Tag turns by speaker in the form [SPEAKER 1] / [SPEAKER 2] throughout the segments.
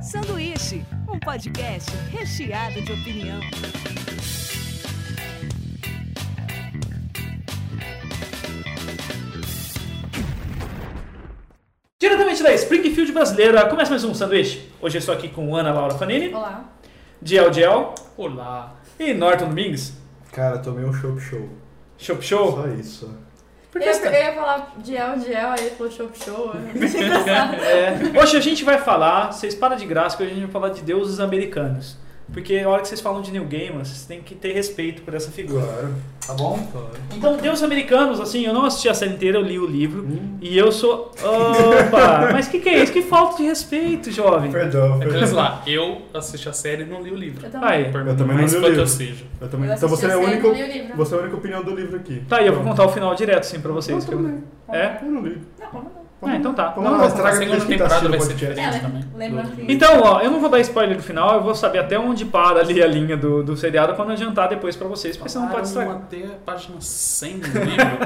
[SPEAKER 1] Sanduíche, um podcast recheado de opinião.
[SPEAKER 2] Diretamente da Springfield brasileira, começa mais um sanduíche. Hoje eu estou aqui com Ana Laura Fanini,
[SPEAKER 3] Olá.
[SPEAKER 2] Diel Diel
[SPEAKER 4] Olá.
[SPEAKER 2] e Norton Domingues.
[SPEAKER 5] Cara, tomei um chopp show.
[SPEAKER 2] Shop Show?
[SPEAKER 5] Só isso.
[SPEAKER 2] Por que
[SPEAKER 3] eu,
[SPEAKER 2] você- tá-
[SPEAKER 3] eu ia falar de El, de El, aí ele falou show, show. eu achei engraçado.
[SPEAKER 2] É, hoje a gente vai falar, vocês param de graça, que hoje a gente vai falar de deuses americanos. Porque a hora que vocês falam de New Gamer, vocês têm que ter respeito por essa figura.
[SPEAKER 5] Claro. Tá bom? Claro.
[SPEAKER 2] Então, deuses americanos, assim, eu não assisti a série inteira, eu li o livro. E eu sou. Opa! Mas que que é isso? Que falta de respeito, jovem.
[SPEAKER 5] Perdão.
[SPEAKER 4] Aqueles É lá, eu assisti a série e não li o livro.
[SPEAKER 3] Eu também.
[SPEAKER 2] Aí,
[SPEAKER 4] Por
[SPEAKER 5] Eu também não
[SPEAKER 4] mais
[SPEAKER 5] li o
[SPEAKER 4] fã que
[SPEAKER 5] livro.
[SPEAKER 4] eu seja.
[SPEAKER 5] Eu também.
[SPEAKER 3] Eu
[SPEAKER 5] Então
[SPEAKER 3] assisti
[SPEAKER 5] você
[SPEAKER 3] a
[SPEAKER 5] é o
[SPEAKER 3] série,
[SPEAKER 5] único.
[SPEAKER 3] li o livro.
[SPEAKER 5] Você é a única opinião do livro aqui.
[SPEAKER 2] tá aí, eu vou contar o final direto, assim, pra vocês.
[SPEAKER 5] Eu também.
[SPEAKER 2] É?
[SPEAKER 5] Eu não li.
[SPEAKER 3] Não, como não?
[SPEAKER 2] Ah, então tá.
[SPEAKER 5] Vamos
[SPEAKER 2] Não,
[SPEAKER 5] lá,
[SPEAKER 2] não.
[SPEAKER 4] A
[SPEAKER 5] estraga aquele
[SPEAKER 4] segunda
[SPEAKER 5] que tá
[SPEAKER 4] temporada
[SPEAKER 5] assistindo
[SPEAKER 4] vai
[SPEAKER 5] o
[SPEAKER 4] ser
[SPEAKER 5] podcast.
[SPEAKER 3] É,
[SPEAKER 4] diferente também.
[SPEAKER 3] lembra que...
[SPEAKER 2] Então, ó, eu não vou dar spoiler do final, eu vou saber até onde para ali a linha do, do seriado quando eu jantar depois pra vocês, porque senão
[SPEAKER 4] um
[SPEAKER 2] pode estragar.
[SPEAKER 4] Até a página 100 do livro.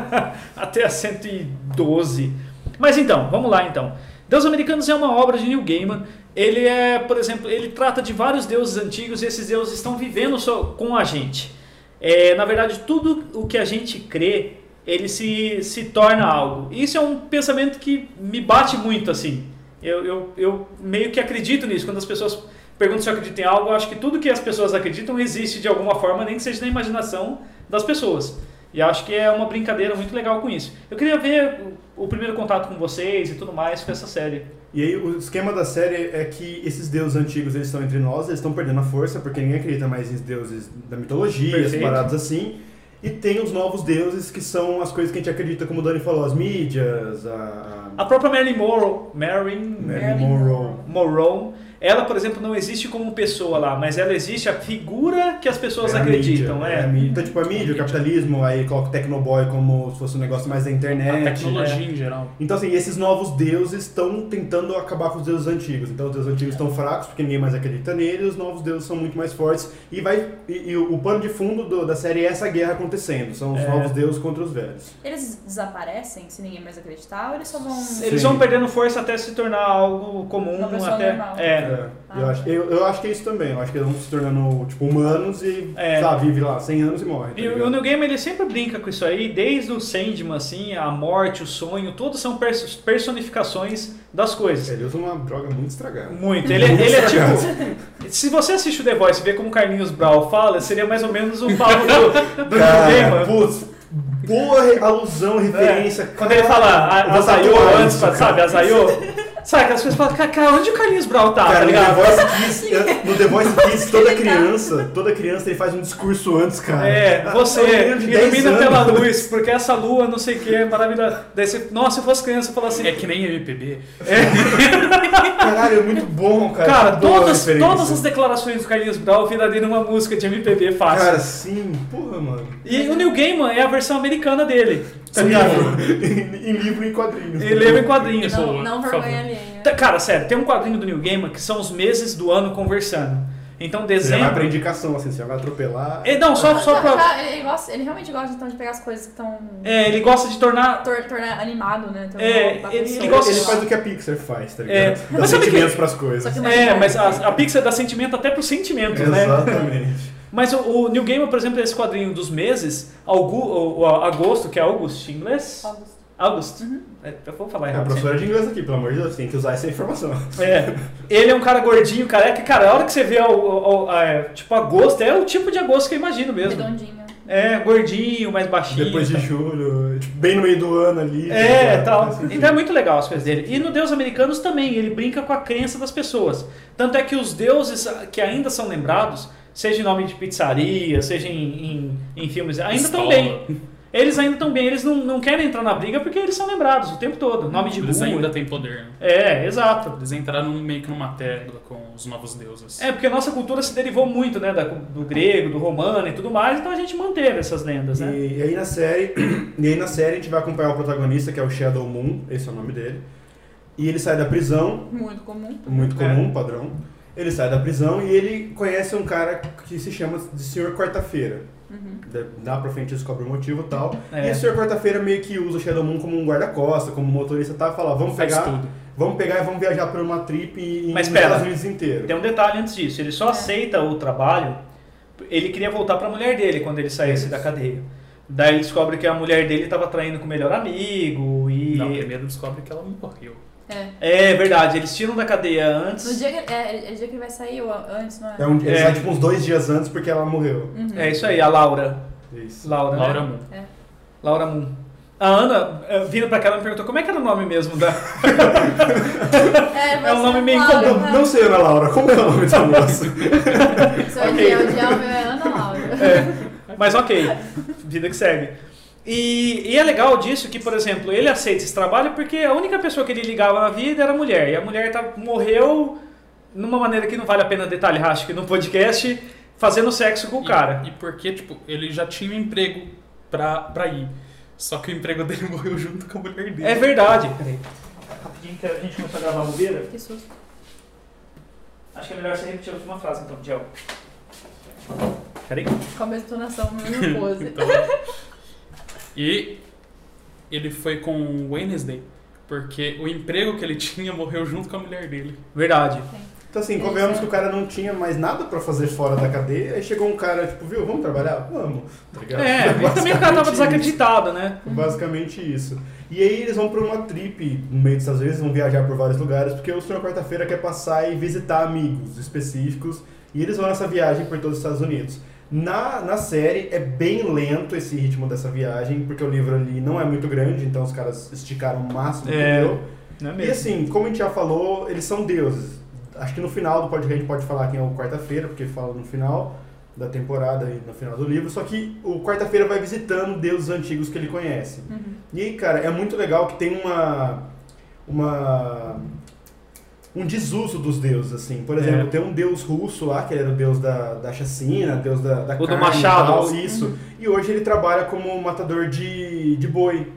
[SPEAKER 2] até a 112. Mas então, vamos lá então. Deus Americanos é uma obra de Neil Gaiman. Ele é, por exemplo, ele trata de vários deuses antigos e esses deuses estão vivendo só com a gente. É, na verdade, tudo o que a gente crê, ele se, se torna algo. Isso é um pensamento que me bate muito, assim. Eu, eu, eu meio que acredito nisso. Quando as pessoas perguntam se eu acredito em algo, eu acho que tudo que as pessoas acreditam existe de alguma forma, nem que seja na imaginação das pessoas. E acho que é uma brincadeira muito legal com isso. Eu queria ver o, o primeiro contato com vocês e tudo mais com essa série.
[SPEAKER 5] E aí o esquema da série é que esses deuses antigos eles estão entre nós, eles estão perdendo a força porque ninguém acredita mais em deuses da mitologia,
[SPEAKER 2] Perfeito.
[SPEAKER 5] essas paradas assim. E tem os novos deuses que são as coisas que a gente acredita, como o Dani falou, as mídias, a né,
[SPEAKER 2] A própria Marilyn Monroe, Marilyn
[SPEAKER 5] Marilyn Monroe.
[SPEAKER 2] Monroe, ela, por exemplo, não existe como pessoa lá, mas ela existe a figura que as pessoas
[SPEAKER 5] É a
[SPEAKER 2] acreditam,
[SPEAKER 5] mídia,
[SPEAKER 2] é.
[SPEAKER 5] a mídia. Então, tipo, a mídia, o capitalismo, aí coloca o Tecnoboy como se fosse um negócio mais da
[SPEAKER 4] A
[SPEAKER 5] internet.
[SPEAKER 4] tecnologia em geral.
[SPEAKER 5] Então, assim, esses novos deuses estão tentando acabar com os deuses antigos. Então, os deuses antigos estão fracos, porque ninguém mais acredita neles, os novos deuses são muito mais fortes. E vai e, e o o pano de fundo do- da série é essa guerra acontecendo. São
[SPEAKER 2] É.
[SPEAKER 5] os novos deuses contra os velhos.
[SPEAKER 3] Eles desaparecem se ninguém mais acreditar ou eles só vão...
[SPEAKER 2] Eles
[SPEAKER 5] Sim.
[SPEAKER 2] vão perdendo força até se tornar algo comum,
[SPEAKER 3] Uma pessoa
[SPEAKER 2] até.
[SPEAKER 3] normal.
[SPEAKER 2] É.
[SPEAKER 5] Eu, acho, eu, eu acho que é isso também. Eu acho que eles vão se tornando, tipo, humanos e,
[SPEAKER 2] É.
[SPEAKER 5] sabe, vive lá 100 anos e morre. tá
[SPEAKER 2] E o
[SPEAKER 5] ligado?
[SPEAKER 2] o Neil Gaiman ele sempre brinca com isso aí, desde o Sandman, assim, a morte, o sonho, todos são pers- personificações das coisas.
[SPEAKER 5] Ele usa uma droga muito estragada.
[SPEAKER 2] Muito. Ele, ele é tipo. Se você assiste o The Voice e vê como o Carlinhos Brau fala, seria mais ou menos o Paulo do, do
[SPEAKER 5] Cara,
[SPEAKER 2] Neil Gaiman.
[SPEAKER 5] putz, boa re- alusão, referência. cara.
[SPEAKER 2] É. Quando ele fala
[SPEAKER 5] Eu vou
[SPEAKER 2] azaiou
[SPEAKER 5] tatuar
[SPEAKER 2] antes,
[SPEAKER 5] isso, cara.
[SPEAKER 2] sabe? Azaiou. Sabe, que as pessoas falam, "Cara, cara, onde o Carlinhos Brau tá? tá
[SPEAKER 5] Cara, no The
[SPEAKER 2] ligado? tá-
[SPEAKER 5] Voice Kids, eu- no The Voice Kids, toda criança, toda criança ele faz um discurso antes, cara. Ah,
[SPEAKER 2] É, você
[SPEAKER 5] Eu lembro de 10
[SPEAKER 2] ilumina
[SPEAKER 5] anos.
[SPEAKER 2] pela luz, porque essa lua não sei o que é maravilhosa. Daí você, nossa, se eu fosse criança, eu falava assim.
[SPEAKER 4] É que nem MPB.
[SPEAKER 5] Caralho, é muito bom, cara.
[SPEAKER 2] Cara,
[SPEAKER 5] Boa
[SPEAKER 2] todas,
[SPEAKER 5] referência.
[SPEAKER 2] todas as declarações do Carlinhos Brau virariam uma música de MPB fácil.
[SPEAKER 5] Cara, sim, porra, mano.
[SPEAKER 2] e o Neil Gaiman é a versão americana dele. Tá
[SPEAKER 5] Em
[SPEAKER 2] ligado?
[SPEAKER 5] livro, em, em livro e em quadrinhos. tá
[SPEAKER 2] Ele leva em quadrinhos.
[SPEAKER 4] é Boa,
[SPEAKER 3] Não, não
[SPEAKER 4] por
[SPEAKER 3] vergonha
[SPEAKER 4] favor.
[SPEAKER 3] alheia.
[SPEAKER 2] Tá, Cara, sério, tem um quadrinho do New Gaiman que são os meses do ano conversando. Então,
[SPEAKER 5] Você já vai pra
[SPEAKER 2] dezembro.
[SPEAKER 5] indicação, assim, você já vai atropelar.
[SPEAKER 2] E, não, só, só
[SPEAKER 3] Não,
[SPEAKER 2] pra.
[SPEAKER 3] tá, ele, ele gosta- ele realmente gosta então, de pegar as coisas que estão...
[SPEAKER 2] É, ele gosta de tornar.
[SPEAKER 3] Tor, tornar animado, né? Tornar
[SPEAKER 2] É,
[SPEAKER 3] uma
[SPEAKER 2] ele-
[SPEAKER 3] pessoa.
[SPEAKER 5] Ele,
[SPEAKER 2] gosta
[SPEAKER 5] ele
[SPEAKER 2] de-
[SPEAKER 5] faz o que a Pixar faz, tá
[SPEAKER 2] É.
[SPEAKER 5] ligado? Dá
[SPEAKER 2] Mas sabe
[SPEAKER 5] sentimentos
[SPEAKER 2] que-
[SPEAKER 5] pras coisas.
[SPEAKER 3] Só que-
[SPEAKER 2] É, mas a, a Pixar dá sentimento até pro sentimento, né?
[SPEAKER 5] Exatamente.
[SPEAKER 2] Mas o, o New Gaiman, por exemplo, esse quadrinho dos meses, Augu, o, o agosto, que é August em inglês?
[SPEAKER 3] Augusto.
[SPEAKER 2] August.
[SPEAKER 3] Uhum.
[SPEAKER 2] É, eu vou falar
[SPEAKER 5] É a
[SPEAKER 2] errado.
[SPEAKER 5] professora de inglês aqui, pelo amor de Deus, tem que usar essa informação.
[SPEAKER 2] É, ele é um cara gordinho, careca. e, Cara, a hora que você vê o, o- o- é, tipo agosto, é o tipo de agosto que eu imagino mesmo.
[SPEAKER 3] Redondinho.
[SPEAKER 2] É, gordinho, mais baixinho. tá
[SPEAKER 5] Depois de
[SPEAKER 2] tal.
[SPEAKER 5] julho, tipo, bem no meio do ano ali.
[SPEAKER 2] É,
[SPEAKER 5] tá
[SPEAKER 2] tal.
[SPEAKER 5] ligado?
[SPEAKER 2] Então é muito legal as coisas dele. E no Deus Americanos também, ele brinca com a crença das pessoas. Tanto é que os deuses que ainda são lembrados, seja em nome de pizzaria, seja em, em, em filmes, ainda estão
[SPEAKER 4] Escola.
[SPEAKER 2] bem. Eles ainda estão bem, eles não, não querem entrar na briga porque eles são lembrados o tempo todo. Nome de
[SPEAKER 4] Eles
[SPEAKER 2] rua.
[SPEAKER 4] ainda têm poder. né?
[SPEAKER 2] É, exato.
[SPEAKER 4] Eles entraram meio que numa tela com os novos deuses.
[SPEAKER 2] É, porque a nossa cultura se derivou muito, né, da- do grego, do romano e tudo mais, então a gente manteve essas lendas, né?
[SPEAKER 5] E, e aí na série, e aí na série a gente vai acompanhar o protagonista, que é o Shadow Moon, esse é o nome dele. E ele sai da prisão,
[SPEAKER 3] Muito comum.
[SPEAKER 5] muito
[SPEAKER 2] É.
[SPEAKER 5] comum, padrão. Ele sai da prisão e ele conhece um cara que se chama de Senhor Quarta-feira. Dá pra frente, descobre o motivo e tal.
[SPEAKER 2] Uhum. É.
[SPEAKER 5] E o Sr. Quarta-feira meio que usa o Shadow Moon como um guarda-costa, como motorista e tal, fala, vamos
[SPEAKER 4] Faz
[SPEAKER 5] pegar,
[SPEAKER 4] tudo.
[SPEAKER 5] vamos pegar e vamos viajar por uma trip em
[SPEAKER 2] Mas
[SPEAKER 5] nos
[SPEAKER 2] pera.
[SPEAKER 5] Estados Unidos inteiro.
[SPEAKER 2] Tem um detalhe antes disso. Ele
[SPEAKER 3] É.
[SPEAKER 2] só aceita o trabalho. Ele queria voltar pra mulher dele quando ele saísse da cadeia. Daí ele descobre que a mulher dele tava traindo com o melhor amigo e.
[SPEAKER 4] Não, primeiro descobre que ela morreu.
[SPEAKER 5] Né?
[SPEAKER 3] É.
[SPEAKER 2] é verdade, eles tiram da cadeia
[SPEAKER 3] No
[SPEAKER 2] antes.
[SPEAKER 3] dia que, é, é, é dia que ele vai sair ou antes, não é? Uhum.
[SPEAKER 5] É um, ele
[SPEAKER 2] É.
[SPEAKER 5] sai tipo uns dois dias antes porque ela morreu.
[SPEAKER 3] um.
[SPEAKER 5] É
[SPEAKER 2] É isso aí, a Laura.
[SPEAKER 5] Isso.
[SPEAKER 2] Laura, né?
[SPEAKER 4] Laura Moon.
[SPEAKER 2] Laura Moon. A Ana, eh, vindo pra cá, ela me perguntou como é que era o nome mesmo da.
[SPEAKER 3] É,
[SPEAKER 2] É um nome meio
[SPEAKER 5] Eu
[SPEAKER 3] comum.
[SPEAKER 5] não sei, Ana Laura, como é o nome da
[SPEAKER 3] Se
[SPEAKER 5] moça?
[SPEAKER 3] eu odiar, odiar, o meu é Ana Laura.
[SPEAKER 2] É, mas ok, vida que segue. E, e é legal disso que, por exemplo, ele aceita esse trabalho porque a única pessoa que ele ligava na vida era a mulher. E a mulher tá, morreu numa maneira que não vale a pena detalhar, acho que no podcast, fazendo sexo com o
[SPEAKER 4] E-
[SPEAKER 2] cara.
[SPEAKER 4] E, porque, tipo, ele já tinha um emprego pra, pra ir. Só que o emprego dele morreu junto com a mulher dele.
[SPEAKER 2] É verdade.
[SPEAKER 6] Rapidinho que a gente começou a gravar a bobeira.
[SPEAKER 3] Que susto.
[SPEAKER 2] Acho que é melhor você repetir a última frase então, Tiago. Peraí.
[SPEAKER 3] Com a mesma entonação, mesmo pose.
[SPEAKER 4] Então, e ele foi com o Wednesday. Porque o emprego que ele tinha morreu junto com a mulher dele.
[SPEAKER 2] Verdade.
[SPEAKER 5] Então assim,
[SPEAKER 3] Isso.
[SPEAKER 5] convenhamos que o cara não tinha mais nada pra fazer fora da cadeia, aí chegou um cara, tipo, viu, vamos trabalhar? Vamos, tá ligado?
[SPEAKER 2] É, e também o cara tava
[SPEAKER 5] Basicamente
[SPEAKER 2] desacreditado, né?
[SPEAKER 5] Basicamente isso. E aí eles vão pra uma trip no meio dessas vezes, vão viajar por vários lugares, porque o Senhor Quarta-feira quer passar e visitar amigos específicos, e eles vão nessa viagem por todos os Estados Unidos. Na, na série é bem lento esse ritmo dessa viagem, porque o livro ali não é muito grande, então os caras esticaram o máximo
[SPEAKER 2] É,
[SPEAKER 5] que deu.
[SPEAKER 2] Não é
[SPEAKER 5] E assim, como a gente já falou, eles são deuses. Acho que no final do podcast a gente pode falar quem é o quarta-feira, porque fala no final da temporada e no final do livro. Só que o quarta-feira vai visitando deuses antigos que ele conhece. E aí, cara, é muito legal que tem uma. uma um desuso dos deuses, assim.
[SPEAKER 2] É.
[SPEAKER 5] Por exemplo, tem um deus russo lá, que ele era o deus da, da chacina, deus da, da
[SPEAKER 2] O do
[SPEAKER 5] carne e
[SPEAKER 2] machado.
[SPEAKER 5] tal, isso. E hoje ele trabalha como matador de, de boi.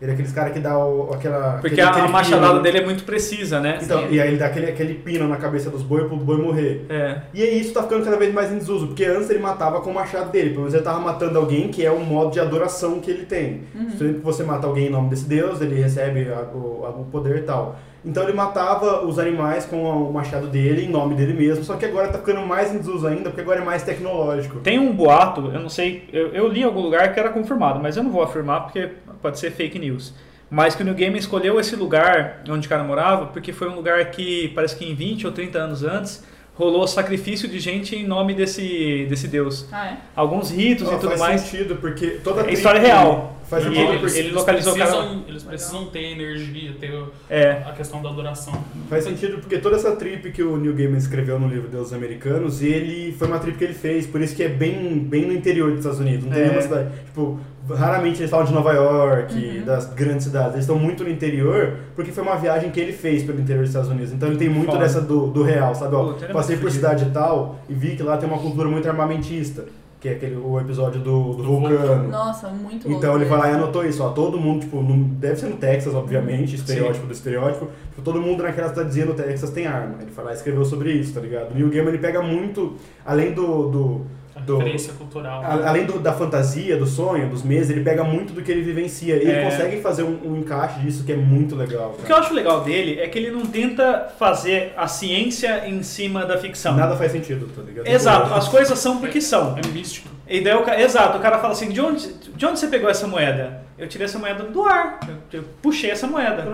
[SPEAKER 5] Ele é aqueles cara que dá o- aquela...
[SPEAKER 2] Porque
[SPEAKER 5] aquele-
[SPEAKER 2] a, a
[SPEAKER 5] aquele
[SPEAKER 2] machadada
[SPEAKER 5] pino.
[SPEAKER 2] dele é muito precisa, né?
[SPEAKER 5] Então, e aí ele dá aquele, aquele pino na cabeça dos boi pro boi morrer.
[SPEAKER 2] É.
[SPEAKER 5] E aí isso tá ficando cada vez mais em desuso, porque antes ele matava com o machado dele, pelo menos ele tava matando alguém que é o modo de adoração que ele tem. Sempre que você mata alguém em nome desse deus, ele recebe a- o, a- o poder e tal. Então ele matava os animais com a- o machado dele, em nome dele mesmo, só que agora tá ficando mais em desuso ainda, porque agora é mais tecnológico.
[SPEAKER 2] Tem um boato, eu não sei, eu, eu li em algum lugar que era confirmado, mas eu não vou afirmar porque pode ser fake news. Mas que o New Game escolheu esse lugar onde o cara morava porque foi um lugar que parece que em 20 ou 30 anos antes rolou sacrifício de gente em nome desse, desse deus.
[SPEAKER 3] Ah, é?
[SPEAKER 2] Alguns ritos
[SPEAKER 5] Ó,
[SPEAKER 2] e tudo
[SPEAKER 5] faz
[SPEAKER 2] mais.
[SPEAKER 5] sentido, porque
[SPEAKER 2] É
[SPEAKER 5] toda trip-
[SPEAKER 2] história real.
[SPEAKER 5] Faz
[SPEAKER 2] E
[SPEAKER 5] sentido,
[SPEAKER 2] ele-
[SPEAKER 5] porque-
[SPEAKER 2] um ele localizou o cara
[SPEAKER 4] precisam, Eles precisam ter energia, ter
[SPEAKER 2] É.
[SPEAKER 4] a questão da adoração.
[SPEAKER 5] Faz sentido porque toda essa trip que o Neil Gaiman escreveu no livro Deuses Americanos, ele foi uma trip que ele fez, por isso que é bem, bem no interior dos Estados Unidos. Não tem
[SPEAKER 2] É.
[SPEAKER 5] nenhuma cidade. Tipo, raramente eles falam de Nova York,
[SPEAKER 2] Uhum.
[SPEAKER 5] das grandes cidades. Eles estão muito no interior, porque foi uma viagem que ele fez pelo interior dos Estados Unidos. Então ele tem muito
[SPEAKER 2] Foda.
[SPEAKER 5] dessa do, do real, sabe? Ó,
[SPEAKER 2] Puta, ele é
[SPEAKER 5] passei
[SPEAKER 2] muito
[SPEAKER 5] por
[SPEAKER 2] fudido.
[SPEAKER 5] cidade tal e vi que lá tem uma cultura muito armamentista, que é aquele, o episódio do, do
[SPEAKER 4] Do vulcano.
[SPEAKER 5] vulcano.
[SPEAKER 3] Nossa, muito louco. né?
[SPEAKER 5] Então ele vai lá e
[SPEAKER 3] mesmo.
[SPEAKER 5] anotou isso, ó, todo mundo, tipo, no- deve ser no Texas, obviamente, estereótipo do estereótipo, tipo, todo mundo naquela cidadezinha no Texas tem arma. Ele foi lá e escreveu sobre isso, tá ligado? O Neil Gaiman, ele pega muito, além do... do,
[SPEAKER 4] A
[SPEAKER 5] do-
[SPEAKER 4] referência cultural.
[SPEAKER 5] a- além do- da fantasia, do sonho, dos meses, ele pega muito do que ele vivencia. Ele
[SPEAKER 2] É.
[SPEAKER 5] consegue fazer um, um encaixe disso que é muito legal.
[SPEAKER 2] O que eu
[SPEAKER 5] cara.
[SPEAKER 2] acho legal dele é que ele não tenta fazer a ciência em cima da ficção.
[SPEAKER 5] Nada faz sentido, tá ligado?
[SPEAKER 2] Exato, as coisas são porque são.
[SPEAKER 4] É místico.
[SPEAKER 2] E daí o ca- exato, o cara fala assim, de onde, de onde você pegou essa moeda? Eu tirei essa moeda do ar, eu, eu puxei essa moeda.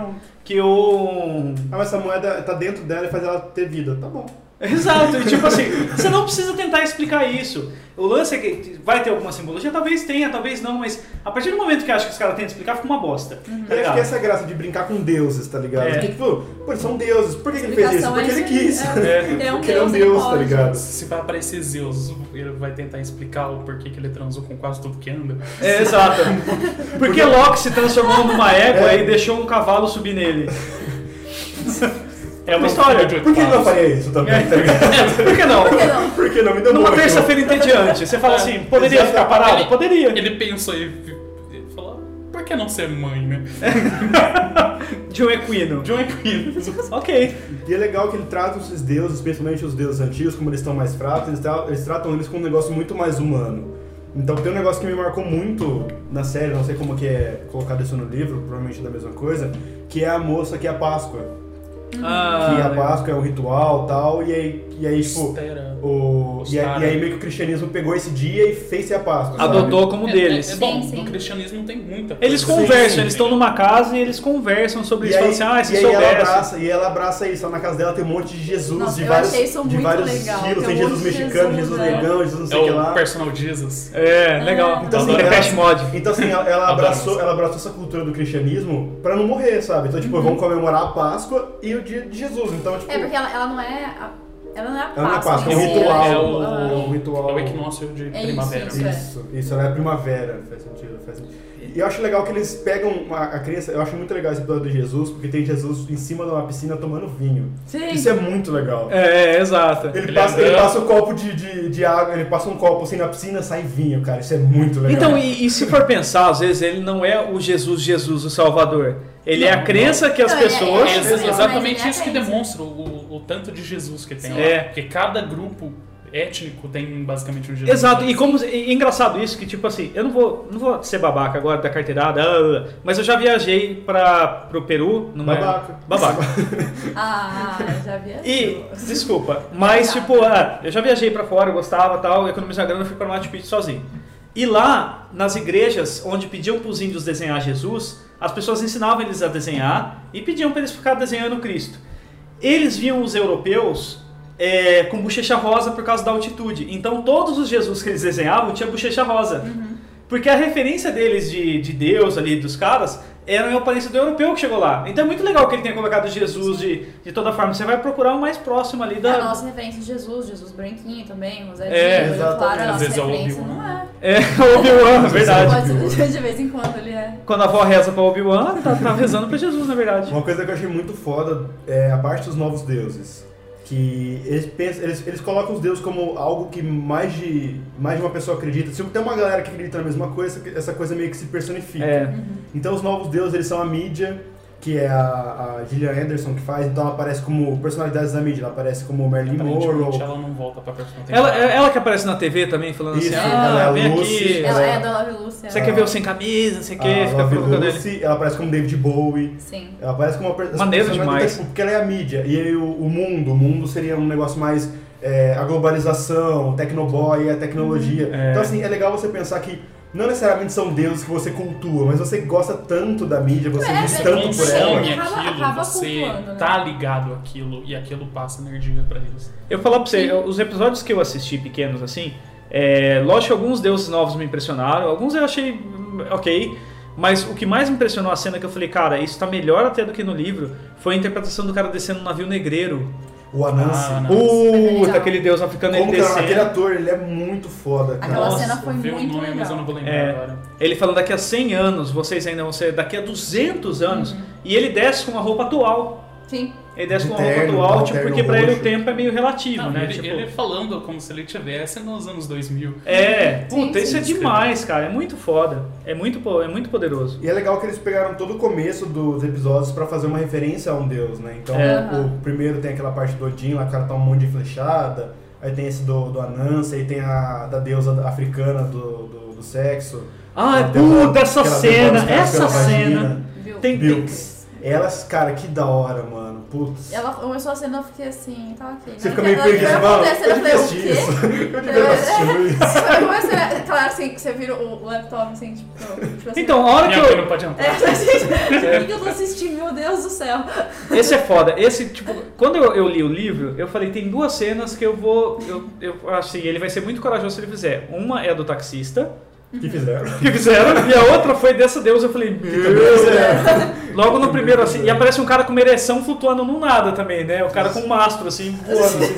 [SPEAKER 2] Que o...
[SPEAKER 5] Ah, mas essa moeda tá dentro dela e faz ela ter vida. Tá bom.
[SPEAKER 2] Exato, e tipo assim, você não precisa tentar explicar isso. O lance é que vai ter alguma simbologia, talvez tenha, talvez não, mas a partir do momento que acha que os caras tentam explicar, fica uma bosta. Tá
[SPEAKER 5] Eu acho
[SPEAKER 2] ligado?
[SPEAKER 5] que essa é a graça de brincar com deuses, tá ligado?
[SPEAKER 2] É.
[SPEAKER 5] Porque, tipo, pô, eles são deuses. Por que, que ele fez isso?
[SPEAKER 3] Explicação
[SPEAKER 5] Porque
[SPEAKER 3] é
[SPEAKER 5] ele
[SPEAKER 3] isso aí.
[SPEAKER 5] quis.
[SPEAKER 3] É. Ele é um
[SPEAKER 5] Porque ele é um
[SPEAKER 3] deus, ele
[SPEAKER 5] deus, tá
[SPEAKER 3] pode.
[SPEAKER 5] ligado?
[SPEAKER 4] Se vai aparecer Zeus, ele vai tentar explicar o porquê que ele transou com quase tudo que anda.
[SPEAKER 2] É, exato. Porque Loki se transformou numa égua e deixou um cavalo subir nele. É uma história.
[SPEAKER 5] Por que ele não faria isso também? tá ligado?
[SPEAKER 2] É, por que não?
[SPEAKER 3] Por que não?
[SPEAKER 5] Por que não me deu
[SPEAKER 2] Numa
[SPEAKER 5] muito?
[SPEAKER 2] terça-feira entediante, você fala assim, poderia ficar parado?
[SPEAKER 4] Ele-
[SPEAKER 2] Poderia.
[SPEAKER 4] Ele pensou e e falou, por que não ser mãe, né?
[SPEAKER 2] John um Equino.
[SPEAKER 4] John Quinn.
[SPEAKER 2] Ok.
[SPEAKER 5] E é legal que ele trata esses deuses, principalmente os deuses antigos, como eles estão mais fracos, eles, tra- eles tratam eles com um negócio muito mais humano. Então tem um negócio que me marcou muito na série, não sei como que é colocado isso no livro, provavelmente é da mesma coisa, que é a moça que é a Páscoa.
[SPEAKER 2] Ah,
[SPEAKER 5] que a
[SPEAKER 2] legal.
[SPEAKER 5] Páscoa é um ritual tal, e aí, e aí tipo,
[SPEAKER 4] Espera.
[SPEAKER 5] o, e, aí-
[SPEAKER 4] Ostara.
[SPEAKER 5] e aí meio que o cristianismo pegou esse dia e fez ser a Páscoa. sabe?
[SPEAKER 2] adotou como
[SPEAKER 4] É,
[SPEAKER 2] deles.
[SPEAKER 4] É, é bom,
[SPEAKER 3] Sim, sim.
[SPEAKER 4] no cristianismo tem muita coisa.
[SPEAKER 2] Eles
[SPEAKER 5] Sim,
[SPEAKER 2] conversam,
[SPEAKER 5] sim.
[SPEAKER 2] eles estão numa casa e eles conversam sobre
[SPEAKER 5] E
[SPEAKER 2] isso.
[SPEAKER 5] aí,
[SPEAKER 2] Falam assim, ah, se
[SPEAKER 5] e aí ela
[SPEAKER 2] soubesse.
[SPEAKER 5] abraça, e ela abraça isso. Lá na casa dela tem um monte de Jesus,
[SPEAKER 3] Nossa,
[SPEAKER 5] de
[SPEAKER 3] eu
[SPEAKER 5] vários,
[SPEAKER 3] achei isso
[SPEAKER 5] de
[SPEAKER 3] muito
[SPEAKER 5] vários
[SPEAKER 3] legal, tem
[SPEAKER 5] estilos. Tem
[SPEAKER 3] um
[SPEAKER 5] Jesus
[SPEAKER 3] monte de
[SPEAKER 5] mexicano,
[SPEAKER 3] Jesus,
[SPEAKER 5] Jesus
[SPEAKER 3] é.
[SPEAKER 5] negão, Jesus não
[SPEAKER 4] É
[SPEAKER 5] sei o que
[SPEAKER 4] o
[SPEAKER 5] lá.
[SPEAKER 4] personal Jesus.
[SPEAKER 2] É, legal.
[SPEAKER 5] Então, assim,
[SPEAKER 2] Adoro
[SPEAKER 5] ela-
[SPEAKER 2] Depeche Mode.
[SPEAKER 5] Então assim, ela, ela
[SPEAKER 4] Adoro
[SPEAKER 5] abraçou,
[SPEAKER 4] isso.
[SPEAKER 5] ela abraçou essa cultura do cristianismo pra não morrer, sabe? Então, tipo, vamos comemorar a Páscoa e o dia de Jesus. Então, tipo,
[SPEAKER 3] Uhum. É, porque ela, ela não é a, ela não é a
[SPEAKER 5] ela não é
[SPEAKER 3] Páscoa.
[SPEAKER 5] Páscoa, é um
[SPEAKER 3] em si,
[SPEAKER 5] ritual.
[SPEAKER 3] ela
[SPEAKER 4] É
[SPEAKER 3] é
[SPEAKER 4] o-
[SPEAKER 5] É
[SPEAKER 3] o-
[SPEAKER 5] um ritual.
[SPEAKER 4] É o equinócio de
[SPEAKER 3] É isso,
[SPEAKER 4] primavera.
[SPEAKER 3] isso, é.
[SPEAKER 5] Isso, isso ela é a primavera, faz sentido, faz sentido. E eu acho legal que eles pegam a, a criança, eu acho muito legal esse episódio de Jesus, porque tem Jesus em cima de uma piscina tomando vinho.
[SPEAKER 3] Sim.
[SPEAKER 5] Isso é muito legal.
[SPEAKER 2] É, é, exato.
[SPEAKER 5] Ele
[SPEAKER 4] Ele
[SPEAKER 5] passa,
[SPEAKER 4] anda-
[SPEAKER 5] ele passa um copo de, de, de água, ele passa um copo assim na piscina, sai vinho, cara. Isso é muito legal.
[SPEAKER 2] Então, e, e se for pensar, às vezes ele não é o Jesus, Jesus, o Salvador. Ele é a crença que as
[SPEAKER 3] Não, ele é-
[SPEAKER 2] pessoas.
[SPEAKER 4] É
[SPEAKER 3] Isso,
[SPEAKER 4] ex-
[SPEAKER 3] isso,
[SPEAKER 4] exatamente
[SPEAKER 3] mas ele
[SPEAKER 4] isso que
[SPEAKER 3] é isso.
[SPEAKER 4] demonstra o, o tanto de Jesus que tem
[SPEAKER 2] Sim.
[SPEAKER 4] lá.
[SPEAKER 2] É.
[SPEAKER 4] Porque cada grupo étnico tem basicamente um Jesus.
[SPEAKER 2] Exato, e como e- e engraçado isso que tipo assim, eu não vou, não vou ser babaca agora da carteirada, ah, mas eu já viajei para pro Peru, não
[SPEAKER 5] Babaca.
[SPEAKER 2] é? Babaca.
[SPEAKER 3] Ah, já vi. assim. as
[SPEAKER 2] E,
[SPEAKER 3] duas.
[SPEAKER 2] desculpa, mas
[SPEAKER 3] Babaca.
[SPEAKER 2] tipo, ah, eu já viajei pra fora, eu gostava tal, economizar grana, eu fui pra Machu Picchu sozinho. E lá, nas igrejas onde pediam pros índios desenhar Jesus, as pessoas ensinavam eles a desenhar e pediam pra eles ficar desenhando Cristo. Eles viam os europeus eh, com bochecha rosa por causa da altitude. Então todos os Jesus que eles desenhavam tinha bochecha rosa.
[SPEAKER 3] Uhum.
[SPEAKER 2] Porque a referência deles de, de Deus ali, dos caras, era a aparência do europeu que chegou lá. Então é muito legal que ele tenha colocado Jesus de, de toda forma. Você vai procurar o mais próximo ali
[SPEAKER 3] É A
[SPEAKER 2] da.
[SPEAKER 3] nossa referência de Jesus, Jesus branquinho também, José
[SPEAKER 2] É,
[SPEAKER 3] Dias,
[SPEAKER 5] exatamente.
[SPEAKER 3] claro, a
[SPEAKER 4] Às
[SPEAKER 3] nossa
[SPEAKER 4] vezes é o
[SPEAKER 3] referência
[SPEAKER 4] Obi-Wan.
[SPEAKER 3] não é.
[SPEAKER 2] É, Obi-Wan, verdade.
[SPEAKER 3] Pode ser de
[SPEAKER 5] um
[SPEAKER 3] vez em quando ele é.
[SPEAKER 2] Quando a avó reza pra Obi-Wan, tá, tá rezando pra Jesus, na verdade.
[SPEAKER 5] Uma coisa que eu achei muito foda é a parte dos novos deuses. Que eles, pensam, eles, eles colocam os deuses como algo que mais de, mais de uma pessoa acredita. Se tem uma galera que acredita na mesma coisa, essa coisa meio que se personifica.
[SPEAKER 2] É.
[SPEAKER 3] Uhum.
[SPEAKER 5] Então os novos deuses, eles são a mídia, que é a, a Gillian Anderson que faz. Então ela aparece como personalidades da mídia. Ela aparece como Marilyn
[SPEAKER 4] Então,
[SPEAKER 5] Monroe,
[SPEAKER 4] Aparentemente ela não volta pra próxima temporada.
[SPEAKER 2] Ela, é, ela que aparece na TV também, falando
[SPEAKER 5] Isso,
[SPEAKER 2] assim:
[SPEAKER 5] ela é
[SPEAKER 2] ah,
[SPEAKER 5] a
[SPEAKER 2] vem
[SPEAKER 5] Lucy.
[SPEAKER 2] aqui.
[SPEAKER 3] Ela é
[SPEAKER 5] é.
[SPEAKER 3] da Love Lúcia.
[SPEAKER 2] Você quer ver o sem camisa, não sei o que,
[SPEAKER 5] a
[SPEAKER 2] fica
[SPEAKER 5] Love
[SPEAKER 2] provocando ele.
[SPEAKER 5] Lucy, ela aparece como David Bowie.
[SPEAKER 3] Sim.
[SPEAKER 5] Ela parece como uma per-
[SPEAKER 2] Maneiro
[SPEAKER 5] essa personalidade
[SPEAKER 2] demais.
[SPEAKER 5] do tempo, Porque ela é a mídia. E aí o, o mundo, o mundo seria um negócio mais é, a globalização, o tecnoboy, a tecnologia.
[SPEAKER 2] É.
[SPEAKER 5] Então assim, é legal você pensar que não necessariamente são deuses que você cultua, mas você gosta tanto da mídia, você
[SPEAKER 3] É,
[SPEAKER 5] diz
[SPEAKER 3] você
[SPEAKER 5] tanto por ela.
[SPEAKER 4] Então, consome
[SPEAKER 3] Acaba-
[SPEAKER 4] aquilo,
[SPEAKER 3] acaba
[SPEAKER 4] você
[SPEAKER 3] cultuando, né?
[SPEAKER 4] tá ligado àquilo e aquilo passa energia pra eles.
[SPEAKER 2] Eu vou falar pra você, eu- os episódios que eu assisti pequenos assim, é, lógico que alguns deuses novos me impressionaram, alguns eu achei hum, ok, mas o que mais me impressionou a cena que eu falei, cara, isso tá melhor até do que no livro, foi a interpretação do cara descendo no navio negreiro.
[SPEAKER 5] O Anansi.
[SPEAKER 4] Ah,
[SPEAKER 3] legal.
[SPEAKER 2] Puta, aquele deus africano ele
[SPEAKER 5] é Como que ela- aquele
[SPEAKER 2] descendo.
[SPEAKER 5] ator, ele é muito foda, cara.
[SPEAKER 3] Aquela
[SPEAKER 2] Nossa,
[SPEAKER 3] cena foi
[SPEAKER 4] eu vi o
[SPEAKER 3] muito
[SPEAKER 4] nome, mas eu não
[SPEAKER 3] legal.
[SPEAKER 4] vou lembrar
[SPEAKER 2] É.
[SPEAKER 4] agora.
[SPEAKER 2] Ele falando daqui a 100 anos, vocês ainda vão ser daqui a 200 anos,
[SPEAKER 5] Uhum.
[SPEAKER 2] e ele desce com uma roupa atual.
[SPEAKER 3] Sim.
[SPEAKER 2] Ele desce
[SPEAKER 5] De
[SPEAKER 2] com uma
[SPEAKER 5] terno,
[SPEAKER 2] roupa atual,
[SPEAKER 5] tal,
[SPEAKER 2] tipo,
[SPEAKER 5] terno
[SPEAKER 2] porque pra ele o
[SPEAKER 5] roxo.
[SPEAKER 2] tempo é meio relativo,
[SPEAKER 4] Não,
[SPEAKER 2] né?
[SPEAKER 4] ele,
[SPEAKER 2] tipo,
[SPEAKER 4] ele é falando como se ele tivesse nos anos 2000.
[SPEAKER 2] É,
[SPEAKER 3] Sim,
[SPEAKER 2] puta,
[SPEAKER 3] sim,
[SPEAKER 2] isso é
[SPEAKER 4] sim.
[SPEAKER 2] demais, cara. É muito foda. É muito, po- é muito poderoso.
[SPEAKER 5] E é legal que eles pegaram todo o começo dos episódios pra fazer uma referência a um deus, né? Então,
[SPEAKER 2] É.
[SPEAKER 5] o- o primeiro tem aquela parte do Odin, lá o cara tá um monte de flechada, aí tem esse do, do Anansi, aí tem a da deusa africana do, do, do sexo.
[SPEAKER 2] Ai,
[SPEAKER 5] A deusa-
[SPEAKER 2] Ah, é puta, essa
[SPEAKER 5] aquela
[SPEAKER 2] cena,
[SPEAKER 5] deusa que ela
[SPEAKER 2] essa
[SPEAKER 5] fica na
[SPEAKER 2] cena.
[SPEAKER 5] vagina.
[SPEAKER 3] Viu?
[SPEAKER 2] Tem-
[SPEAKER 5] Bilks. Elas, cara, que da hora, mano. Putz.
[SPEAKER 3] Ela começou a cena, eu fiquei assim, tá ok.
[SPEAKER 5] Você
[SPEAKER 3] né?
[SPEAKER 5] fica meio
[SPEAKER 3] Ela- ela
[SPEAKER 5] perdido,
[SPEAKER 3] foi
[SPEAKER 5] mano.
[SPEAKER 3] acontecendo,
[SPEAKER 5] Eu devia
[SPEAKER 3] falei, o
[SPEAKER 5] assistir
[SPEAKER 3] quê?
[SPEAKER 5] isso. Eu devia estar assistindo isso.
[SPEAKER 3] Aí começa, né, claro, assim, que você vira o laptop, assim, tipo, tipo assim.
[SPEAKER 2] Então, a hora que
[SPEAKER 4] Minha mãe
[SPEAKER 2] eu.
[SPEAKER 4] não pode entrar.
[SPEAKER 3] É, gente, o que eu tô assistindo? Meu Deus do céu.
[SPEAKER 2] Esse é foda. Esse, tipo, quando eu, eu li o livro, eu falei, tem duas cenas que eu vou. Eu, eu, assim, ele vai ser muito corajoso se ele fizer. Uma é a do taxista,
[SPEAKER 5] Que fizeram.
[SPEAKER 2] que fizeram, e a outra foi dessa deusa. Eu falei, meu. né?"
[SPEAKER 5] é,
[SPEAKER 2] Logo no primeiro, assim, e aparece um cara com uma ereção flutuando no nada também, né? O cara com um mastro, assim, voando, assim.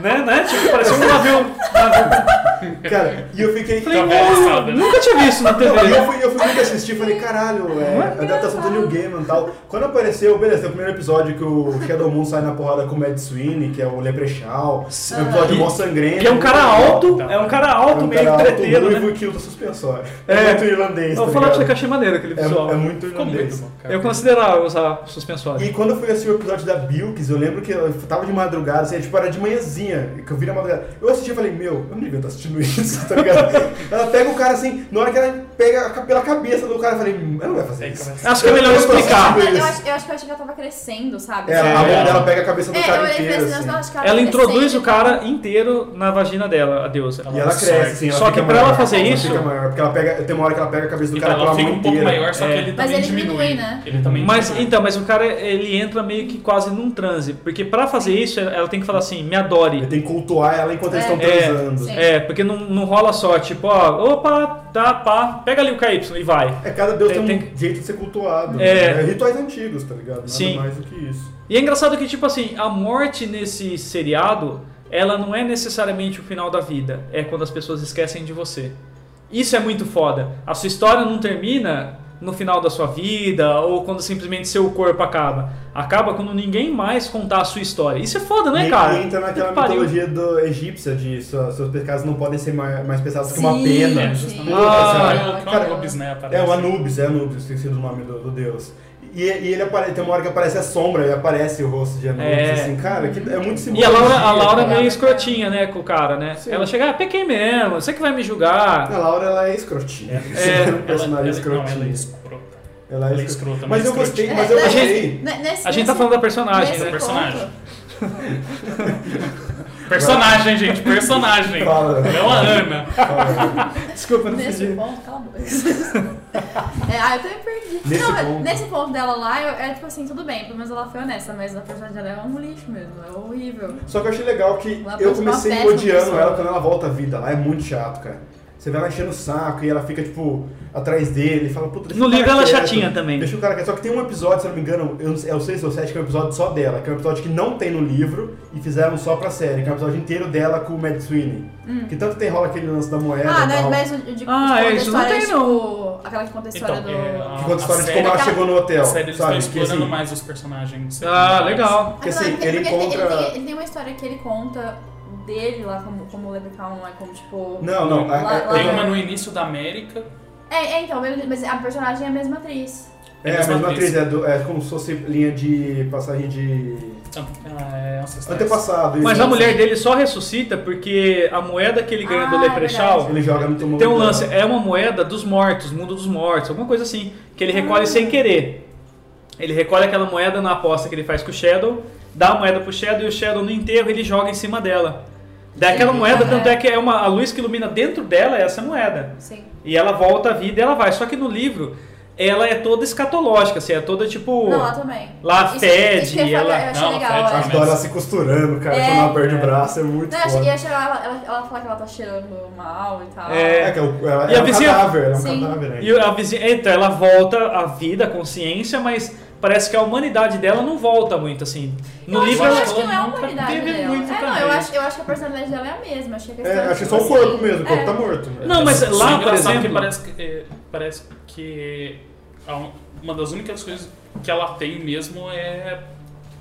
[SPEAKER 2] Né, né? Tipo, parecia um navio. navio.
[SPEAKER 5] Cara, e eu fiquei.
[SPEAKER 2] Eu falei,
[SPEAKER 4] Tá bem
[SPEAKER 2] uou,
[SPEAKER 4] assado, né?"
[SPEAKER 2] nunca tinha visto na
[SPEAKER 5] Não, e eu
[SPEAKER 2] TV.
[SPEAKER 5] fui, eu fui muito assistir e falei, caralho, é, adaptação do New Gaiman e tal. Quando apareceu, beleza, tem o primeiro episódio que o Shadow Moon sai na porrada com o Mad Sweeney, que é o Leprechaun. É um episódio
[SPEAKER 2] E-
[SPEAKER 5] mó sangrento.
[SPEAKER 2] E é um cara alto, é um cara
[SPEAKER 5] É um
[SPEAKER 2] alto, meio
[SPEAKER 5] cara alto,
[SPEAKER 2] treteiro, né?
[SPEAKER 5] ruivo que usa suspensório.
[SPEAKER 2] É.
[SPEAKER 5] É, muito irlandês,
[SPEAKER 2] Eu
[SPEAKER 5] tá
[SPEAKER 2] vou falar pra você que eu
[SPEAKER 5] ligado?
[SPEAKER 2] achei maneiro aquele visual.
[SPEAKER 5] é, é muito
[SPEAKER 4] Ficou muito
[SPEAKER 5] irlandês.
[SPEAKER 4] bom, cara.
[SPEAKER 2] Eu considerava usar suspensório.
[SPEAKER 5] E quando eu fui assistir o episódio da Bilks, eu lembro que eu tava de madrugada, assim, tipo, era de manhãzinha, que eu vi na madrugada. Eu assisti e falei, meu, eu não devia estar assistindo Continuidos, tá ligado? ela pega o cara assim, na hora que ela pega a ca- pela cabeça do cara, eu falei, "Hum, ela não vai fazer
[SPEAKER 6] Aí
[SPEAKER 5] isso.
[SPEAKER 6] começa.
[SPEAKER 2] Acho que é melhor
[SPEAKER 5] Eu tô
[SPEAKER 2] explicar.
[SPEAKER 5] assistindo
[SPEAKER 3] Eu
[SPEAKER 5] isso.
[SPEAKER 3] acho, eu acho que eu achei que ela tava crescendo, sabe?
[SPEAKER 5] Ah,
[SPEAKER 3] Tipo,
[SPEAKER 5] É, a mão
[SPEAKER 2] É.
[SPEAKER 5] dela pega a cabeça do
[SPEAKER 3] É, eu
[SPEAKER 5] cara
[SPEAKER 3] olhei e
[SPEAKER 5] inteiro.
[SPEAKER 3] falei assim,
[SPEAKER 5] assim.
[SPEAKER 3] nossa, acho que
[SPEAKER 2] Ela
[SPEAKER 3] tá crescendo.
[SPEAKER 2] introduz o cara inteiro na vagina dela, a deusa.
[SPEAKER 5] E ela cresce, assim, ela
[SPEAKER 2] Só que
[SPEAKER 5] fica
[SPEAKER 2] pra
[SPEAKER 5] maior,
[SPEAKER 2] ela fazer isso-
[SPEAKER 5] fica maior, porque ela pega, tem uma hora que ela pega a cabeça do
[SPEAKER 4] Então
[SPEAKER 5] cara pela
[SPEAKER 4] ela
[SPEAKER 5] mão
[SPEAKER 4] fica um pouco
[SPEAKER 5] inteira.
[SPEAKER 4] maior, só que
[SPEAKER 2] É.
[SPEAKER 4] ele também
[SPEAKER 3] Mas ele
[SPEAKER 4] diminui.
[SPEAKER 3] diminui, né?
[SPEAKER 4] Ele também
[SPEAKER 2] Mas
[SPEAKER 4] diminui.
[SPEAKER 2] então, mas o cara ele entra meio que quase num transe, porque pra fazer isso ela tem que falar assim, me adore.
[SPEAKER 5] Ele tem que cultuar ela enquanto eles
[SPEAKER 3] É.
[SPEAKER 5] estão
[SPEAKER 2] É.
[SPEAKER 5] transando.
[SPEAKER 3] Sim.
[SPEAKER 2] É, porque não, não rola só, tipo, ó, opa, tá, pá, pega ali o KY e vai.
[SPEAKER 5] É, cada deus
[SPEAKER 2] Tem-
[SPEAKER 5] tem,
[SPEAKER 2] tem
[SPEAKER 5] um jeito de ser cultuado.
[SPEAKER 2] É.
[SPEAKER 5] né? Rituais antigos, tá ligado? Nada
[SPEAKER 2] Sim.
[SPEAKER 5] mais do que isso.
[SPEAKER 2] E é engraçado que, tipo assim, a morte nesse seriado, ela não é necessariamente o final da vida, é quando as pessoas esquecem de você. Isso é muito foda. A sua história não termina no final da sua vida ou quando simplesmente seu corpo acaba. Acaba quando ninguém mais contar a sua história. Isso é foda, né,
[SPEAKER 5] e
[SPEAKER 2] cara?
[SPEAKER 5] E entra
[SPEAKER 2] Puta
[SPEAKER 5] naquela
[SPEAKER 2] que pariu.
[SPEAKER 5] mitologia do, egípcia de sua- seus pecados não podem ser mais, mais pesados que
[SPEAKER 3] Sim,
[SPEAKER 5] uma pena.
[SPEAKER 4] É,
[SPEAKER 3] sim.
[SPEAKER 4] justamente.
[SPEAKER 2] Ah,
[SPEAKER 4] é o- que é
[SPEAKER 5] cara,
[SPEAKER 4] o Anubis, né? Aparece.
[SPEAKER 5] É o Anubis, é Anubis, tem sido o nome do, do deus. E, e ele aparece, tem uma hora que aparece a sombra e aparece o rosto de Anubis,
[SPEAKER 2] É.
[SPEAKER 5] assim, cara, que é muito
[SPEAKER 2] E
[SPEAKER 5] simbólico.
[SPEAKER 2] a Laura, a Laura é
[SPEAKER 3] cara.
[SPEAKER 2] meio escrotinha, né, com o cara, né?
[SPEAKER 5] Sim.
[SPEAKER 2] Ela chega, ah, pequei mesmo, você que vai me julgar.
[SPEAKER 5] A Laura, ela é escrotinha.
[SPEAKER 2] É,
[SPEAKER 5] um
[SPEAKER 4] Ela,
[SPEAKER 5] personagem
[SPEAKER 4] ela, não,
[SPEAKER 5] escrotinho.
[SPEAKER 4] ela é escrota.
[SPEAKER 5] Ela é
[SPEAKER 4] Ela é
[SPEAKER 5] escrota.
[SPEAKER 4] escrota,
[SPEAKER 5] Mas eu gostei,
[SPEAKER 4] escrotinha.
[SPEAKER 5] mas eu
[SPEAKER 3] É,
[SPEAKER 5] achei.
[SPEAKER 3] né, nesse-
[SPEAKER 2] A gente tá
[SPEAKER 3] nesse-
[SPEAKER 2] falando da personagem,
[SPEAKER 3] nesse
[SPEAKER 2] né?
[SPEAKER 3] ponto,
[SPEAKER 4] Personagem. Personagem, gente, personagem.
[SPEAKER 5] Fala.
[SPEAKER 4] Não a Ana.
[SPEAKER 2] Desculpa, não
[SPEAKER 3] Nesse
[SPEAKER 2] pedi.
[SPEAKER 3] ponto, cala a boca. É, ah, eu também perdi.
[SPEAKER 5] Nesse
[SPEAKER 3] não, mas
[SPEAKER 5] ponto.
[SPEAKER 3] nesse ponto dela lá, eu, é tipo assim, tudo bem, pelo menos ela foi honesta, mas a personagem dela é um lixo mesmo, é horrível.
[SPEAKER 5] Só que eu achei legal que
[SPEAKER 3] Uma
[SPEAKER 5] eu
[SPEAKER 3] próxima
[SPEAKER 5] comecei
[SPEAKER 3] festa,
[SPEAKER 5] odiando
[SPEAKER 3] pessoal.
[SPEAKER 5] ela quando ela volta à vida. Lá é muito chato, cara. Você vai lá enchendo o saco e ela fica, tipo, atrás dele e fala, puta, deixa
[SPEAKER 2] No
[SPEAKER 5] o cara
[SPEAKER 2] livro ela é
[SPEAKER 5] quieto,
[SPEAKER 2] chatinha também.
[SPEAKER 5] Deixa o cara quieto. Só que tem um episódio, se eu não me engano, eu não sei- é o 6 ou 7, que é um episódio só dela, que é um episódio que não tem no livro e fizeram só pra série, que é um episódio inteiro dela com o Mad Sweeney. Que tanto tem rola aquele lance da moeda
[SPEAKER 3] Hum. ah,
[SPEAKER 5] e
[SPEAKER 3] né,
[SPEAKER 5] tal.
[SPEAKER 3] mas eu digo
[SPEAKER 2] Ah,
[SPEAKER 3] que
[SPEAKER 2] é,
[SPEAKER 3] conta a
[SPEAKER 2] isso não
[SPEAKER 3] história,
[SPEAKER 2] tem,
[SPEAKER 3] tipo, Aquela que conta a história
[SPEAKER 4] Então,
[SPEAKER 3] do.
[SPEAKER 4] é,
[SPEAKER 5] Que conta a história de
[SPEAKER 4] série-
[SPEAKER 5] como ela chegou no hotel,
[SPEAKER 4] A série eles estão
[SPEAKER 5] sabe? Que,
[SPEAKER 4] explorando
[SPEAKER 5] assim,
[SPEAKER 4] mais os
[SPEAKER 2] Ah,
[SPEAKER 4] personagens. secundários.
[SPEAKER 2] legal.
[SPEAKER 5] Porque,
[SPEAKER 3] Ah, não,
[SPEAKER 5] assim,
[SPEAKER 3] é
[SPEAKER 5] ele
[SPEAKER 3] porque
[SPEAKER 5] encontra-
[SPEAKER 3] tem, ele tem uma história que ele conta dele lá como, como Leprechaun, é como tipo.
[SPEAKER 5] Não, é, não. a- a-
[SPEAKER 4] Tem
[SPEAKER 5] a-
[SPEAKER 4] uma no início da América.
[SPEAKER 3] É, é, então, mas a personagem é a mesma atriz.
[SPEAKER 5] É, a mesma atriz, é, do- é como se fosse linha de passagem de.
[SPEAKER 4] Ah, é ancestrais.
[SPEAKER 5] Antepassado.
[SPEAKER 2] Mas a
[SPEAKER 5] isso.
[SPEAKER 2] mulher dele só ressuscita porque a moeda que ele ganha do
[SPEAKER 3] Ah,
[SPEAKER 2] Leprechal
[SPEAKER 3] verdade.
[SPEAKER 5] Ele joga no túmulo.
[SPEAKER 2] tem um
[SPEAKER 5] dela.
[SPEAKER 2] lance, é uma moeda dos mortos, mundo dos mortos, alguma coisa assim, que ele recolhe
[SPEAKER 3] Ah.
[SPEAKER 2] sem querer. Ele recolhe aquela moeda na aposta que ele faz com o Shadow, dá a moeda pro Shadow e o Shadow no enterro ele joga em cima dela. Daquela
[SPEAKER 3] Sim,
[SPEAKER 2] moeda,
[SPEAKER 3] é.
[SPEAKER 2] tanto é que é uma, a luz que ilumina dentro dela é essa moeda.
[SPEAKER 3] Sim.
[SPEAKER 2] E ela volta à vida e ela vai. Só que no livro, ela é toda escatológica, assim, é toda tipo.
[SPEAKER 3] Não, lá também.
[SPEAKER 2] lá
[SPEAKER 3] Isso- é
[SPEAKER 2] fede,
[SPEAKER 3] isso que eu ia falar,
[SPEAKER 2] ela-
[SPEAKER 3] Eu achei
[SPEAKER 4] Não,
[SPEAKER 3] legal.
[SPEAKER 4] fede,
[SPEAKER 3] é.
[SPEAKER 5] A
[SPEAKER 4] mas-
[SPEAKER 5] Dora ela se costurando, cara,
[SPEAKER 3] É.
[SPEAKER 5] quando ela perde o braço, é muito
[SPEAKER 3] Não, eu achei,
[SPEAKER 5] foda.
[SPEAKER 3] eu achei ela, ela, ela fala que ela tá cheirando mal e tal.
[SPEAKER 2] É.
[SPEAKER 5] É, que é, o- ela-
[SPEAKER 2] E
[SPEAKER 5] é
[SPEAKER 2] a
[SPEAKER 5] um
[SPEAKER 2] vizinha-
[SPEAKER 5] cadáver, ela é um
[SPEAKER 3] Sim.
[SPEAKER 5] cadáver, né?
[SPEAKER 2] E a vizinha, então, ela volta à vida, à consciência, mas parece que a humanidade dela não volta muito, assim. No
[SPEAKER 3] eu
[SPEAKER 2] livro
[SPEAKER 3] acho,
[SPEAKER 2] ela
[SPEAKER 3] eu acho que não é
[SPEAKER 2] nunca
[SPEAKER 3] uma unidade
[SPEAKER 2] teve
[SPEAKER 3] dela.
[SPEAKER 2] muito
[SPEAKER 3] é, não,
[SPEAKER 2] também.
[SPEAKER 3] eu acho, eu acho que a personalidade dela é a mesma. Achei que a
[SPEAKER 5] É,
[SPEAKER 3] história,
[SPEAKER 5] acho que
[SPEAKER 3] tipo,
[SPEAKER 5] só o corpo
[SPEAKER 3] assim,
[SPEAKER 5] mesmo, o corpo
[SPEAKER 3] é.
[SPEAKER 5] tá morto. né?
[SPEAKER 2] Não, mas
[SPEAKER 4] Isso é
[SPEAKER 2] lá, por
[SPEAKER 4] engraçado
[SPEAKER 2] exemplo-
[SPEAKER 4] Que parece, que, é, parece que a um- uma das únicas coisas que ela tem mesmo é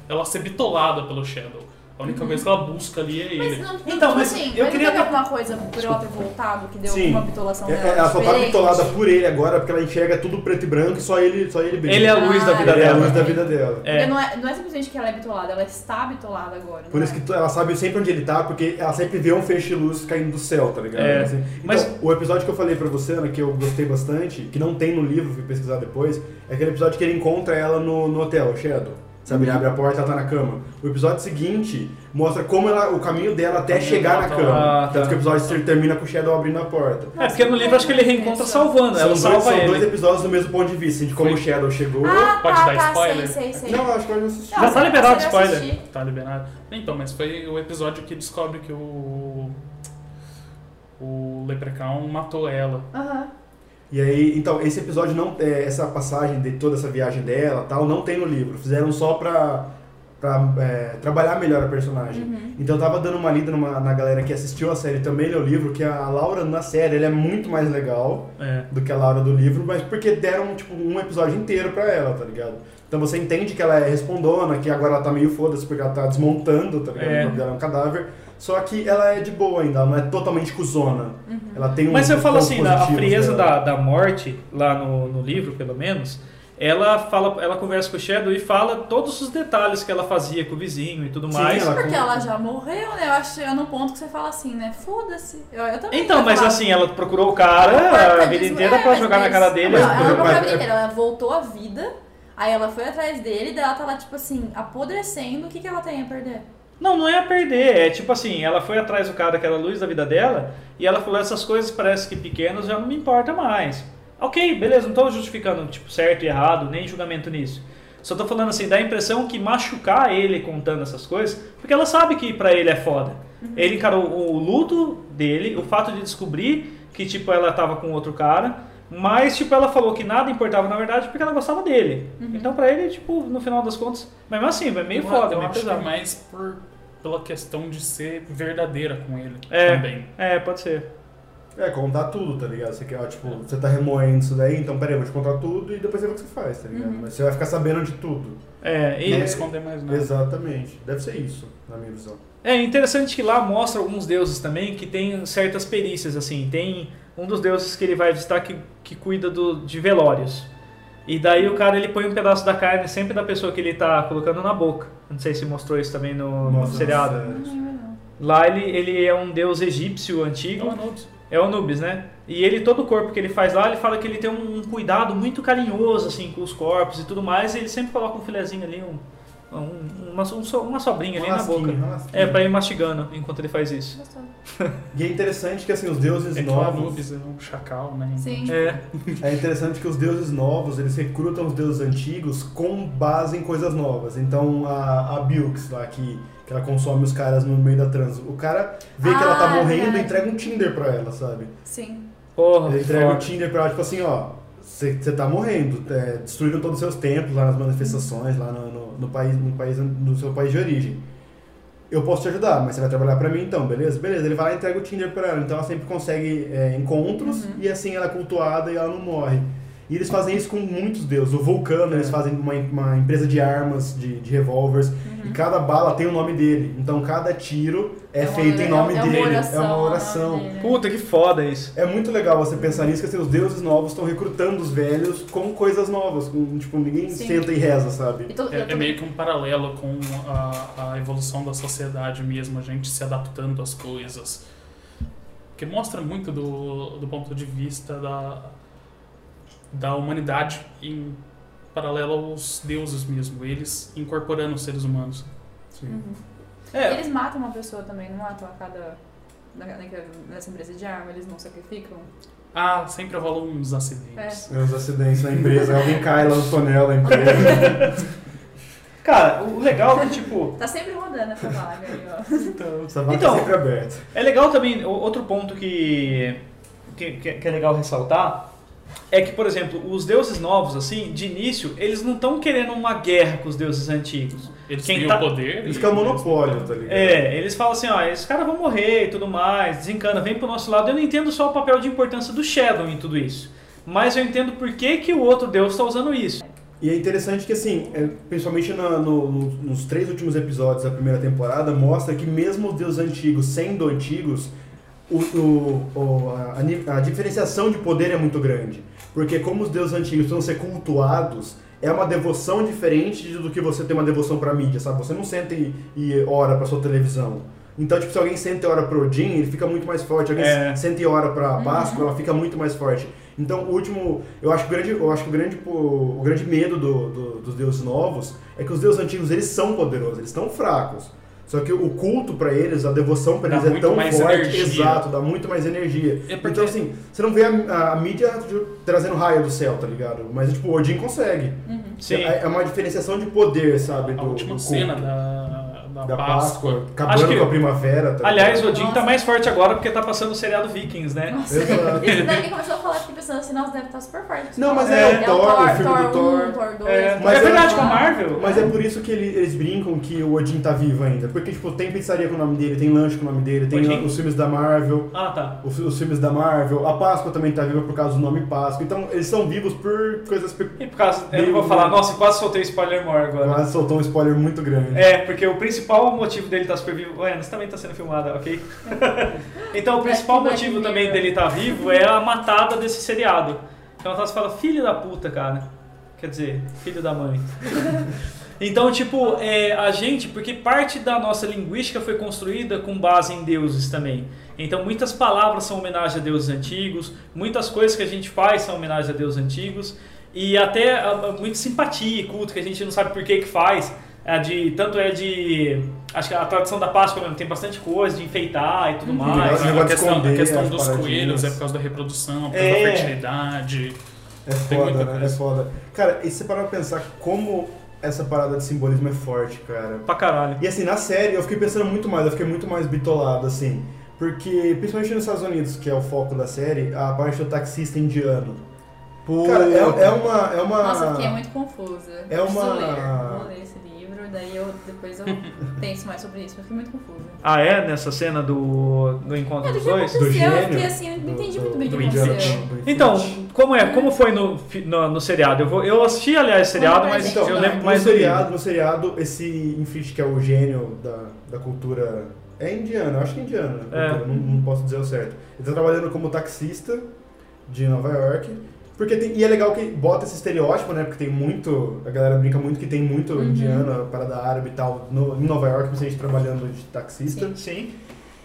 [SPEAKER 4] ela ser bitolada pelo Shadow. A única coisa que ela busca ali é
[SPEAKER 3] Mas
[SPEAKER 4] ele.
[SPEAKER 3] não, não,
[SPEAKER 2] Então,
[SPEAKER 3] tipo
[SPEAKER 2] mas
[SPEAKER 3] assim,
[SPEAKER 2] eu queria
[SPEAKER 3] mas não teve
[SPEAKER 2] ter-
[SPEAKER 3] alguma coisa por ela ter voltado que deu
[SPEAKER 5] Sim.
[SPEAKER 3] uma bitolação
[SPEAKER 5] É,
[SPEAKER 3] dela.
[SPEAKER 5] ela só tá
[SPEAKER 3] diferente?
[SPEAKER 5] bitolada por ele agora, porque ela enxerga tudo preto e branco e só ele, só ele brilha.
[SPEAKER 2] Ele é a luz da
[SPEAKER 3] Ah,
[SPEAKER 2] vida
[SPEAKER 5] Ele é a
[SPEAKER 2] dela.
[SPEAKER 5] luz da vida dela.
[SPEAKER 2] É.
[SPEAKER 3] Porque Não, é, não é simplesmente que ela é bitolada, ela está bitolada agora.
[SPEAKER 5] Por
[SPEAKER 3] não
[SPEAKER 5] isso
[SPEAKER 3] é?
[SPEAKER 5] que tu- ela sabe sempre onde ele tá, porque ela sempre vê um feixe de luz caindo do céu, tá ligado?
[SPEAKER 2] É.
[SPEAKER 5] Assim, Então,
[SPEAKER 2] Mas-
[SPEAKER 5] o episódio que eu falei pra você, Ana, que eu gostei bastante, que não tem no livro, fui pesquisar depois, é aquele episódio que ele encontra ela no, no hotel, Shadow. Sabe,
[SPEAKER 2] Uhum.
[SPEAKER 5] ele abre a porta, ela tá na cama. O episódio seguinte mostra como ela, o caminho dela até
[SPEAKER 4] Caminho
[SPEAKER 5] chegar
[SPEAKER 4] dela
[SPEAKER 5] na
[SPEAKER 4] tá
[SPEAKER 5] cama.
[SPEAKER 2] lá. Ah,
[SPEAKER 5] Tanto
[SPEAKER 2] tá.
[SPEAKER 5] que o episódio ter- termina com o Shadow abrindo a porta.
[SPEAKER 2] É, porque no livro acho que ele reencontra salvando, ela
[SPEAKER 5] São, dois,
[SPEAKER 2] salva
[SPEAKER 5] são dois
[SPEAKER 2] ele.
[SPEAKER 5] episódios do mesmo ponto de vista, assim, de como
[SPEAKER 4] Foi.
[SPEAKER 5] o Shadow chegou.
[SPEAKER 3] Ah,
[SPEAKER 4] Pode
[SPEAKER 3] tá,
[SPEAKER 4] dar
[SPEAKER 3] tá,
[SPEAKER 4] spoiler?
[SPEAKER 3] Sei, sei, sei.
[SPEAKER 5] Não, acho que eu já assisti.
[SPEAKER 3] Não,
[SPEAKER 2] Já tá liberado
[SPEAKER 3] eu
[SPEAKER 2] spoiler.
[SPEAKER 3] assisti.
[SPEAKER 4] Tá liberado. Então, mas foi o episódio que descobre que o. O Leprechaun matou ela.
[SPEAKER 3] Aham.
[SPEAKER 5] E aí, então, esse episódio não. é, essa passagem de toda essa viagem dela tal, não tem no livro. Fizeram só pra, pra é, trabalhar melhor a personagem. Então eu tava dando uma lida numa- na galera que assistiu a série e também leu o livro, que a Laura na série ela é muito mais legal
[SPEAKER 2] É.
[SPEAKER 5] do que a Laura do livro, mas porque deram tipo um episódio inteiro pra ela, tá ligado? Então você entende que ela é respondona, que agora ela tá meio foda-se porque ela tá desmontando, tá ligado?
[SPEAKER 2] É.
[SPEAKER 5] O corpo dela é um cadáver. Só que ela é de boa ainda, ela não é totalmente cuzona. Ela tem um né?
[SPEAKER 2] Mas eu falo assim, a frieza
[SPEAKER 5] dela.
[SPEAKER 2] da, da morte, lá no, no livro, pelo menos, ela fala, ela conversa com o Shadow e fala todos os detalhes que ela fazia com o vizinho e tudo mais.
[SPEAKER 5] ela-
[SPEAKER 3] Porque ela já morreu, né? Eu acho que chega num ponto que você fala assim, né? Foda-se. Eu, eu também
[SPEAKER 2] Então,
[SPEAKER 3] ia
[SPEAKER 2] mas
[SPEAKER 3] falar.
[SPEAKER 2] assim, ela procurou o
[SPEAKER 3] é
[SPEAKER 2] cara a vida inteira pra jogar na cara dele.
[SPEAKER 3] Não,
[SPEAKER 5] Mas,
[SPEAKER 3] ela não
[SPEAKER 5] mas-
[SPEAKER 3] foi a vida inteira, ela voltou à vida, aí ela foi atrás dele, daí ela tá lá, tipo assim, apodrecendo, o que, que ela tem a perder?
[SPEAKER 2] Não, não é a perder. É tipo assim, ela foi atrás do cara que era a luz da vida dela e ela falou essas coisas parece que pequenas já não me importa mais. Ok, beleza, não tô justificando tipo certo e errado, nem julgamento nisso. Só tô falando assim, dá a impressão que machucar ele contando essas coisas, porque ela sabe que pra ele é foda. Ele encarou o luto dele, o fato de descobrir que tipo ela tava com outro cara, mas tipo ela falou que nada importava na verdade porque ela gostava dele. Então pra ele tipo no final das contas, mas mesmo assim, é meio
[SPEAKER 4] Eu-
[SPEAKER 2] foda,
[SPEAKER 4] eu
[SPEAKER 2] meio
[SPEAKER 4] acho que
[SPEAKER 2] pesado.
[SPEAKER 4] é mais por, pela questão de ser verdadeira com ele
[SPEAKER 2] É.
[SPEAKER 4] também.
[SPEAKER 2] É, pode ser.
[SPEAKER 5] É, contar tudo, tá ligado? Você quer, ó, tipo, você tá remoendo isso daí, então peraí, eu vou te contar tudo e depois você vê o que você faz, tá
[SPEAKER 3] Uhum.
[SPEAKER 5] ligado? Mas você vai ficar sabendo de tudo.
[SPEAKER 2] É, e-
[SPEAKER 4] Não esconder mais nada.
[SPEAKER 5] Exatamente. Deve ser isso, na minha visão.
[SPEAKER 2] é interessante que lá mostra alguns deuses também que tem certas perícias, assim. Tem um dos deuses que ele vai visitar que, que cuida do, de velórios. E daí o cara ele põe um pedaço da carne sempre da pessoa que ele tá colocando na boca. Não sei se mostrou isso também no, no
[SPEAKER 5] Nossa,
[SPEAKER 2] Um seriado.
[SPEAKER 3] Uhum.
[SPEAKER 5] nossa, é.
[SPEAKER 2] Lá ele, ele é um deus egípcio antigo.
[SPEAKER 4] Então, Anubis.
[SPEAKER 2] É o Anubis, né? E ele, todo o corpo que ele faz lá, ele fala que ele tem um, um cuidado muito carinhoso, assim, com os corpos e tudo mais. E ele sempre coloca um filezinho ali, um, um- uma, um so- uma sobrinha ali
[SPEAKER 5] Uma
[SPEAKER 2] na boca.
[SPEAKER 5] lasquinha, uma lasquinha.
[SPEAKER 2] É, pra ir mastigando enquanto ele faz isso.
[SPEAKER 3] Gostoso.
[SPEAKER 5] E é interessante que assim, os deuses
[SPEAKER 4] É
[SPEAKER 2] tipo
[SPEAKER 4] que o
[SPEAKER 5] novos.
[SPEAKER 4] Anubis é um chacal, né?
[SPEAKER 3] Sim.
[SPEAKER 2] É,
[SPEAKER 5] É interessante que os deuses novos, eles recrutam os deuses antigos com base em coisas novas. Então a, a Bilks lá que, que ela consome os caras no meio da transa. O cara vê que ela tá
[SPEAKER 3] Ah,
[SPEAKER 5] morrendo e
[SPEAKER 3] verdade.
[SPEAKER 5] entrega um Tinder pra ela, sabe?
[SPEAKER 3] Sim.
[SPEAKER 2] porra.
[SPEAKER 5] Ele entrega o
[SPEAKER 2] foda.
[SPEAKER 5] Tinder pra ela, tipo assim, ó, você tá morrendo, é, destruíram todos os seus templos lá nas manifestações, lá no, no, no país, no país, no seu país de origem. Eu posso te ajudar, mas você vai trabalhar pra mim então, beleza? Beleza, ele vai lá e entrega o Tinder pra ela, então ela sempre consegue é, encontros
[SPEAKER 3] Uhum.
[SPEAKER 5] e assim ela é cultuada e ela não morre. E eles fazem isso com muitos deuses. O Vulcano,
[SPEAKER 3] É.
[SPEAKER 5] eles fazem uma, uma empresa de armas, de, de revólveres, e cada bala tem o nome dele. Então cada tiro é,
[SPEAKER 3] Uhum. É uma-
[SPEAKER 5] feito em nome
[SPEAKER 3] é uma
[SPEAKER 5] dele.
[SPEAKER 3] oração, né?
[SPEAKER 5] é uma
[SPEAKER 3] o nome
[SPEAKER 5] oração.
[SPEAKER 3] dele.
[SPEAKER 2] Puta que foda isso.
[SPEAKER 5] É muito legal você pensar nisso, que assim, os deuses novos estão recrutando os velhos com coisas novas. Com, tipo, ninguém
[SPEAKER 3] Sim.
[SPEAKER 5] senta e reza,
[SPEAKER 3] E
[SPEAKER 5] sabe?
[SPEAKER 3] to- eu
[SPEAKER 4] É, é
[SPEAKER 3] também-
[SPEAKER 4] meio que um paralelo com a, a evolução da sociedade mesmo, a gente se adaptando às coisas. Que mostra muito do, do ponto de vista da, da humanidade em paralelo aos deuses mesmo, eles incorporando os seres humanos.
[SPEAKER 2] É,
[SPEAKER 3] Uhum. Eles matam uma pessoa também, não matam a cada. na- na- Nessa empresa de arma, eles não sacrificam.
[SPEAKER 4] Ah, sempre rolam uns acidentes.
[SPEAKER 5] É Os acidentes na empresa, alguém cai lá no tonel da empresa.
[SPEAKER 2] cara, o legal é que, tipo,
[SPEAKER 3] Tá sempre rodando essa vaga aí, ó.
[SPEAKER 5] Essa vaca
[SPEAKER 2] Então.
[SPEAKER 5] é sempre aberta.
[SPEAKER 2] É legal também, o- outro ponto que, que, que- que é legal ressaltar é que, por exemplo, os deuses novos, assim, de início, eles não estão querendo uma guerra com os deuses antigos.
[SPEAKER 4] Eles
[SPEAKER 2] Quem
[SPEAKER 4] têm
[SPEAKER 2] tá-
[SPEAKER 4] o poder.
[SPEAKER 5] Eles
[SPEAKER 4] e-
[SPEAKER 5] ficam monopólio, tá ligado?
[SPEAKER 2] É, eles falam assim, ó, esses caras vão morrer e tudo mais, desencana, vem pro nosso lado. Eu não entendo só o papel de importância do Shadow em tudo isso, mas eu entendo por que, que o outro deus está usando isso.
[SPEAKER 5] E é interessante que, assim, é, principalmente na- no- no- nos três últimos episódios da primeira temporada, mostra que mesmo os deuses antigos sendo antigos, o, o- o- a, a ni- a diferenciação de poder é muito grande. Porque como os deuses antigos precisam ser cultuados, é uma devoção diferente do que você ter uma devoção pra mídia, sabe? Você não senta e, e ora pra sua televisão. Então, tipo, se alguém senta e ora pro Odin, ele fica muito mais forte. Alguém
[SPEAKER 2] É.
[SPEAKER 5] senta e ora pra Páscoa, ela fica muito mais forte. Então, o último, eu acho que o grande, eu acho que o grande, pô, o grande medo do- do- dos deuses novos é que os deuses antigos, eles são poderosos, eles estão fracos. Só que o culto pra eles, a devoção pra
[SPEAKER 4] Dá
[SPEAKER 5] eles é
[SPEAKER 4] muito
[SPEAKER 5] tão
[SPEAKER 4] mais
[SPEAKER 5] forte,
[SPEAKER 4] energia. né?
[SPEAKER 5] exato, dá muito mais energia.
[SPEAKER 4] É porque-
[SPEAKER 5] Então, assim, você não vê a, a mídia trazendo raio do céu, tá ligado? Mas, tipo, o Odin consegue.
[SPEAKER 2] Sim.
[SPEAKER 5] É, é uma diferenciação de poder, sabe?
[SPEAKER 4] A
[SPEAKER 5] do, do
[SPEAKER 4] última
[SPEAKER 5] culto.
[SPEAKER 4] cena da, da,
[SPEAKER 5] da
[SPEAKER 4] Páscoa.
[SPEAKER 5] Páscoa, acabando
[SPEAKER 2] né? Acho que-
[SPEAKER 5] com a primavera. Tá
[SPEAKER 2] Aliás, o
[SPEAKER 5] ligado?
[SPEAKER 2] Odin tá mais forte agora porque tá passando o seriado Vikings, né?
[SPEAKER 5] Exato.
[SPEAKER 3] Isso daí que começou a falar, fiquei pensando assim, nossa, deve estar super forte. Tipo,
[SPEAKER 5] Não, mas é o Thor, o filme do Thor.
[SPEAKER 3] um, Thor 2.
[SPEAKER 2] É,
[SPEAKER 5] Mas
[SPEAKER 2] é verdade,
[SPEAKER 5] eu-
[SPEAKER 2] com a Marvel.
[SPEAKER 5] Mas é por isso que ele- eles brincam que o Odin tá vivo ainda. Porque, tipo, tem pizzaria com o nome dele, tem lanche com o nome dele, tem
[SPEAKER 2] Odin?
[SPEAKER 5] os filmes da Marvel.
[SPEAKER 2] Ah, tá.
[SPEAKER 5] Os, os filmes da Marvel, a Páscoa também tá viva por causa do nome Páscoa. Então, eles são vivos por coisas pe-
[SPEAKER 2] E por causa. Eu não vou
[SPEAKER 5] um-
[SPEAKER 2] falar, nossa, quase soltei spoiler more agora.
[SPEAKER 5] Quase soltou um spoiler muito grande.
[SPEAKER 2] É, porque o principal motivo dele estar super vivo. Ué, você também está sendo filmada, ok? então o principal
[SPEAKER 3] Black
[SPEAKER 2] motivo tá
[SPEAKER 3] Mirror.
[SPEAKER 2] também dele estar vivo é a matada desse seriado. Então ela fala, filha da puta, cara. Quer dizer, filho da mãe. Então, tipo, é, a gente, porque parte da nossa linguística foi construída com base em deuses também. Então, muitas palavras são homenagem a deuses antigos, muitas coisas que a gente faz são homenagem a deuses antigos, e até a, a, muita simpatia e culto que a gente não sabe por que que faz. É de, tanto é de. Acho que a tradição da Páscoa mesmo tem bastante coisa, de enfeitar e tudo mais.
[SPEAKER 5] Esse negócio
[SPEAKER 4] A
[SPEAKER 5] de
[SPEAKER 4] questão, a
[SPEAKER 5] esconder
[SPEAKER 4] questão
[SPEAKER 5] as
[SPEAKER 4] dos
[SPEAKER 5] paradinhas.
[SPEAKER 4] coelhos é por causa da reprodução, por causa
[SPEAKER 2] É.
[SPEAKER 4] da fertilidade.
[SPEAKER 5] É
[SPEAKER 4] Tem muita
[SPEAKER 5] foda, né? É
[SPEAKER 4] coisa.
[SPEAKER 5] foda. Cara, e se você parar pra pensar como essa parada de simbolismo é forte, cara.
[SPEAKER 2] Pra caralho.
[SPEAKER 5] E assim, na série eu fiquei pensando muito mais, eu fiquei muito mais bitolado, assim. Porque, principalmente nos Estados Unidos, que é o foco da série, a parte do taxista indiano. Cara, é, é uma. É uma
[SPEAKER 3] Nossa, eu fiquei muito confusa.
[SPEAKER 5] É uma-
[SPEAKER 3] Preciso ler. Vou ler esse livro, daí eu depois eu penso mais sobre isso, mas fiquei muito confusa.
[SPEAKER 2] Ah, é? Nessa cena do, do encontro
[SPEAKER 3] Não, do
[SPEAKER 2] dos
[SPEAKER 3] que
[SPEAKER 2] dois?
[SPEAKER 5] Do
[SPEAKER 3] aconteceu, eu
[SPEAKER 5] gênio?
[SPEAKER 3] fiquei assim, eu não entendi muito bem o que
[SPEAKER 5] do indiano,
[SPEAKER 3] aconteceu.
[SPEAKER 5] do- do
[SPEAKER 2] Então,
[SPEAKER 5] infante.
[SPEAKER 2] como é? Como foi no, fi- no, no seriado? Eu, vou, eu assisti, aliás, o seriado, mas
[SPEAKER 5] Então,
[SPEAKER 2] eu lembro
[SPEAKER 5] no
[SPEAKER 2] mais do
[SPEAKER 5] seriado,
[SPEAKER 2] livro.
[SPEAKER 5] no seriado, esse Infrit, que é o gênio da, da cultura. É indiano, eu acho que é indiano. a
[SPEAKER 2] É.
[SPEAKER 5] cultura, Não, não posso dizer o certo. Ele tá trabalhando como taxista de Nova York. Porque tem- e é legal que bota esse estereótipo, né? Porque tem muito. A galera brinca muito que tem muito
[SPEAKER 2] Uhum.
[SPEAKER 5] indiano, parada árabe e tal, no, em Nova York, principalmente trabalhando de taxista.
[SPEAKER 2] Sim.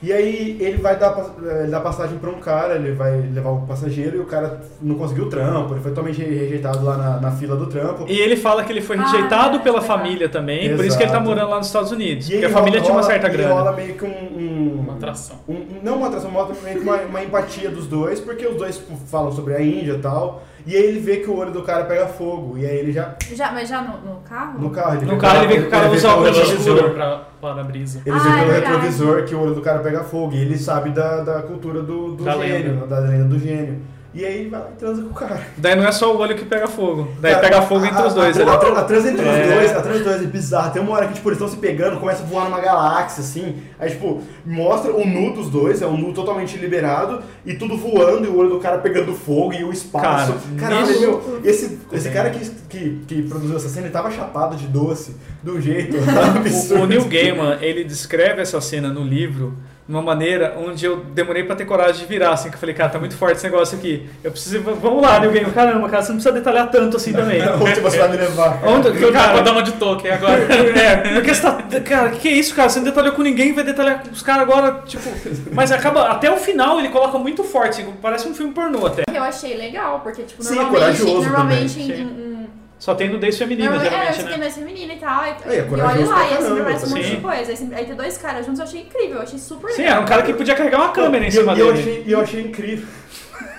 [SPEAKER 5] E aí ele vai dar, pas- eh, dar passagem pra um cara, ele vai levar o passageiro e o cara não conseguiu o trampo, ele foi totalmente rejeitado lá na, na fila do trampo.
[SPEAKER 2] E ele fala que ele foi
[SPEAKER 3] Ah,
[SPEAKER 2] rejeitado
[SPEAKER 3] é,
[SPEAKER 2] pela
[SPEAKER 3] é.
[SPEAKER 2] família também, por isso que ele tá
[SPEAKER 5] Exato.
[SPEAKER 2] morando lá nos Estados Unidos.
[SPEAKER 5] aí
[SPEAKER 2] Porque a família tinha uma
[SPEAKER 5] rola-
[SPEAKER 2] certa
[SPEAKER 5] e
[SPEAKER 2] grana.
[SPEAKER 5] rola meio que um... um-
[SPEAKER 4] Uma atração.
[SPEAKER 5] um- não uma atração, rola meio que uma, uma empatia dos dois, porque os dois tipo, falam sobre a Índia e tal, e aí ele vê que o olho do cara pega fogo, e aí ele já...
[SPEAKER 3] Já, mas já no, no carro?
[SPEAKER 5] No carro, ele
[SPEAKER 2] No carro ele vê que o cara usa
[SPEAKER 5] pelo
[SPEAKER 2] óculos de
[SPEAKER 5] retrovisor.
[SPEAKER 2] escuro.
[SPEAKER 4] Retrovisor pra para-brisa.
[SPEAKER 5] Ele vê
[SPEAKER 3] Ah, é
[SPEAKER 5] pelo
[SPEAKER 3] verdade.
[SPEAKER 5] retrovisor que o olho do cara pega fogo, e ele sabe da, da cultura do, do
[SPEAKER 4] Da
[SPEAKER 5] gênio,
[SPEAKER 4] lenda.
[SPEAKER 5] da lenda do gênio. E aí vai lá e transa com o cara.
[SPEAKER 2] Daí não é só o olho que pega fogo. Daí
[SPEAKER 5] Cara,
[SPEAKER 2] pega fogo
[SPEAKER 5] a-
[SPEAKER 2] entre os
[SPEAKER 5] a-
[SPEAKER 2] dois. né?
[SPEAKER 5] A,
[SPEAKER 2] ali.
[SPEAKER 5] a, tra- a trans entre
[SPEAKER 2] É.
[SPEAKER 5] os dois, a trans entre os dois é bizarro. Tem uma hora que tipo, eles estão se pegando, começa a voar numa galáxia, assim. Aí, tipo, mostra o nu dos dois, é um nu totalmente liberado, e tudo voando, e o olho do cara pegando fogo e o espaço.
[SPEAKER 2] Cara,
[SPEAKER 5] Caralho,
[SPEAKER 2] isso- é.
[SPEAKER 5] meu, esse, esse cara que, que, que produziu essa cena, ele tava chapado de doce, do jeito
[SPEAKER 2] O,
[SPEAKER 5] absurdo.
[SPEAKER 2] o Neil Gaiman, ele descreve essa cena no livro de uma maneira onde eu demorei pra ter coragem de virar, assim, que eu falei, cara, tá muito forte esse negócio aqui. Eu preciso... Vamos lá, Neil Gaiman. Caramba, cara, você não precisa detalhar tanto assim também.
[SPEAKER 5] Onde você vai me levar? cara?
[SPEAKER 2] Onde,
[SPEAKER 4] Eu
[SPEAKER 2] cara,
[SPEAKER 4] vou dar uma de toque agora.
[SPEAKER 2] É, porque você tá. Cara, que que é isso, cara? Você não detalhou com ninguém, vai detalhar com os caras agora, tipo. Mas acaba. Até o final ele coloca muito forte, assim, parece um filme pornô até.
[SPEAKER 3] É Que eu achei legal, porque, tipo,
[SPEAKER 5] Sim, é
[SPEAKER 3] normalmente,
[SPEAKER 5] corajoso
[SPEAKER 3] normalmente em,
[SPEAKER 2] também.
[SPEAKER 3] em, em-
[SPEAKER 2] Só tem nudez feminina,
[SPEAKER 3] normalmente- é,
[SPEAKER 2] geralmente,
[SPEAKER 3] você tem
[SPEAKER 2] né?
[SPEAKER 3] mais feminina e tal.
[SPEAKER 5] É,
[SPEAKER 3] E,
[SPEAKER 5] é
[SPEAKER 3] e olha
[SPEAKER 5] corajoso
[SPEAKER 3] lá,
[SPEAKER 5] pra
[SPEAKER 3] e aí sempre
[SPEAKER 5] caramba,
[SPEAKER 3] aparece um monte
[SPEAKER 2] sim.
[SPEAKER 3] de coisa. Aí, sempre- aí ter dois caras juntos eu achei incrível, eu achei super
[SPEAKER 2] Sim,
[SPEAKER 3] legal.
[SPEAKER 2] era um cara que podia carregar uma câmera em
[SPEAKER 5] E eu-
[SPEAKER 2] cima
[SPEAKER 5] e eu,
[SPEAKER 2] dele.
[SPEAKER 5] achei, e eu achei incrível.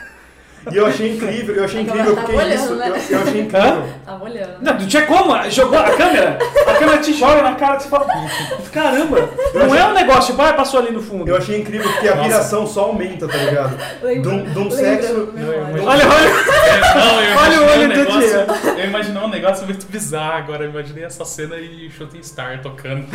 [SPEAKER 5] E eu achei incrível, eu achei
[SPEAKER 3] Então,
[SPEAKER 5] incrível
[SPEAKER 3] ela tava
[SPEAKER 5] porque
[SPEAKER 3] olhando,
[SPEAKER 5] isso.
[SPEAKER 3] né?
[SPEAKER 5] Eu, eu achei incrível.
[SPEAKER 2] Hã?
[SPEAKER 3] Tava olhando.
[SPEAKER 2] Não, não tinha como, jogou a câmera, a câmera te joga na cara que você fala, caramba, não é um negócio, tipo, ah, passou ali no fundo.
[SPEAKER 5] Eu achei incrível porque a
[SPEAKER 4] Nossa.
[SPEAKER 5] piração só aumenta, tá ligado? De um, de um sexo.
[SPEAKER 2] Olha, olha,
[SPEAKER 4] É, Não, eu
[SPEAKER 2] Olha o
[SPEAKER 4] imaginei
[SPEAKER 2] olho
[SPEAKER 4] um
[SPEAKER 2] do
[SPEAKER 4] negócio, Eu imaginei um negócio muito bizarro agora. Eu imaginei essa cena e Shooting Star tocando.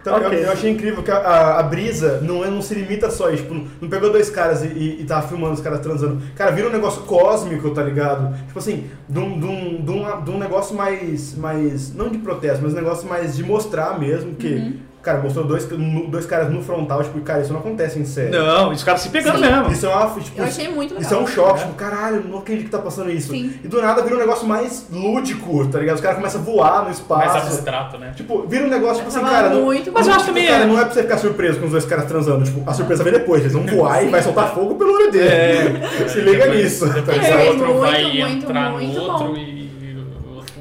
[SPEAKER 5] Então, eu-
[SPEAKER 2] Ok.
[SPEAKER 5] eu, achei incrível que a, a- a brisa não, é- não se limita só a isso. Tipo, não pegou dois caras e, e, e tava filmando os caras transando. Cara, vira um negócio cósmico, tá ligado? Tipo assim, de um, de um, de um, de um negócio mais, mais. Não de protesto, mas um negócio mais de mostrar mesmo. Que, cara, mostrou dois, nu- dois caras no frontal. Tipo, cara, isso não acontece em série.
[SPEAKER 2] Não, os caras se pegando
[SPEAKER 3] Sim.
[SPEAKER 2] mesmo.
[SPEAKER 5] Isso é uma. Tipo,
[SPEAKER 3] Eu achei muito legal.
[SPEAKER 5] Isso é um choque, tipo, caralho, não acredito que tá passando isso.
[SPEAKER 3] né? Sim.
[SPEAKER 5] E do nada vira um negócio mais lúdico, tá ligado? Os caras começam a voar no
[SPEAKER 4] Mais
[SPEAKER 5] espaço.
[SPEAKER 4] abstrato, né?
[SPEAKER 5] Tipo, vira um negócio, tipo
[SPEAKER 3] Eu
[SPEAKER 5] assim,
[SPEAKER 3] tava
[SPEAKER 5] cara. não-
[SPEAKER 3] muito
[SPEAKER 2] Mas eu acho também.
[SPEAKER 5] Cara, não é pra você ficar surpreso com os dois caras transando. Tipo, a surpresa vem depois. Eles vão voar e vai soltar fogo pelo olho dele.
[SPEAKER 2] É.
[SPEAKER 5] Se liga
[SPEAKER 4] Depois-
[SPEAKER 5] nisso. tá
[SPEAKER 4] Depois
[SPEAKER 5] ligado?
[SPEAKER 4] o
[SPEAKER 3] É,
[SPEAKER 4] outro
[SPEAKER 3] muito,
[SPEAKER 4] vai
[SPEAKER 3] muito,
[SPEAKER 4] entrar
[SPEAKER 3] muito
[SPEAKER 4] no outro
[SPEAKER 3] bom.
[SPEAKER 4] e. o outro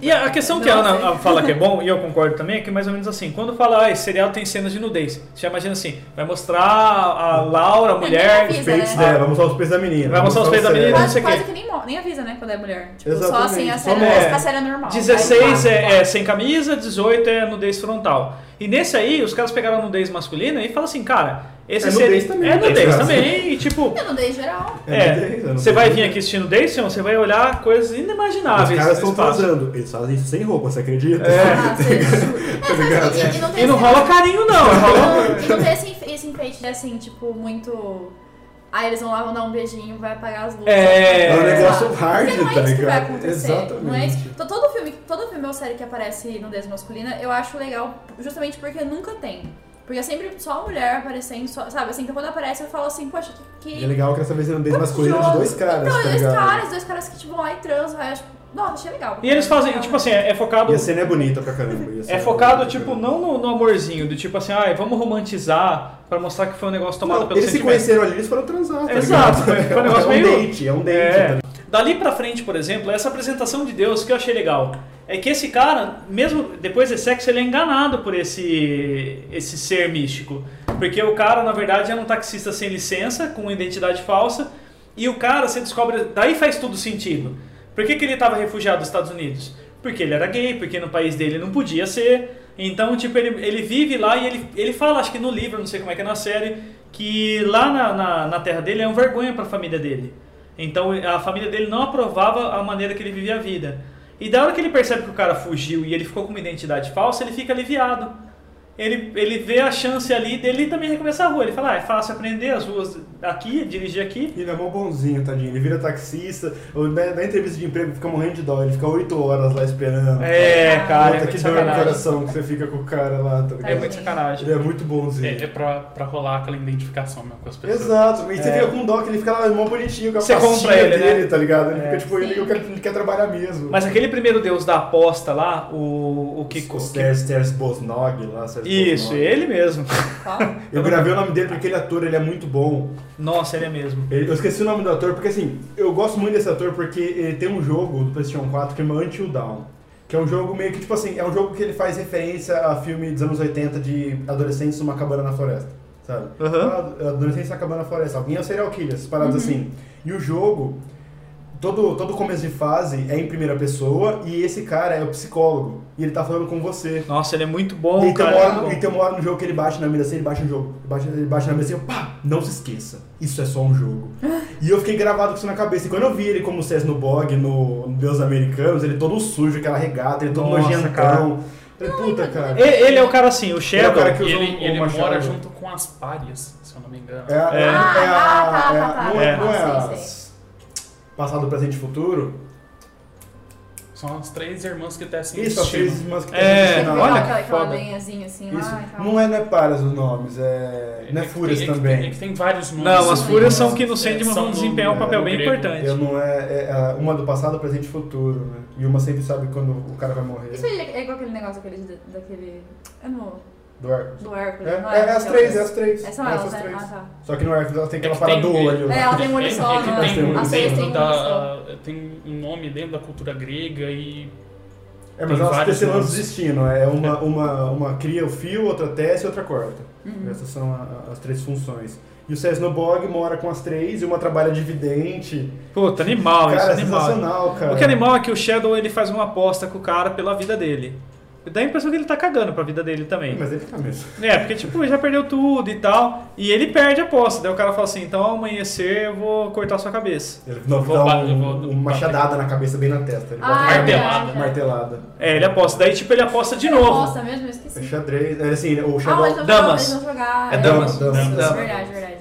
[SPEAKER 2] E a a questão que a Ana fala que é bom, e eu concordo também, é que mais ou menos assim, quando fala, ah, esse serial tem cenas de nudez, você já imagina assim, vai mostrar a Laura, a mulher,
[SPEAKER 3] nem
[SPEAKER 5] Os peitos
[SPEAKER 3] né?
[SPEAKER 5] dela, vai É, mostrar os peitos da menina.
[SPEAKER 2] Vai mostrar os peitos da
[SPEAKER 5] sério.
[SPEAKER 2] menina, não sei
[SPEAKER 3] Quase,
[SPEAKER 2] o
[SPEAKER 3] quase
[SPEAKER 2] quê.
[SPEAKER 3] que nem, mo- nem avisa, né, quando é mulher. Tipo, só
[SPEAKER 5] Exatamente.
[SPEAKER 3] assim, a série,
[SPEAKER 5] Como
[SPEAKER 2] é?
[SPEAKER 3] a série é normal. Aí,
[SPEAKER 2] 16
[SPEAKER 3] passa,
[SPEAKER 2] é, é
[SPEAKER 3] passa.
[SPEAKER 2] sem camisa, 18 é nudez frontal. E nesse aí, os caras pegaram a nudez masculina e falam assim, cara, esse
[SPEAKER 5] É
[SPEAKER 2] seria-
[SPEAKER 5] nudez também,
[SPEAKER 2] É
[SPEAKER 5] né,
[SPEAKER 2] nudez
[SPEAKER 5] cara?
[SPEAKER 2] também, e tipo.
[SPEAKER 3] Eu não dei geral.
[SPEAKER 5] É,
[SPEAKER 2] É,
[SPEAKER 5] nudez, é
[SPEAKER 2] você vai
[SPEAKER 5] nudez.
[SPEAKER 2] vir aqui assistir nudez, senhor, você vai olhar coisas
[SPEAKER 5] Os
[SPEAKER 2] inimagináveis.
[SPEAKER 5] caras
[SPEAKER 2] no
[SPEAKER 5] estão
[SPEAKER 2] espaço.
[SPEAKER 5] transando. Eles fazem isso sem roupa, você acredita?
[SPEAKER 2] É.
[SPEAKER 5] Tá
[SPEAKER 3] Ah, você-
[SPEAKER 5] ligado?
[SPEAKER 3] É, e não tem
[SPEAKER 2] E não
[SPEAKER 3] esse-
[SPEAKER 2] rola carinho, não. rola-
[SPEAKER 3] Não, e não tem esse, enfe- esse enfeite de, assim, tipo, muito. Aí eles vão lá, vão dar um beijinho, vai apagar as luzes.
[SPEAKER 2] É.
[SPEAKER 5] É um negócio
[SPEAKER 3] Sabe?
[SPEAKER 5] hard,
[SPEAKER 3] Porque não é
[SPEAKER 5] tá
[SPEAKER 3] isso que vai
[SPEAKER 5] ligado?
[SPEAKER 3] acontecer.
[SPEAKER 5] Exatamente.
[SPEAKER 3] Não é isso. Então, todo filme, todo filme ou série que aparece nudez masculina, eu acho legal justamente porque nunca tem. Porque é sempre só a mulher aparecendo, só- sabe? Assim, então quando aparece eu falo assim, poxa, que.
[SPEAKER 5] E
[SPEAKER 3] que
[SPEAKER 5] é legal que essa vez eram bem
[SPEAKER 3] quantos
[SPEAKER 5] masculino de
[SPEAKER 3] jogos?
[SPEAKER 5] dois caras,
[SPEAKER 3] Então,
[SPEAKER 5] tá
[SPEAKER 3] dois
[SPEAKER 5] ligado?
[SPEAKER 3] caras, dois caras que tipo, vão lá e transam. Aí eu acho, nossa, achei legal.
[SPEAKER 2] E eles fazem, tipo assim, é é focado.
[SPEAKER 5] E a cena é bonita pra caramba. e a
[SPEAKER 2] É
[SPEAKER 5] cena
[SPEAKER 2] focado,
[SPEAKER 5] bonita
[SPEAKER 2] tipo,
[SPEAKER 5] pra
[SPEAKER 2] não no, no amorzinho, do tipo assim, ai, vamos romantizar pra mostrar que foi um negócio tomado
[SPEAKER 5] caramba. Não,
[SPEAKER 2] pelo
[SPEAKER 5] eles se
[SPEAKER 2] sentimento.
[SPEAKER 5] conheceram ali, eles foram transar, tá
[SPEAKER 2] Exato,
[SPEAKER 5] ligado?
[SPEAKER 2] foi- foi um negócio
[SPEAKER 5] é um
[SPEAKER 2] meio-
[SPEAKER 5] date, é um date.
[SPEAKER 2] É.
[SPEAKER 5] tá ligado?
[SPEAKER 2] Dali pra frente, por exemplo, essa apresentação de Deus que eu achei legal é que esse cara, mesmo depois de sexo, ele é enganado por esse, esse ser místico. Porque o cara, na verdade, era um taxista sem licença, com identidade falsa, e o cara se descobre. Daí faz tudo sentido. Por que, que ele estava refugiado dos Estados Unidos? Porque ele era gay, porque no país dele não podia ser. Então, tipo, ele, ele vive lá e ele, ele fala, acho que no livro, não sei como é que é na série, que lá na, na, na terra dele é uma vergonha para a família dele. Então, a família dele não aprovava a maneira que ele vivia a vida. E da hora que ele percebe que o cara fugiu e ele ficou com uma identidade falsa, ele fica aliviado. Ele, ele vê a chance ali dele também recomeçar a rua. Ele fala, ah, é fácil aprender as ruas aqui, dirigir aqui.
[SPEAKER 5] Ele é mó bonzinho, tadinho. Ele vira taxista. ou Na, na entrevista de emprego ele fica morrendo de dó. Ele fica oito horas lá esperando.
[SPEAKER 2] É, cara, é
[SPEAKER 5] Puta,
[SPEAKER 2] muito
[SPEAKER 5] que dor no
[SPEAKER 2] sacanagem.
[SPEAKER 5] coração que você fica com o cara lá, tá ligado?
[SPEAKER 2] É muito sacanagem.
[SPEAKER 5] Ele é muito bonzinho.
[SPEAKER 4] É, é pra, pra rolar aquela identificação mesmo com as pessoas.
[SPEAKER 5] Exato, e você
[SPEAKER 2] É.
[SPEAKER 5] fica com dó que ele fica lá mó bonitinho com a
[SPEAKER 2] Você
[SPEAKER 5] pastinha
[SPEAKER 2] compra ele,
[SPEAKER 5] dele,
[SPEAKER 2] né?
[SPEAKER 5] tá ligado? Ele
[SPEAKER 2] É.
[SPEAKER 5] fica tipo, ele,
[SPEAKER 3] Sim.
[SPEAKER 5] ele quer, ele quer trabalhar mesmo.
[SPEAKER 2] Mas aquele primeiro deus da aposta lá, o, o Kiko.
[SPEAKER 5] O Sters, Sters Bosnog lá, Sters
[SPEAKER 2] Isso,
[SPEAKER 5] Bosnog.
[SPEAKER 2] ele mesmo.
[SPEAKER 3] Qual?
[SPEAKER 5] Eu gravei o nome dele porque aquele ator, ele é muito bom.
[SPEAKER 2] Nossa, ele é mesmo.
[SPEAKER 5] Ele- Eu esqueci o nome do ator, porque assim, eu gosto muito desse ator porque ele tem um jogo do PlayStation 4 que é Until Down. Que é um jogo meio que, tipo assim, é um jogo que ele faz referência a filme dos anos 80 de adolescentes numa cabana na floresta, sabe?
[SPEAKER 2] Aham.
[SPEAKER 5] Ah, Adolescentes na cabana na floresta, alguém é o serial killer, essas
[SPEAKER 2] Uhum.
[SPEAKER 5] paradas assim. E o jogo, todo, todo começo de fase é em primeira pessoa e esse cara é o psicólogo. E ele tá falando com você.
[SPEAKER 2] Nossa, ele é muito bom,
[SPEAKER 5] E tem,
[SPEAKER 2] cara.
[SPEAKER 5] uma
[SPEAKER 2] muito
[SPEAKER 5] hora,
[SPEAKER 2] bom.
[SPEAKER 5] e tem uma hora no jogo que ele bate na mira assim, ele baixa no jogo. Ele baixa, ele baixa na mira assim, eu, pá, não se esqueça, isso é só um jogo. e eu fiquei gravado com isso na cabeça. E quando eu vi ele como César no Bog, no Deus Americanos, ele todo sujo, aquela regata, ele todo
[SPEAKER 2] Nossa, cara.
[SPEAKER 5] nojentão. Eu Falei, puta, cara.
[SPEAKER 2] E- Ele é o cara assim, o
[SPEAKER 5] um Ele é o
[SPEAKER 2] Shadow.
[SPEAKER 5] cara que
[SPEAKER 4] E
[SPEAKER 5] usa
[SPEAKER 4] ele,
[SPEAKER 5] um-
[SPEAKER 4] ele
[SPEAKER 5] um machado.
[SPEAKER 4] mora junto com as párias, se eu não me engano.
[SPEAKER 5] É, é, é,
[SPEAKER 2] É.
[SPEAKER 3] Ah, tá, tá, tá,
[SPEAKER 5] a- é, não é,
[SPEAKER 2] tá,
[SPEAKER 5] não é
[SPEAKER 3] tá, sei,
[SPEAKER 5] as- Passado, presente e futuro?
[SPEAKER 4] São as três irmãs que testem
[SPEAKER 5] Isso, as
[SPEAKER 4] destino.
[SPEAKER 5] três irmãs que tem
[SPEAKER 2] É,
[SPEAKER 5] no
[SPEAKER 3] Legal
[SPEAKER 5] final.
[SPEAKER 2] olha que
[SPEAKER 3] aquela, aquela
[SPEAKER 2] foda.
[SPEAKER 3] lenhazinha assim
[SPEAKER 5] Isso.
[SPEAKER 3] lá e tal.
[SPEAKER 5] Não é, não é paras os nomes, é. Não é
[SPEAKER 4] que
[SPEAKER 5] Fúrias
[SPEAKER 4] tem- é que
[SPEAKER 5] também.
[SPEAKER 4] tem- é que tem vários nomes.
[SPEAKER 2] Não, as
[SPEAKER 3] Sim.
[SPEAKER 2] fúrias são que no Sandman
[SPEAKER 4] são
[SPEAKER 2] vão
[SPEAKER 4] do-
[SPEAKER 2] desempenhar um
[SPEAKER 4] é,
[SPEAKER 2] papel
[SPEAKER 4] do
[SPEAKER 2] bem
[SPEAKER 4] grego.
[SPEAKER 2] importante.
[SPEAKER 5] Eu não é, é- é uma do passado, presente e futuro, né? E uma sempre sabe quando o cara vai morrer.
[SPEAKER 3] Isso aí é igual aquele negócio aquele, de- daquele. É no.
[SPEAKER 5] Do Hércules.
[SPEAKER 3] Do Hércules,
[SPEAKER 5] É,
[SPEAKER 3] não
[SPEAKER 5] é, as três, é as três.
[SPEAKER 3] É são
[SPEAKER 5] É
[SPEAKER 3] elas,
[SPEAKER 5] essas
[SPEAKER 3] né?
[SPEAKER 5] três.
[SPEAKER 3] Ah, tá.
[SPEAKER 5] Só que no Hércules ela tem aquela
[SPEAKER 4] É que
[SPEAKER 5] parada
[SPEAKER 4] tem-
[SPEAKER 5] do olho. né?
[SPEAKER 3] É,
[SPEAKER 5] lá.
[SPEAKER 3] ela tem um
[SPEAKER 4] É,
[SPEAKER 3] olho só,
[SPEAKER 4] é que
[SPEAKER 3] não
[SPEAKER 5] Elas têm um
[SPEAKER 4] tem,
[SPEAKER 3] é?
[SPEAKER 5] olho
[SPEAKER 4] um
[SPEAKER 3] As três
[SPEAKER 5] só.
[SPEAKER 3] têm
[SPEAKER 4] dentro
[SPEAKER 3] um olho só.
[SPEAKER 4] da, tem um nome dentro da cultura grega e
[SPEAKER 5] É, mas elas
[SPEAKER 4] tem
[SPEAKER 5] têm
[SPEAKER 4] vários
[SPEAKER 5] esse lance
[SPEAKER 4] nomes.
[SPEAKER 5] do destino. É uma, uma, uma cria o fio, outra tece e outra corta.
[SPEAKER 3] Uhum.
[SPEAKER 5] Essas são a- a- as três funções. E o Cesnobog mora com as três e uma trabalha de vidente.
[SPEAKER 2] Puta, animal, isso
[SPEAKER 5] cara,
[SPEAKER 2] é
[SPEAKER 5] é
[SPEAKER 2] animal.
[SPEAKER 5] sensacional, cara.
[SPEAKER 2] O que é animal é que o Shadow ele faz uma aposta com o cara pela vida dele. Dá a impressão que ele tá cagando pra vida dele também.
[SPEAKER 5] Mas ele fica mesmo.
[SPEAKER 2] É, porque tipo, ele já perdeu tudo e tal. E ele perde a aposta. Daí o cara fala assim, então ao amanhecer eu vou cortar sua cabeça.
[SPEAKER 5] Ele dá
[SPEAKER 4] Vou
[SPEAKER 5] um-
[SPEAKER 4] bater, vou-
[SPEAKER 5] uma machadada na cabeça, bem na testa. Ele
[SPEAKER 3] Ah,
[SPEAKER 5] bota-
[SPEAKER 4] é Martelada.
[SPEAKER 3] verdade.
[SPEAKER 5] Martelada.
[SPEAKER 2] É, ele aposta. Daí tipo, ele aposta de novo.
[SPEAKER 3] Nossa, mesmo, eu esqueci.
[SPEAKER 5] É xadrez. É assim, o
[SPEAKER 3] Ah,
[SPEAKER 5] Shadow
[SPEAKER 3] mas não
[SPEAKER 2] Damas.
[SPEAKER 3] vão jogar.
[SPEAKER 2] É
[SPEAKER 5] damas, damas,
[SPEAKER 3] Isso,
[SPEAKER 5] damas.
[SPEAKER 3] Verdade, verdade.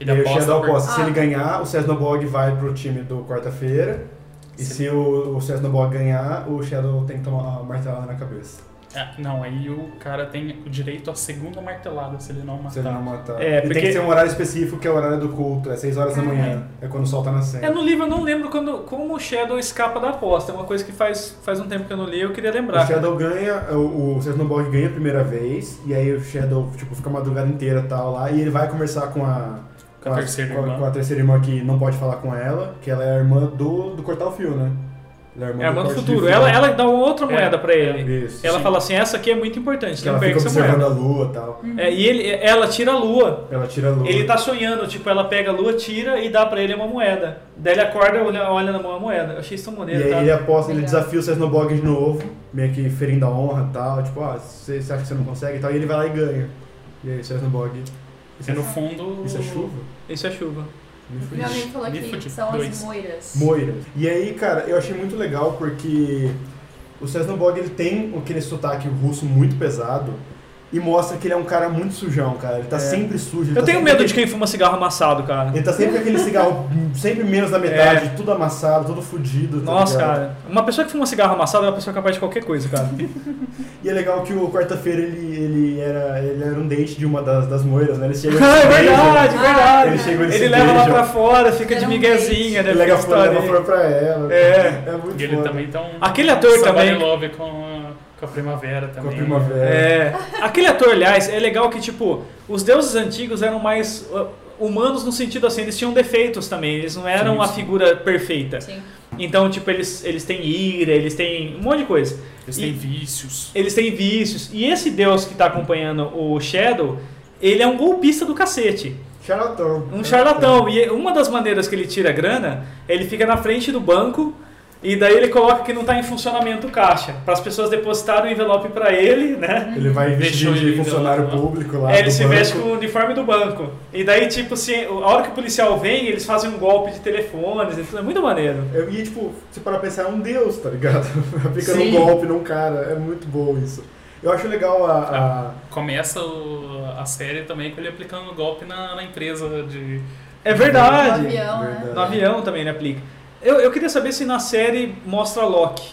[SPEAKER 5] Ele é o Shadow
[SPEAKER 4] por-
[SPEAKER 5] aposta. Se
[SPEAKER 3] Ah.
[SPEAKER 5] ele ganhar, o Cesnobog vai pro time do quarta-feira. E
[SPEAKER 4] Sim.
[SPEAKER 5] se o, o Cesnobog ganhar, o Shadow tem que tomar uma martelada na cabeça.
[SPEAKER 4] É, não, aí o cara tem o direito à segunda martelada se ele não
[SPEAKER 5] Se ele
[SPEAKER 4] matar.
[SPEAKER 5] não matar.
[SPEAKER 2] É,
[SPEAKER 5] e
[SPEAKER 2] porque-
[SPEAKER 5] tem que ser um horário específico, que é o horário do culto. É 6 horas
[SPEAKER 3] Uhum.
[SPEAKER 5] da manhã. É quando o sol tá nascendo.
[SPEAKER 2] É, no livro eu não lembro quando, como o Shadow escapa da aposta. É uma coisa que faz, faz um tempo que eu não li eu queria
[SPEAKER 5] O
[SPEAKER 2] lembrar.
[SPEAKER 5] Shadow ganha, é, o, o Cesnobog ganha a primeira vez. E aí o Shadow, tipo, fica a madrugada inteira e tal lá. E ele vai conversar com a...
[SPEAKER 4] Com a terceira
[SPEAKER 5] com a-
[SPEAKER 4] irmã.
[SPEAKER 5] com a terceira irmã que não pode falar com ela. Que ela é a irmã do, do cortar o fio, né? Ela é a irmã,
[SPEAKER 2] É a irmã do
[SPEAKER 5] corte de
[SPEAKER 2] futuro.
[SPEAKER 5] fio.
[SPEAKER 2] Ela, ela dá uma outra moeda pra ele.
[SPEAKER 5] Isso.
[SPEAKER 2] ela
[SPEAKER 4] sim.
[SPEAKER 2] fala assim, essa aqui é muito importante,
[SPEAKER 5] Que
[SPEAKER 2] não
[SPEAKER 5] ela fica
[SPEAKER 2] perca essa
[SPEAKER 5] observando a
[SPEAKER 2] moeda.
[SPEAKER 5] lua e tal.
[SPEAKER 2] É, e ele, ela tira a lua.
[SPEAKER 5] Ela tira a lua.
[SPEAKER 2] Ele tá sonhando, tipo, ela pega a lua, tira e dá pra ele uma moeda. Daí ele acorda, olha, olha na mão a moeda. Eu achei isso tão
[SPEAKER 5] E
[SPEAKER 2] maneiro,
[SPEAKER 5] aí
[SPEAKER 2] tá?
[SPEAKER 5] ele aposta, ele
[SPEAKER 3] Legal.
[SPEAKER 5] desafia o Cesnobog de novo, meio que ferindo a honra e tal, tipo, ah, você você acha que você não consegue e tal, e ele vai lá e ganha. E aí o Cesnobog. Isso
[SPEAKER 4] Porque
[SPEAKER 5] é,
[SPEAKER 4] no fundo.
[SPEAKER 5] isso é chuva?
[SPEAKER 2] Isso é chuva.
[SPEAKER 5] Me fui.
[SPEAKER 3] Meu amigo falou
[SPEAKER 4] Me
[SPEAKER 3] que
[SPEAKER 4] fudi.
[SPEAKER 3] são as
[SPEAKER 4] Dois.
[SPEAKER 3] moiras.
[SPEAKER 5] Moira. E aí, cara, eu achei muito legal porque o Cesnobog ele tem aquele sotaque russo muito pesado. e mostra que ele é um cara muito sujão, cara. Ele tá sempre
[SPEAKER 2] É.
[SPEAKER 5] sujo. ele
[SPEAKER 2] Eu
[SPEAKER 5] tá
[SPEAKER 2] tenho
[SPEAKER 5] sempre
[SPEAKER 2] medo
[SPEAKER 5] aquele-
[SPEAKER 2] de quem fuma cigarro amassado, cara.
[SPEAKER 5] Ele tá sempre com aquele cigarro, sempre menos da metade,
[SPEAKER 2] É.
[SPEAKER 5] tudo amassado, tudo fudido. tá
[SPEAKER 2] Nossa,
[SPEAKER 5] ligado?
[SPEAKER 2] cara. Uma pessoa que fuma cigarro amassado é uma pessoa capaz de qualquer coisa, cara.
[SPEAKER 5] E é legal que o quarta-feira ele, ele, era, ele era um date de uma das, das moiras, né? Eles chegam
[SPEAKER 2] Ah, é
[SPEAKER 5] eles se
[SPEAKER 2] verdade,
[SPEAKER 5] beijam.
[SPEAKER 2] verdade.
[SPEAKER 5] Ele chega, eles
[SPEAKER 2] Ele
[SPEAKER 5] se
[SPEAKER 2] leva lá
[SPEAKER 5] beijam.
[SPEAKER 2] pra fora, fica
[SPEAKER 3] Era
[SPEAKER 2] de
[SPEAKER 3] um
[SPEAKER 2] miguezinha, né?
[SPEAKER 5] Ele leva
[SPEAKER 2] fica
[SPEAKER 5] flor, leva
[SPEAKER 2] historinha.
[SPEAKER 5] flor pra ela.
[SPEAKER 2] É.
[SPEAKER 5] É muito
[SPEAKER 4] E ele
[SPEAKER 5] foda.
[SPEAKER 4] também tá um.
[SPEAKER 2] Aquele ator
[SPEAKER 4] somebody
[SPEAKER 2] também.
[SPEAKER 4] Love com a, com a primavera
[SPEAKER 5] Com a
[SPEAKER 4] também.
[SPEAKER 5] primavera.
[SPEAKER 2] É. Aquele ator, aliás, é legal que, tipo, os deuses antigos eram mais uh, humanos no sentido assim, eles tinham defeitos também, eles não eram
[SPEAKER 4] Sim,
[SPEAKER 2] a
[SPEAKER 4] sim.
[SPEAKER 2] figura perfeita.
[SPEAKER 3] Sim.
[SPEAKER 2] Então, tipo, eles, eles têm ira, eles têm um monte de coisa.
[SPEAKER 4] Eles
[SPEAKER 2] E-
[SPEAKER 4] têm vícios.
[SPEAKER 2] Eles têm vícios. E esse deus que tá acompanhando o Shadow, ele é um golpista do cacete.
[SPEAKER 5] Charlatão.
[SPEAKER 2] Um charlatão. E uma das maneiras que ele tira grana, ele fica na frente do banco e daí ele coloca que não está em funcionamento o caixa. Para as pessoas depositarem o envelope para ele, né?
[SPEAKER 5] Ele vai
[SPEAKER 4] Deixou
[SPEAKER 5] vestir de
[SPEAKER 4] ele
[SPEAKER 5] funcionário
[SPEAKER 4] lá.
[SPEAKER 5] público lá.
[SPEAKER 2] É, ele
[SPEAKER 5] do
[SPEAKER 2] se
[SPEAKER 5] banco.
[SPEAKER 2] veste com o uniforme do banco. E daí, tipo, se, a hora que o policial vem, eles fazem um golpe de telefones. e tudo. É muito maneiro.
[SPEAKER 5] É, E tipo, se parar pra pensar, é um deus, tá ligado? Fica num
[SPEAKER 4] Sim.
[SPEAKER 5] golpe num cara. É muito bom isso. Eu acho legal a- a,
[SPEAKER 4] Começa o- a série também com ele aplicando um golpe na, na empresa de.
[SPEAKER 2] É
[SPEAKER 3] No
[SPEAKER 2] verdade.
[SPEAKER 3] avião, né?
[SPEAKER 5] Verdade.
[SPEAKER 2] No avião também ele aplica. Eu, eu queria saber se na série mostra Loki.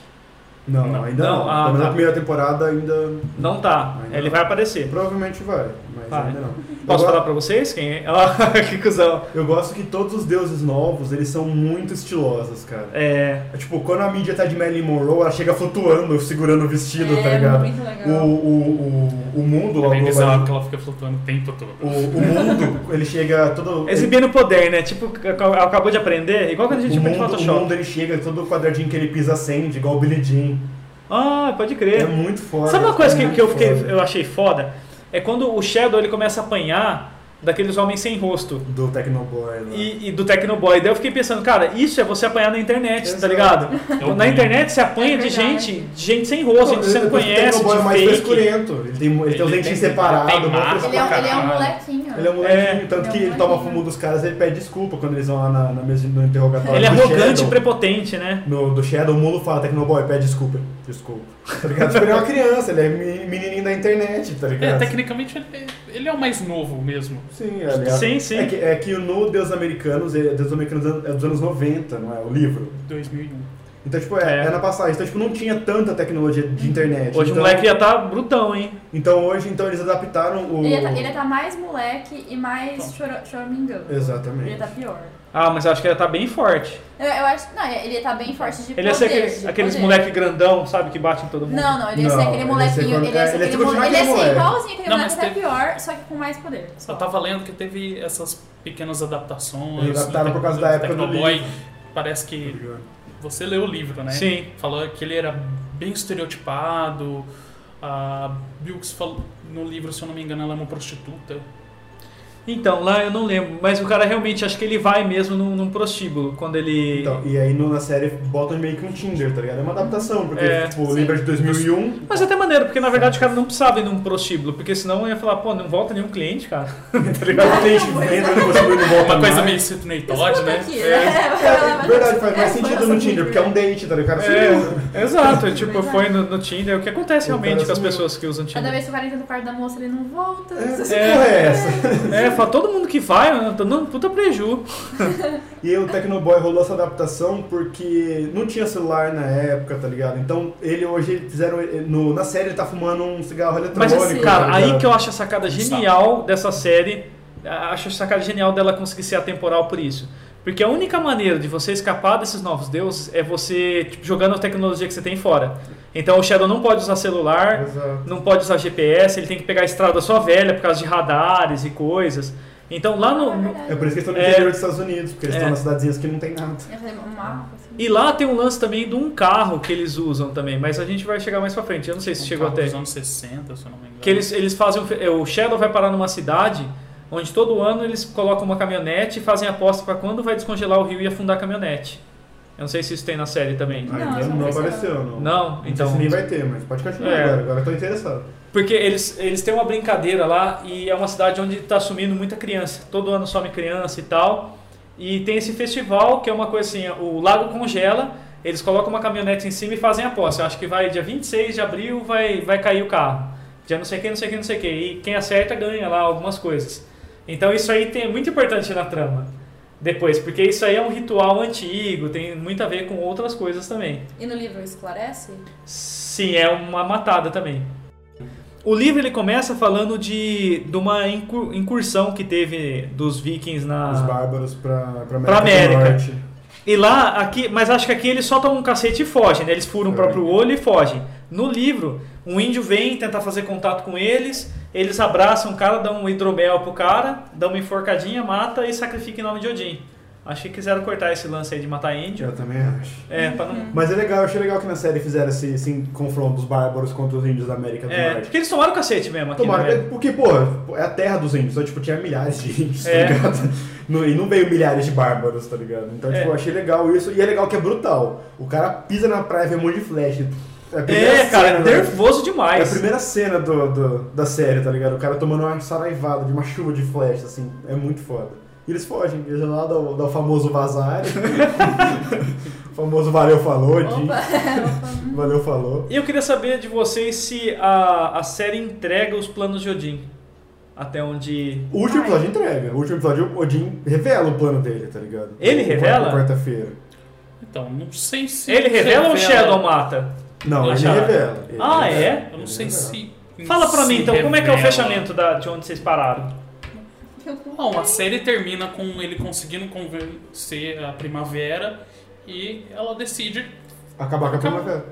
[SPEAKER 5] Não,
[SPEAKER 4] Não.
[SPEAKER 5] ainda
[SPEAKER 2] Não,
[SPEAKER 5] não.
[SPEAKER 2] ah,
[SPEAKER 5] Pelo menos
[SPEAKER 2] tá.
[SPEAKER 5] na primeira temporada ainda.
[SPEAKER 2] Não tá.
[SPEAKER 5] Ainda
[SPEAKER 2] Ele
[SPEAKER 5] não.
[SPEAKER 2] vai aparecer.
[SPEAKER 5] Provavelmente vai, mas
[SPEAKER 2] Vai.
[SPEAKER 5] ainda não.
[SPEAKER 2] Posso
[SPEAKER 5] eu, go-
[SPEAKER 2] falar pra vocês quem é? Ah, que cuzão.
[SPEAKER 5] eu gosto que todos os deuses novos, eles são muito estilosos, cara.
[SPEAKER 2] É.
[SPEAKER 5] É Tipo, quando a mídia tá de Marilyn Monroe, ela chega flutuando, segurando o vestido,
[SPEAKER 3] É,
[SPEAKER 5] tá ligado?
[SPEAKER 3] muito legal.
[SPEAKER 5] O, o, o, o mundo,
[SPEAKER 4] É
[SPEAKER 5] lá
[SPEAKER 4] bem
[SPEAKER 5] do-
[SPEAKER 4] bizarro que ela fica flutuando o tempo todo.
[SPEAKER 5] o, o mundo, ele chega todo.
[SPEAKER 2] Exibindo poder, né? Tipo, ac- acabou é de aprender, igual quando a
[SPEAKER 5] ele,
[SPEAKER 2] gente
[SPEAKER 5] o,
[SPEAKER 2] aprende
[SPEAKER 5] mundo, o
[SPEAKER 2] Photoshop.
[SPEAKER 5] mundo ele chega, todo quadradinho que ele pisa acende, igual o Billy Jean.
[SPEAKER 2] Ah, pode
[SPEAKER 5] É,
[SPEAKER 2] crer.
[SPEAKER 5] muito foda.
[SPEAKER 2] Sabe uma coisa
[SPEAKER 5] é
[SPEAKER 2] que,
[SPEAKER 5] muito
[SPEAKER 2] que eu, fiquei,
[SPEAKER 5] foda.
[SPEAKER 2] eu achei foda? É quando o Shadow ele começa a apanhar daqueles homens sem rosto.
[SPEAKER 5] Do Tecnoboy lá.
[SPEAKER 2] E, e do Tecnoboy. Daí eu fiquei pensando, cara, isso é você apanhar na internet, tá
[SPEAKER 5] Exato. É
[SPEAKER 2] ligado?
[SPEAKER 4] Eu
[SPEAKER 2] na
[SPEAKER 4] vi.
[SPEAKER 2] internet você apanha
[SPEAKER 3] É
[SPEAKER 2] de
[SPEAKER 3] verdade.
[SPEAKER 2] gente, de gente sem rosto, gente que assim, você não
[SPEAKER 5] Depois que tem
[SPEAKER 2] conhece,
[SPEAKER 5] o boy mais
[SPEAKER 2] de fake.
[SPEAKER 5] frescurento. Ele tem, ele tem os
[SPEAKER 4] Ele
[SPEAKER 5] dentinhos
[SPEAKER 4] tem-
[SPEAKER 5] separados.
[SPEAKER 4] tem
[SPEAKER 5] mó
[SPEAKER 4] marca.
[SPEAKER 5] fresco
[SPEAKER 3] Ele é, um,
[SPEAKER 5] pra
[SPEAKER 3] ele é um
[SPEAKER 5] caralho.
[SPEAKER 3] molequinho.
[SPEAKER 5] Ele é um molequinho,
[SPEAKER 2] É.
[SPEAKER 5] tanto que
[SPEAKER 3] Ele é um
[SPEAKER 5] ele toma
[SPEAKER 3] molequinho.
[SPEAKER 5] fumo dos caras, ele pede desculpa quando eles vão lá na, na mesa no interrogatório.
[SPEAKER 2] Ele é
[SPEAKER 5] do
[SPEAKER 2] arrogante e
[SPEAKER 5] Shadow.
[SPEAKER 2] prepotente, né?
[SPEAKER 5] No, do Shadow, o mulo fala, Tecnoboy, pede desculpa. Desculpa. Tá ligado? Tipo, ele é uma criança, ele é me- menininho da internet, tá
[SPEAKER 4] É,
[SPEAKER 5] ligado?
[SPEAKER 4] tecnicamente ele, ele é o mais novo mesmo.
[SPEAKER 5] Sim, aliás.
[SPEAKER 2] Sim, sim.
[SPEAKER 5] É que, é que no Deus Americanos, é- Deus Americanos é dos anos 90, não é? O livro.
[SPEAKER 4] 2001.
[SPEAKER 5] Então, tipo, é,
[SPEAKER 2] É. Uhum.
[SPEAKER 5] é na passagem. Então, tipo, não tinha tanta tecnologia de internet.
[SPEAKER 2] Hoje
[SPEAKER 5] então,
[SPEAKER 2] o moleque já tá brutão, hein?
[SPEAKER 5] Então, hoje, então, eles adaptaram o...
[SPEAKER 3] Ele tá, ele tá mais moleque e mais choro- choramingão.
[SPEAKER 5] Exatamente.
[SPEAKER 3] Ele tá pior.
[SPEAKER 2] Ah, mas eu acho que ele tá bem forte.
[SPEAKER 3] Eu, eu acho. Não, ele tá bem forte de
[SPEAKER 2] Ele
[SPEAKER 3] poder.
[SPEAKER 2] ia ser aqueles,
[SPEAKER 3] de
[SPEAKER 2] aqueles
[SPEAKER 3] poder.
[SPEAKER 2] moleque grandão, sabe, que bate em todo mundo.
[SPEAKER 3] Não, não, ele ia ser
[SPEAKER 5] Não,
[SPEAKER 3] aquele
[SPEAKER 5] ele ia ser
[SPEAKER 3] molequinho.
[SPEAKER 5] quando-
[SPEAKER 3] Ele ia
[SPEAKER 5] é,
[SPEAKER 3] ser
[SPEAKER 5] ele ia
[SPEAKER 3] aquele
[SPEAKER 5] ser
[SPEAKER 3] moleque.
[SPEAKER 5] continuar
[SPEAKER 3] Ele ia ser
[SPEAKER 5] aquele moleque.
[SPEAKER 3] igualzinho aquele
[SPEAKER 4] Não,
[SPEAKER 3] moleque,
[SPEAKER 4] mas
[SPEAKER 3] até
[SPEAKER 4] teve-
[SPEAKER 3] pior, só que com mais poder. Só.
[SPEAKER 4] Eu tava lendo que teve essas pequenas adaptações.
[SPEAKER 5] Eles adaptaram
[SPEAKER 4] do
[SPEAKER 5] por causa da época do
[SPEAKER 4] Tecnoboy.
[SPEAKER 5] livro.
[SPEAKER 4] Parece que você leu o livro, né?
[SPEAKER 2] Sim.
[SPEAKER 4] Falou que ele era bem estereotipado. A Bilks falou no livro, se eu não me engano, ela é uma prostituta.
[SPEAKER 2] Então, lá eu não lembro, mas o cara realmente acho que ele vai mesmo num, num prostíbulo quando ele.
[SPEAKER 5] Então, e aí no- na série botam meio que um Tinder, tá ligado? É uma adaptação, porque
[SPEAKER 2] É,
[SPEAKER 5] tipo, lembra de 2001,
[SPEAKER 2] Mas é até maneiro, porque na verdade o cara não precisava ir num prostíbulo, porque senão ia falar, pô, não volta nenhum cliente, cara. tá ligado?
[SPEAKER 5] o cliente entra no possível e
[SPEAKER 2] É
[SPEAKER 5] não volta
[SPEAKER 4] Uma coisa meio
[SPEAKER 5] mais.
[SPEAKER 4] Sidney Todd,
[SPEAKER 3] Escuta
[SPEAKER 4] né?
[SPEAKER 3] aqui, né?
[SPEAKER 5] É, verdade, faz mais
[SPEAKER 3] É,
[SPEAKER 5] sentido
[SPEAKER 3] foi
[SPEAKER 5] no
[SPEAKER 3] essa
[SPEAKER 5] Tinder, porque é um date, tá ligado? O cara sumiu.
[SPEAKER 2] É, exato, tipo, foi no, no Tinder, é o que acontece
[SPEAKER 5] O
[SPEAKER 2] realmente
[SPEAKER 5] cara
[SPEAKER 2] com as
[SPEAKER 5] sumiu.
[SPEAKER 2] pessoas que usam
[SPEAKER 3] Cada
[SPEAKER 2] Tinder.
[SPEAKER 3] vez que o cara entra no quarto da moça, ele não volta.
[SPEAKER 5] É, que porra é essa?
[SPEAKER 2] É, fala todo mundo que vai, eu tô dando puta preju.
[SPEAKER 5] E aí o Tecnoboy rolou essa adaptação porque não tinha celular na época, tá ligado? Então ele hoje eles fizeram. no- na série ele tá fumando um cigarro
[SPEAKER 2] Mas
[SPEAKER 5] eletrônico.
[SPEAKER 2] assim, cara,
[SPEAKER 5] tá
[SPEAKER 2] aí
[SPEAKER 5] ligado?
[SPEAKER 2] que eu acho a sacada genial dessa série. a- Acho a sacada genial dela conseguir ser atemporal por isso. Porque a única maneira de você escapar desses novos deuses é você tipo, jogando a tecnologia que você tem fora. Então o Shadow não pode usar celular,
[SPEAKER 5] Exato.
[SPEAKER 2] não pode usar GPS, ele tem que pegar a estrada só velha por causa de radares e coisas. Então lá no. no-
[SPEAKER 5] É por isso que eles estão no
[SPEAKER 2] É.
[SPEAKER 5] interior dos Estados Unidos, porque eles
[SPEAKER 2] É.
[SPEAKER 5] estão nas cidadezinhas que não tem nada.
[SPEAKER 3] Eu falei, um mapa, assim.
[SPEAKER 2] E lá tem um lance também de um carro que eles usam também, mas a gente vai chegar mais pra frente. Eu não sei se
[SPEAKER 4] Um
[SPEAKER 2] chegou
[SPEAKER 4] carro
[SPEAKER 2] até.
[SPEAKER 4] Dos anos 60, se eu não me engano.
[SPEAKER 2] Que eles, eles fazem. um fe- é, O Shadow vai parar numa cidade onde todo ano eles colocam uma caminhonete e fazem aposta pra quando vai descongelar o rio e afundar a caminhonete. Eu não sei se isso tem na série também.
[SPEAKER 3] Não,
[SPEAKER 5] Ainda
[SPEAKER 3] isso
[SPEAKER 5] não,
[SPEAKER 3] não apareceu.
[SPEAKER 5] apareceu, não.
[SPEAKER 2] Não? Então-
[SPEAKER 5] Não sei se nem vai ter, mas pode continuar
[SPEAKER 2] É.
[SPEAKER 5] agora, agora eu tô interessado.
[SPEAKER 2] Porque eles, eles têm uma brincadeira lá e é uma cidade onde tá sumindo muita criança. Todo ano some criança e tal. E tem esse festival que é uma coisa assim: o lago congela, eles colocam uma caminhonete em cima e fazem a posse. Eu acho que vai dia 26 de abril vai, vai cair o carro. já não sei quem, não sei quem, não sei quem. E quem acerta ganha lá algumas coisas. Então isso aí tem, é muito importante na trama. Depois, porque isso aí é um ritual antigo, tem muito a ver com outras coisas também.
[SPEAKER 3] E no livro esclarece?
[SPEAKER 2] Sim, é uma matada também. O livro ele começa falando de, de uma incu- incursão que teve dos vikings na
[SPEAKER 5] Os bárbaros pra, pra América.
[SPEAKER 2] Pra Ah. América.
[SPEAKER 5] do Norte.
[SPEAKER 2] E lá, aqui, mas acho que aqui eles soltam um cacete e fogem, né? Eles furam o
[SPEAKER 5] É.
[SPEAKER 2] próprio olho e fogem. No livro, um índio vem tentar fazer contato com eles, eles abraçam o cara, dão um hidromel pro cara, dão uma enforcadinha, mata e sacrifica em nome de Odin. Acho que quiseram cortar esse lance aí de matar índio.
[SPEAKER 5] Eu também acho.
[SPEAKER 2] É, pra não.
[SPEAKER 5] Mas é legal, eu achei legal que na série fizeram esse, esse confronto dos bárbaros contra os índios da América do
[SPEAKER 2] É,
[SPEAKER 5] Norte.
[SPEAKER 2] porque eles tomaram o cacete mesmo aqui.
[SPEAKER 5] Tomara,
[SPEAKER 2] né?
[SPEAKER 5] que- porque, pô, é a terra dos índios, então, tipo, tinha milhares de índios,
[SPEAKER 2] É.
[SPEAKER 5] tá ligado? No- e não veio milhares de bárbaros, tá ligado? Então,
[SPEAKER 2] É.
[SPEAKER 5] tipo, eu achei legal isso, e é legal que é brutal. O cara pisa na praia e vê um monte de flash. É, a primeira
[SPEAKER 2] É, cara, é
[SPEAKER 5] cena, né?
[SPEAKER 2] nervoso
[SPEAKER 5] É a
[SPEAKER 2] demais.
[SPEAKER 5] primeira cena do, do- da série, tá ligado? O cara tomando uma saraivada de uma chuva de flash, assim, é muito foda. E eles fogem, eles vão lá do, do famoso vazar. o famoso valeu falou, Jim.
[SPEAKER 3] Opa!
[SPEAKER 5] Valeu falou.
[SPEAKER 2] E eu queria saber de vocês se a, a série entrega os planos de Odin. Até onde
[SPEAKER 5] O último episódio entrega. O último episódio, o Odin revela o plano dele, tá ligado?
[SPEAKER 2] Ele
[SPEAKER 5] O-
[SPEAKER 2] revela?
[SPEAKER 5] Quarta-feira.
[SPEAKER 4] Então, não sei se.
[SPEAKER 2] Ele revela ou o Shadow mata?
[SPEAKER 5] Não, ele
[SPEAKER 4] Achar.
[SPEAKER 5] revela. Ele
[SPEAKER 2] Ah,
[SPEAKER 5] revela.
[SPEAKER 2] é?
[SPEAKER 4] Eu não sei se.
[SPEAKER 2] Fala pra
[SPEAKER 4] se
[SPEAKER 2] mim então, como é que é o
[SPEAKER 4] revela.
[SPEAKER 2] fechamento da, de onde vocês pararam?
[SPEAKER 4] Bom, a série termina com ele conseguindo convencer a primavera e ela decide.
[SPEAKER 5] Acabar com a
[SPEAKER 4] Acaba-
[SPEAKER 5] primavera.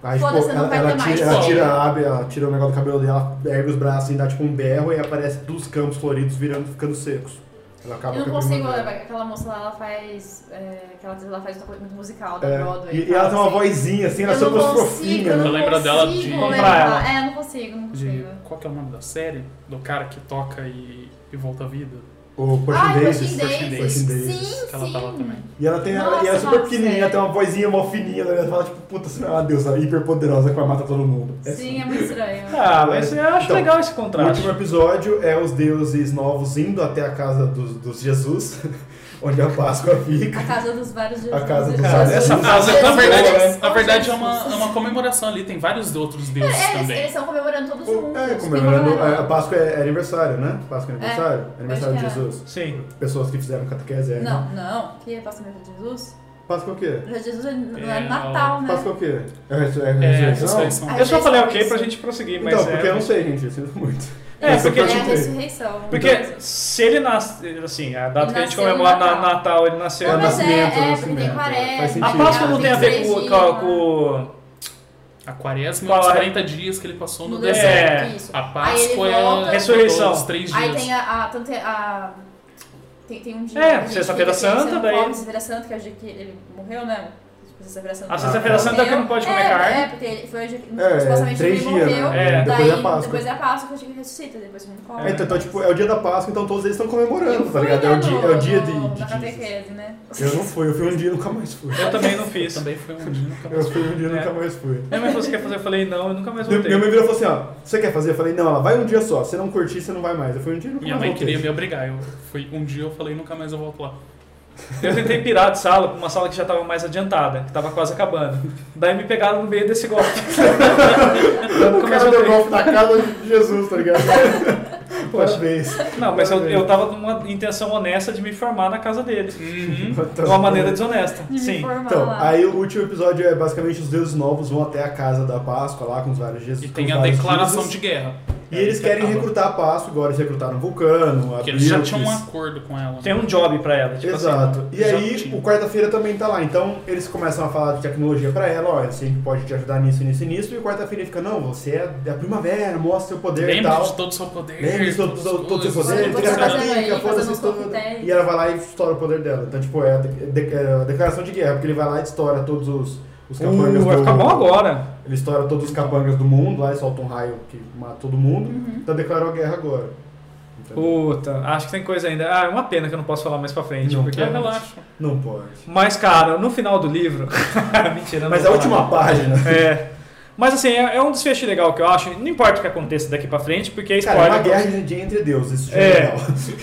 [SPEAKER 5] Aí, tipo,
[SPEAKER 3] Foda-se, não
[SPEAKER 5] ela,
[SPEAKER 3] vai
[SPEAKER 5] ela
[SPEAKER 3] ter mais.
[SPEAKER 5] tira, ela,
[SPEAKER 4] Foda.
[SPEAKER 5] tira, abre, ela tira o negócio do cabelo dela, ergue os braços e dá tipo um berro e aparece dos campos floridos virando, ficando secos. Ela acaba
[SPEAKER 3] Eu
[SPEAKER 5] com
[SPEAKER 3] não
[SPEAKER 5] a
[SPEAKER 3] consigo, é,
[SPEAKER 5] primavela.
[SPEAKER 3] aquela moça lá, ela faz. É, aquela atriz, ela faz uma coisa muito musical da
[SPEAKER 5] É,
[SPEAKER 3] Broadway.
[SPEAKER 5] e, e ela tem uma vozinha assim, ela só
[SPEAKER 3] fosse
[SPEAKER 5] fosse fofinha,
[SPEAKER 4] Eu
[SPEAKER 5] né?
[SPEAKER 4] lembro dela de-
[SPEAKER 2] Comprar ela.
[SPEAKER 3] É, eu não consigo, não
[SPEAKER 4] De,
[SPEAKER 3] consigo.
[SPEAKER 4] qual que é o nome da série? Do cara que toca e, e volta à vida?
[SPEAKER 5] O
[SPEAKER 3] Ai,
[SPEAKER 5] Portin Davis.
[SPEAKER 3] Pushing Daisies.
[SPEAKER 5] Pushing
[SPEAKER 3] Sim,
[SPEAKER 5] Daisies.
[SPEAKER 4] Que ela tá lá também.
[SPEAKER 5] E ela tem ela- e ela é
[SPEAKER 3] Nossa,
[SPEAKER 5] super
[SPEAKER 3] nossa,
[SPEAKER 5] pequenininha,
[SPEAKER 3] sério.
[SPEAKER 5] tem uma vozinha mó fininha, né? ela fala tipo, puta, você não é uma deusa hiper poderosa que vai matar todo mundo. É
[SPEAKER 3] Sim, é muito estranho.
[SPEAKER 2] Ah, mas eu acho
[SPEAKER 5] Então,
[SPEAKER 2] legal esse
[SPEAKER 5] O
[SPEAKER 2] contraste.
[SPEAKER 5] último episódio é os deuses novos indo até a casa dos, dos Jesus, onde a Páscoa fica.
[SPEAKER 3] A casa dos vários Jesus.
[SPEAKER 5] A casa dos
[SPEAKER 2] Cara,
[SPEAKER 5] vários
[SPEAKER 2] essa
[SPEAKER 3] Ah,
[SPEAKER 5] Jesus.
[SPEAKER 2] casa,
[SPEAKER 4] na verdade,
[SPEAKER 3] Jesus.
[SPEAKER 4] Ah, na verdade é, uma, é uma comemoração ali, tem vários outros deuses
[SPEAKER 3] É, eles,
[SPEAKER 4] também.
[SPEAKER 3] eles estão comemorando todos juntos.
[SPEAKER 5] É,
[SPEAKER 3] tem
[SPEAKER 5] comemorando.
[SPEAKER 3] uma-
[SPEAKER 5] A Páscoa é aniversário, né? Páscoa é aniversário? aniversário de
[SPEAKER 3] acho que é.
[SPEAKER 5] Jesus.
[SPEAKER 2] Sim.
[SPEAKER 5] Pessoas que fizeram catequese, é. né?
[SPEAKER 3] Não, não. Que é passamento de Jesus?
[SPEAKER 5] Páscoa é o quê?
[SPEAKER 3] Jesus é- não é,
[SPEAKER 4] É, o-
[SPEAKER 3] Natal, né?
[SPEAKER 5] Páscoa é o quê? É, a ressu- é, a
[SPEAKER 4] É, a
[SPEAKER 5] ressurreição?
[SPEAKER 4] ressurreição.
[SPEAKER 3] Ai,
[SPEAKER 2] Eu só
[SPEAKER 3] mas
[SPEAKER 2] falei
[SPEAKER 3] é
[SPEAKER 2] ok
[SPEAKER 3] isso.
[SPEAKER 2] pra gente prosseguir, mas
[SPEAKER 5] Então, porque
[SPEAKER 2] é...
[SPEAKER 5] eu não sei, gente, eu sinto muito.
[SPEAKER 2] É,
[SPEAKER 5] Isso
[SPEAKER 2] porque-
[SPEAKER 5] eu
[SPEAKER 3] é a
[SPEAKER 5] perguntei.
[SPEAKER 3] ressurreição.
[SPEAKER 2] Porque se ele nasce, assim, a data
[SPEAKER 3] Ele
[SPEAKER 2] que a gente
[SPEAKER 3] nasceu no
[SPEAKER 2] comemora na
[SPEAKER 3] Natal.
[SPEAKER 2] Natal, ele nasceu...
[SPEAKER 5] É
[SPEAKER 3] Não,
[SPEAKER 5] o
[SPEAKER 2] na-
[SPEAKER 3] mas é,
[SPEAKER 5] nascimento,
[SPEAKER 3] é,
[SPEAKER 5] o
[SPEAKER 3] porque tem
[SPEAKER 5] nascimento,
[SPEAKER 3] quaresma.
[SPEAKER 5] faz
[SPEAKER 2] A
[SPEAKER 5] sentido.
[SPEAKER 2] Páscoa não tem a ver
[SPEAKER 3] Três
[SPEAKER 2] com,
[SPEAKER 3] dias,
[SPEAKER 2] com,
[SPEAKER 3] né?
[SPEAKER 2] com-
[SPEAKER 4] A quaresma
[SPEAKER 2] Qual
[SPEAKER 4] é os
[SPEAKER 2] é?
[SPEAKER 4] 40 dias que ele passou no
[SPEAKER 3] No
[SPEAKER 4] deserto.
[SPEAKER 5] É,
[SPEAKER 2] deserto,
[SPEAKER 3] isso.
[SPEAKER 4] A
[SPEAKER 3] É. Aí ele
[SPEAKER 4] Páscoa
[SPEAKER 5] um
[SPEAKER 4] é
[SPEAKER 3] volta-
[SPEAKER 2] Ressurreição.
[SPEAKER 4] Os três dias.
[SPEAKER 3] Aí tem a. a, tanto é a tem, tem um dia.
[SPEAKER 2] É,
[SPEAKER 3] que a gente
[SPEAKER 2] Sexta-feira
[SPEAKER 3] fica aqui,
[SPEAKER 2] Santa,
[SPEAKER 3] você não
[SPEAKER 2] daí-
[SPEAKER 3] come Sexta-feira Santa, que é o dia que ele morreu, né? Tipo, Sexta-feira Santa.
[SPEAKER 2] A
[SPEAKER 3] que
[SPEAKER 2] Sexta-feira
[SPEAKER 3] ele
[SPEAKER 2] Santa é que
[SPEAKER 3] morreu.
[SPEAKER 2] não pode comer
[SPEAKER 3] é,
[SPEAKER 2] carne.
[SPEAKER 3] É, porque ele- foi o dia que
[SPEAKER 5] É,
[SPEAKER 3] supostamente
[SPEAKER 5] três
[SPEAKER 3] ele
[SPEAKER 5] dias, né?
[SPEAKER 3] morreu.
[SPEAKER 2] É,
[SPEAKER 3] daí,
[SPEAKER 5] depois é a Páscoa.
[SPEAKER 3] Depois é a Páscoa, que é o dia que ele ressuscita, depois ele come.
[SPEAKER 5] É, então, então, tipo, é o dia da Páscoa, então todos eles estão comemorando, tá
[SPEAKER 3] Fui,
[SPEAKER 5] ligado? É
[SPEAKER 3] né,
[SPEAKER 5] o dia,
[SPEAKER 3] no-
[SPEAKER 5] é o dia
[SPEAKER 3] no-
[SPEAKER 5] de, de
[SPEAKER 3] Na
[SPEAKER 5] Jesus.
[SPEAKER 3] catequese, né?
[SPEAKER 5] Eu não fui, eu fui um dia e nunca mais fui.
[SPEAKER 2] Eu também não fiz.
[SPEAKER 4] Também foi um dia no
[SPEAKER 5] Eu fui um dia e
[SPEAKER 2] É.
[SPEAKER 5] nunca mais fui.
[SPEAKER 2] Minha mãe falou, você quer fazer? Eu falei, não, eu nunca
[SPEAKER 4] um
[SPEAKER 2] mais
[SPEAKER 5] Minha
[SPEAKER 2] voltei.
[SPEAKER 5] minha mãe virou e falou assim, ó, você quer fazer? Eu falei, não, ela vai um dia só, se não curtir, você não vai mais. Eu fui um dia e nunca
[SPEAKER 4] Minha
[SPEAKER 5] mais
[SPEAKER 4] mãe
[SPEAKER 5] voltei.
[SPEAKER 4] queria me obrigar. Eu fui um dia eu falei nunca mais eu volto lá.
[SPEAKER 2] Eu tentei pirar de sala pra uma sala que já tava mais adiantada, que tava quase acabando. Daí me pegaram no meio desse golpe. Eu
[SPEAKER 5] O
[SPEAKER 2] nunca mais
[SPEAKER 5] cara deu
[SPEAKER 2] voltei.
[SPEAKER 5] golpe na casa de Jesus, tá ligado? Parabéns.
[SPEAKER 2] Não, mas eu, eu tava com uma intenção honesta de me formar na casa dele. De uma maneira desonesta.
[SPEAKER 3] De me
[SPEAKER 2] Sim.
[SPEAKER 3] informar
[SPEAKER 5] Então,
[SPEAKER 3] lá.
[SPEAKER 5] aí o último episódio é basicamente os deuses novos vão até a casa da Páscoa lá com os vários Jesus.
[SPEAKER 4] E
[SPEAKER 5] com
[SPEAKER 4] tem
[SPEAKER 5] os
[SPEAKER 4] a
[SPEAKER 5] vários
[SPEAKER 4] declaração
[SPEAKER 5] Jesus.
[SPEAKER 4] de guerra.
[SPEAKER 5] E eles querem recrutar a Páscoa, agora eles recrutaram um Vulcano, a
[SPEAKER 4] Porque eles já
[SPEAKER 5] Bilkis.
[SPEAKER 4] tinham um acordo com ela. né?
[SPEAKER 2] Tem um job pra ela. Tipo
[SPEAKER 5] Exato. e é
[SPEAKER 4] já
[SPEAKER 5] aí,
[SPEAKER 4] tinha.
[SPEAKER 5] o quarta-feira também tá lá. Então, eles começam a falar de tecnologia pra ela, ó, assim, que pode te ajudar nisso, nisso e nisso. E o quarta-feira fica, não, você é da primavera, mostra seu poder e
[SPEAKER 4] Lembra
[SPEAKER 5] tal.
[SPEAKER 4] de todo o seu poder.
[SPEAKER 5] Lembra de todo,
[SPEAKER 4] todas
[SPEAKER 5] todo,
[SPEAKER 4] as
[SPEAKER 5] todo seu
[SPEAKER 4] coisas.
[SPEAKER 5] poder,
[SPEAKER 3] Todo
[SPEAKER 5] fica na
[SPEAKER 3] fazendo aí,
[SPEAKER 5] casinha,
[SPEAKER 3] fazendo
[SPEAKER 5] foda-se
[SPEAKER 3] uns
[SPEAKER 5] todo.
[SPEAKER 3] coquetéis.
[SPEAKER 5] E ela vai lá e estoura o poder dela. Então, tipo, é a, de- de- é a declaração de guerra, porque ele vai lá e estoura todos os, os
[SPEAKER 2] assim,
[SPEAKER 5] capangas
[SPEAKER 2] "Uh, vai
[SPEAKER 5] do
[SPEAKER 2] ficar bom agora.
[SPEAKER 5] Ele estoura todos os capangas do mundo lá e solta um raio que mata todo mundo. Então, declarou guerra agora. Entendeu?
[SPEAKER 2] Puta, acho que tem coisa ainda. Ah, é uma pena que eu não posso falar mais pra frente.
[SPEAKER 5] Não. É.
[SPEAKER 2] porque-
[SPEAKER 4] Ah, relaxa.
[SPEAKER 5] Não pode.
[SPEAKER 2] Mas, cara, no final do livro. Mentira, eu não
[SPEAKER 5] Mas a
[SPEAKER 2] vou falar.
[SPEAKER 5] última página.
[SPEAKER 2] É. Mas assim, é, é um desfecho legal que eu acho. Não importa o que aconteça daqui pra frente, porque é
[SPEAKER 5] Cara, é
[SPEAKER 2] spoiler.
[SPEAKER 5] uma guerra de entre deuses, isso já é,
[SPEAKER 2] É.
[SPEAKER 5] legal.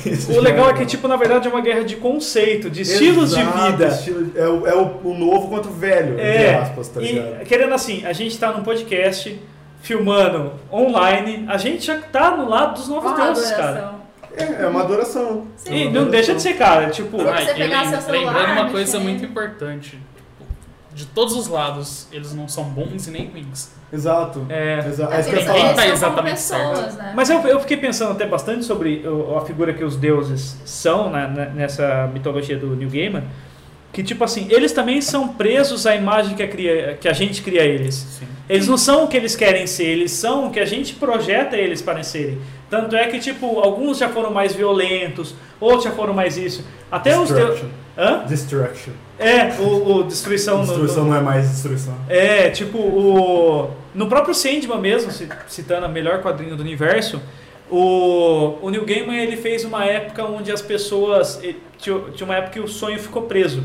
[SPEAKER 5] Isso já
[SPEAKER 2] O legal é que,
[SPEAKER 5] legal.
[SPEAKER 2] tipo, na verdade é uma guerra de conceito, de estilos
[SPEAKER 5] Exato,
[SPEAKER 2] de vida.
[SPEAKER 5] estilo- é o, é o, o novo contra o velho, entre
[SPEAKER 2] É,
[SPEAKER 5] aspas, tá ligado?
[SPEAKER 2] e querendo assim, a gente tá num podcast filmando online, a gente já tá no lado dos novos
[SPEAKER 3] Ó,
[SPEAKER 2] deuses,
[SPEAKER 3] adoração.
[SPEAKER 2] cara.
[SPEAKER 5] É, é uma adoração.
[SPEAKER 3] Sim.
[SPEAKER 2] E não deixa de ser, cara. Tipo,
[SPEAKER 3] Sim. você
[SPEAKER 4] e
[SPEAKER 3] pegar
[SPEAKER 4] lem-
[SPEAKER 3] seu celular,
[SPEAKER 4] lembrando uma
[SPEAKER 3] mexer
[SPEAKER 4] coisa
[SPEAKER 3] nele.
[SPEAKER 4] muito importante. tipo, De todos os lados, eles não são bons e nem ruins.
[SPEAKER 5] Exato.
[SPEAKER 2] é,
[SPEAKER 5] Exato. É
[SPEAKER 3] É
[SPEAKER 5] isso que eu ia
[SPEAKER 3] porque
[SPEAKER 4] Ninguém
[SPEAKER 5] falar.
[SPEAKER 3] eles
[SPEAKER 4] tá
[SPEAKER 3] são como
[SPEAKER 4] exatamente
[SPEAKER 3] pessoas, né?
[SPEAKER 2] Mas eu, eu fiquei pensando até bastante sobre o- a figura que os deuses são na- na- nessa mitologia do New Gaiman. Que, tipo assim, eles também são presos à imagem que a, cria- que a gente cria eles.
[SPEAKER 4] Sim.
[SPEAKER 2] Eles não são o que eles querem ser, eles são o que a gente projeta eles para serem. Tanto é que, tipo, alguns já foram mais violentos, outros já foram mais isso. Até os deuses.
[SPEAKER 5] Destruction.
[SPEAKER 2] Hã?
[SPEAKER 5] Destruction.
[SPEAKER 2] É, o, o Destruição, Então, no-
[SPEAKER 5] Destruição
[SPEAKER 2] no,
[SPEAKER 5] não é mais destruição.
[SPEAKER 2] é, tipo, o. No próprio Sandman mesmo, ci- citando a melhor quadrinho do universo, o, o Neil Gaiman ele fez uma época onde as pessoas. e- Tinha tinha uma época que o sonho ficou preso.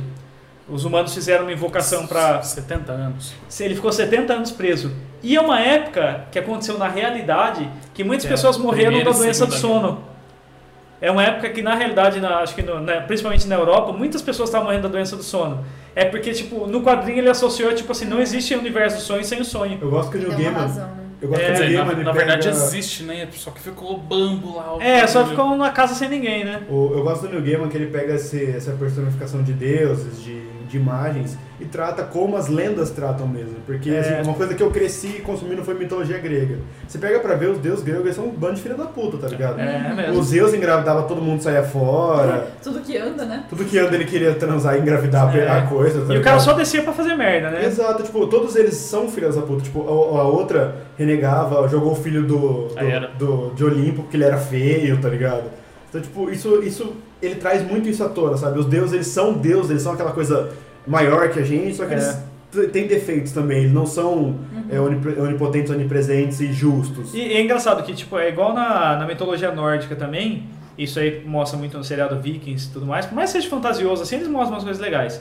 [SPEAKER 2] Os humanos fizeram uma invocação para
[SPEAKER 4] 70 anos.
[SPEAKER 2] se Ele ficou 70 anos preso. E é uma época que aconteceu na realidade que muitas
[SPEAKER 4] É,
[SPEAKER 2] pessoas morreram
[SPEAKER 4] primeira
[SPEAKER 2] da
[SPEAKER 4] e
[SPEAKER 2] doença do
[SPEAKER 4] segunda
[SPEAKER 2] sono. É uma época que, na realidade, na- acho que no- na- principalmente na Europa, muitas pessoas estavam morrendo da doença do sono. É porque, tipo, no quadrinho ele associou, tipo assim, não existe universo do sonho sem o sonho.
[SPEAKER 5] Eu gosto que o New
[SPEAKER 3] Tem uma
[SPEAKER 5] Gaiman.
[SPEAKER 3] razão, né?
[SPEAKER 5] Eu gosto
[SPEAKER 2] É,
[SPEAKER 5] que o
[SPEAKER 4] Quer
[SPEAKER 5] New
[SPEAKER 4] dizer,
[SPEAKER 5] Gaiman.
[SPEAKER 4] na,
[SPEAKER 5] ele
[SPEAKER 4] na verdade
[SPEAKER 5] pega-
[SPEAKER 4] existe, né? Só que ficou bambo lá. o
[SPEAKER 2] É, só
[SPEAKER 4] bagulho.
[SPEAKER 2] ficou na casa sem ninguém, né?
[SPEAKER 5] O- eu gosto do Neil Gaiman que ele pega esse- essa personificação de deuses, de, de imagens, e trata como as lendas tratam mesmo. Porque
[SPEAKER 2] É.
[SPEAKER 5] assim, uma coisa que eu cresci consumindo foi mitologia grega. Você pega pra ver, os deuses gregos eles são um bando de filha da puta, tá ligado?
[SPEAKER 2] É
[SPEAKER 5] O
[SPEAKER 2] mesmo.
[SPEAKER 5] Zeus engravidava, todo mundo saía fora.
[SPEAKER 3] Tudo que anda, né?
[SPEAKER 5] Tudo que anda ele queria transar e engravidar
[SPEAKER 2] É.
[SPEAKER 5] a coisa.
[SPEAKER 2] E
[SPEAKER 5] tá
[SPEAKER 2] o
[SPEAKER 5] ligado?
[SPEAKER 2] cara só descia pra fazer merda, né?
[SPEAKER 5] Exato, tipo, todos eles são filhas da puta. Tipo, a, a outra renegava, jogou o filho do,
[SPEAKER 4] Aí era.
[SPEAKER 5] do, do- de Olimpo porque ele era feio, tá ligado? Então, tipo, isso, isso ele traz muito isso à tona, sabe? Os deuses, eles são deuses, eles são aquela coisa maior que a gente, só que
[SPEAKER 2] É. Uhum.
[SPEAKER 5] eles t- têm defeitos também, eles não são é, onipre- onipotentes, onipresentes e justos.
[SPEAKER 2] E é engraçado que, tipo, é igual na, na mitologia nórdica também, isso aí mostra muito no seriado Vikings e tudo mais, por mais que seja fantasioso, assim, eles mostram umas coisas legais.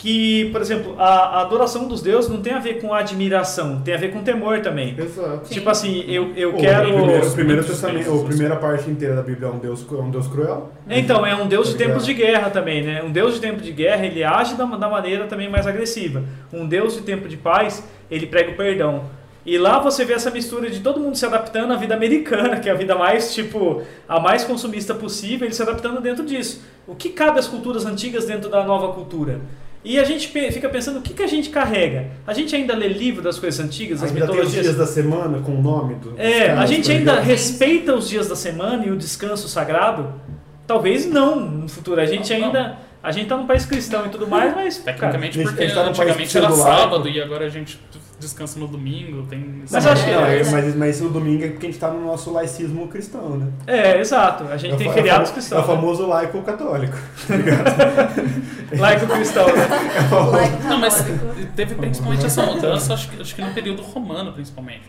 [SPEAKER 2] Que, por exemplo, a, a adoração dos deuses não tem a ver com admiração, tem a ver com temor também.
[SPEAKER 5] Exato.
[SPEAKER 2] Tipo assim, eu, eu
[SPEAKER 5] O
[SPEAKER 2] quero...
[SPEAKER 5] primeiro, o
[SPEAKER 4] os
[SPEAKER 5] primeiro
[SPEAKER 4] muitos
[SPEAKER 5] testamento,
[SPEAKER 4] deuses,
[SPEAKER 5] a primeira parte inteira da Bíblia é um deus, é um deus cruel.
[SPEAKER 2] assim. Então, é um deus de
[SPEAKER 5] Obrigado.
[SPEAKER 2] tempos de guerra também, né? Um deus de tempo de guerra, ele age da, da maneira também mais agressiva. Um deus de tempo de paz, ele prega o perdão. E lá você vê essa mistura de todo mundo se adaptando à vida americana, que é a vida mais, tipo, a mais consumista possível, ele se adaptando dentro disso. O que cabe às culturas antigas dentro da nova cultura? E a gente pe- fica pensando o que, que a gente carrega. A gente ainda lê livro das coisas antigas, das
[SPEAKER 5] Ainda tem os
[SPEAKER 2] mitologias.
[SPEAKER 5] dias da semana com o nome do.
[SPEAKER 2] É, a
[SPEAKER 5] dos
[SPEAKER 2] gente
[SPEAKER 5] caras, tá
[SPEAKER 2] ainda
[SPEAKER 5] ligado?
[SPEAKER 2] respeita os dias da semana e o descanso sagrado? Talvez não no futuro. A gente
[SPEAKER 4] Não, não.
[SPEAKER 2] ainda. A gente tá num país cristão e tudo mais, mas. cara,
[SPEAKER 4] Tecnicamente,
[SPEAKER 5] a gente
[SPEAKER 4] porque
[SPEAKER 5] tá num país
[SPEAKER 4] antigamente era
[SPEAKER 5] celular,
[SPEAKER 4] sábado
[SPEAKER 5] pô.
[SPEAKER 4] e agora a gente descansa no domingo. Tem
[SPEAKER 2] Mas
[SPEAKER 4] sábado.
[SPEAKER 2] acho que-
[SPEAKER 5] Não,
[SPEAKER 3] é,
[SPEAKER 5] é,
[SPEAKER 3] né?
[SPEAKER 5] mas, mas o domingo é porque a gente tá no nosso laicismo cristão, né?
[SPEAKER 2] É, exato. A gente
[SPEAKER 5] É o
[SPEAKER 2] tem né?
[SPEAKER 5] fa-
[SPEAKER 2] feriados
[SPEAKER 5] é o famo-
[SPEAKER 2] cristãos.
[SPEAKER 5] É o famoso laico católico.
[SPEAKER 2] Né? Laico cristão, né?
[SPEAKER 3] Like
[SPEAKER 4] Não, mas
[SPEAKER 3] católico.
[SPEAKER 4] teve principalmente essa mudança, acho que, acho que no período romano, principalmente.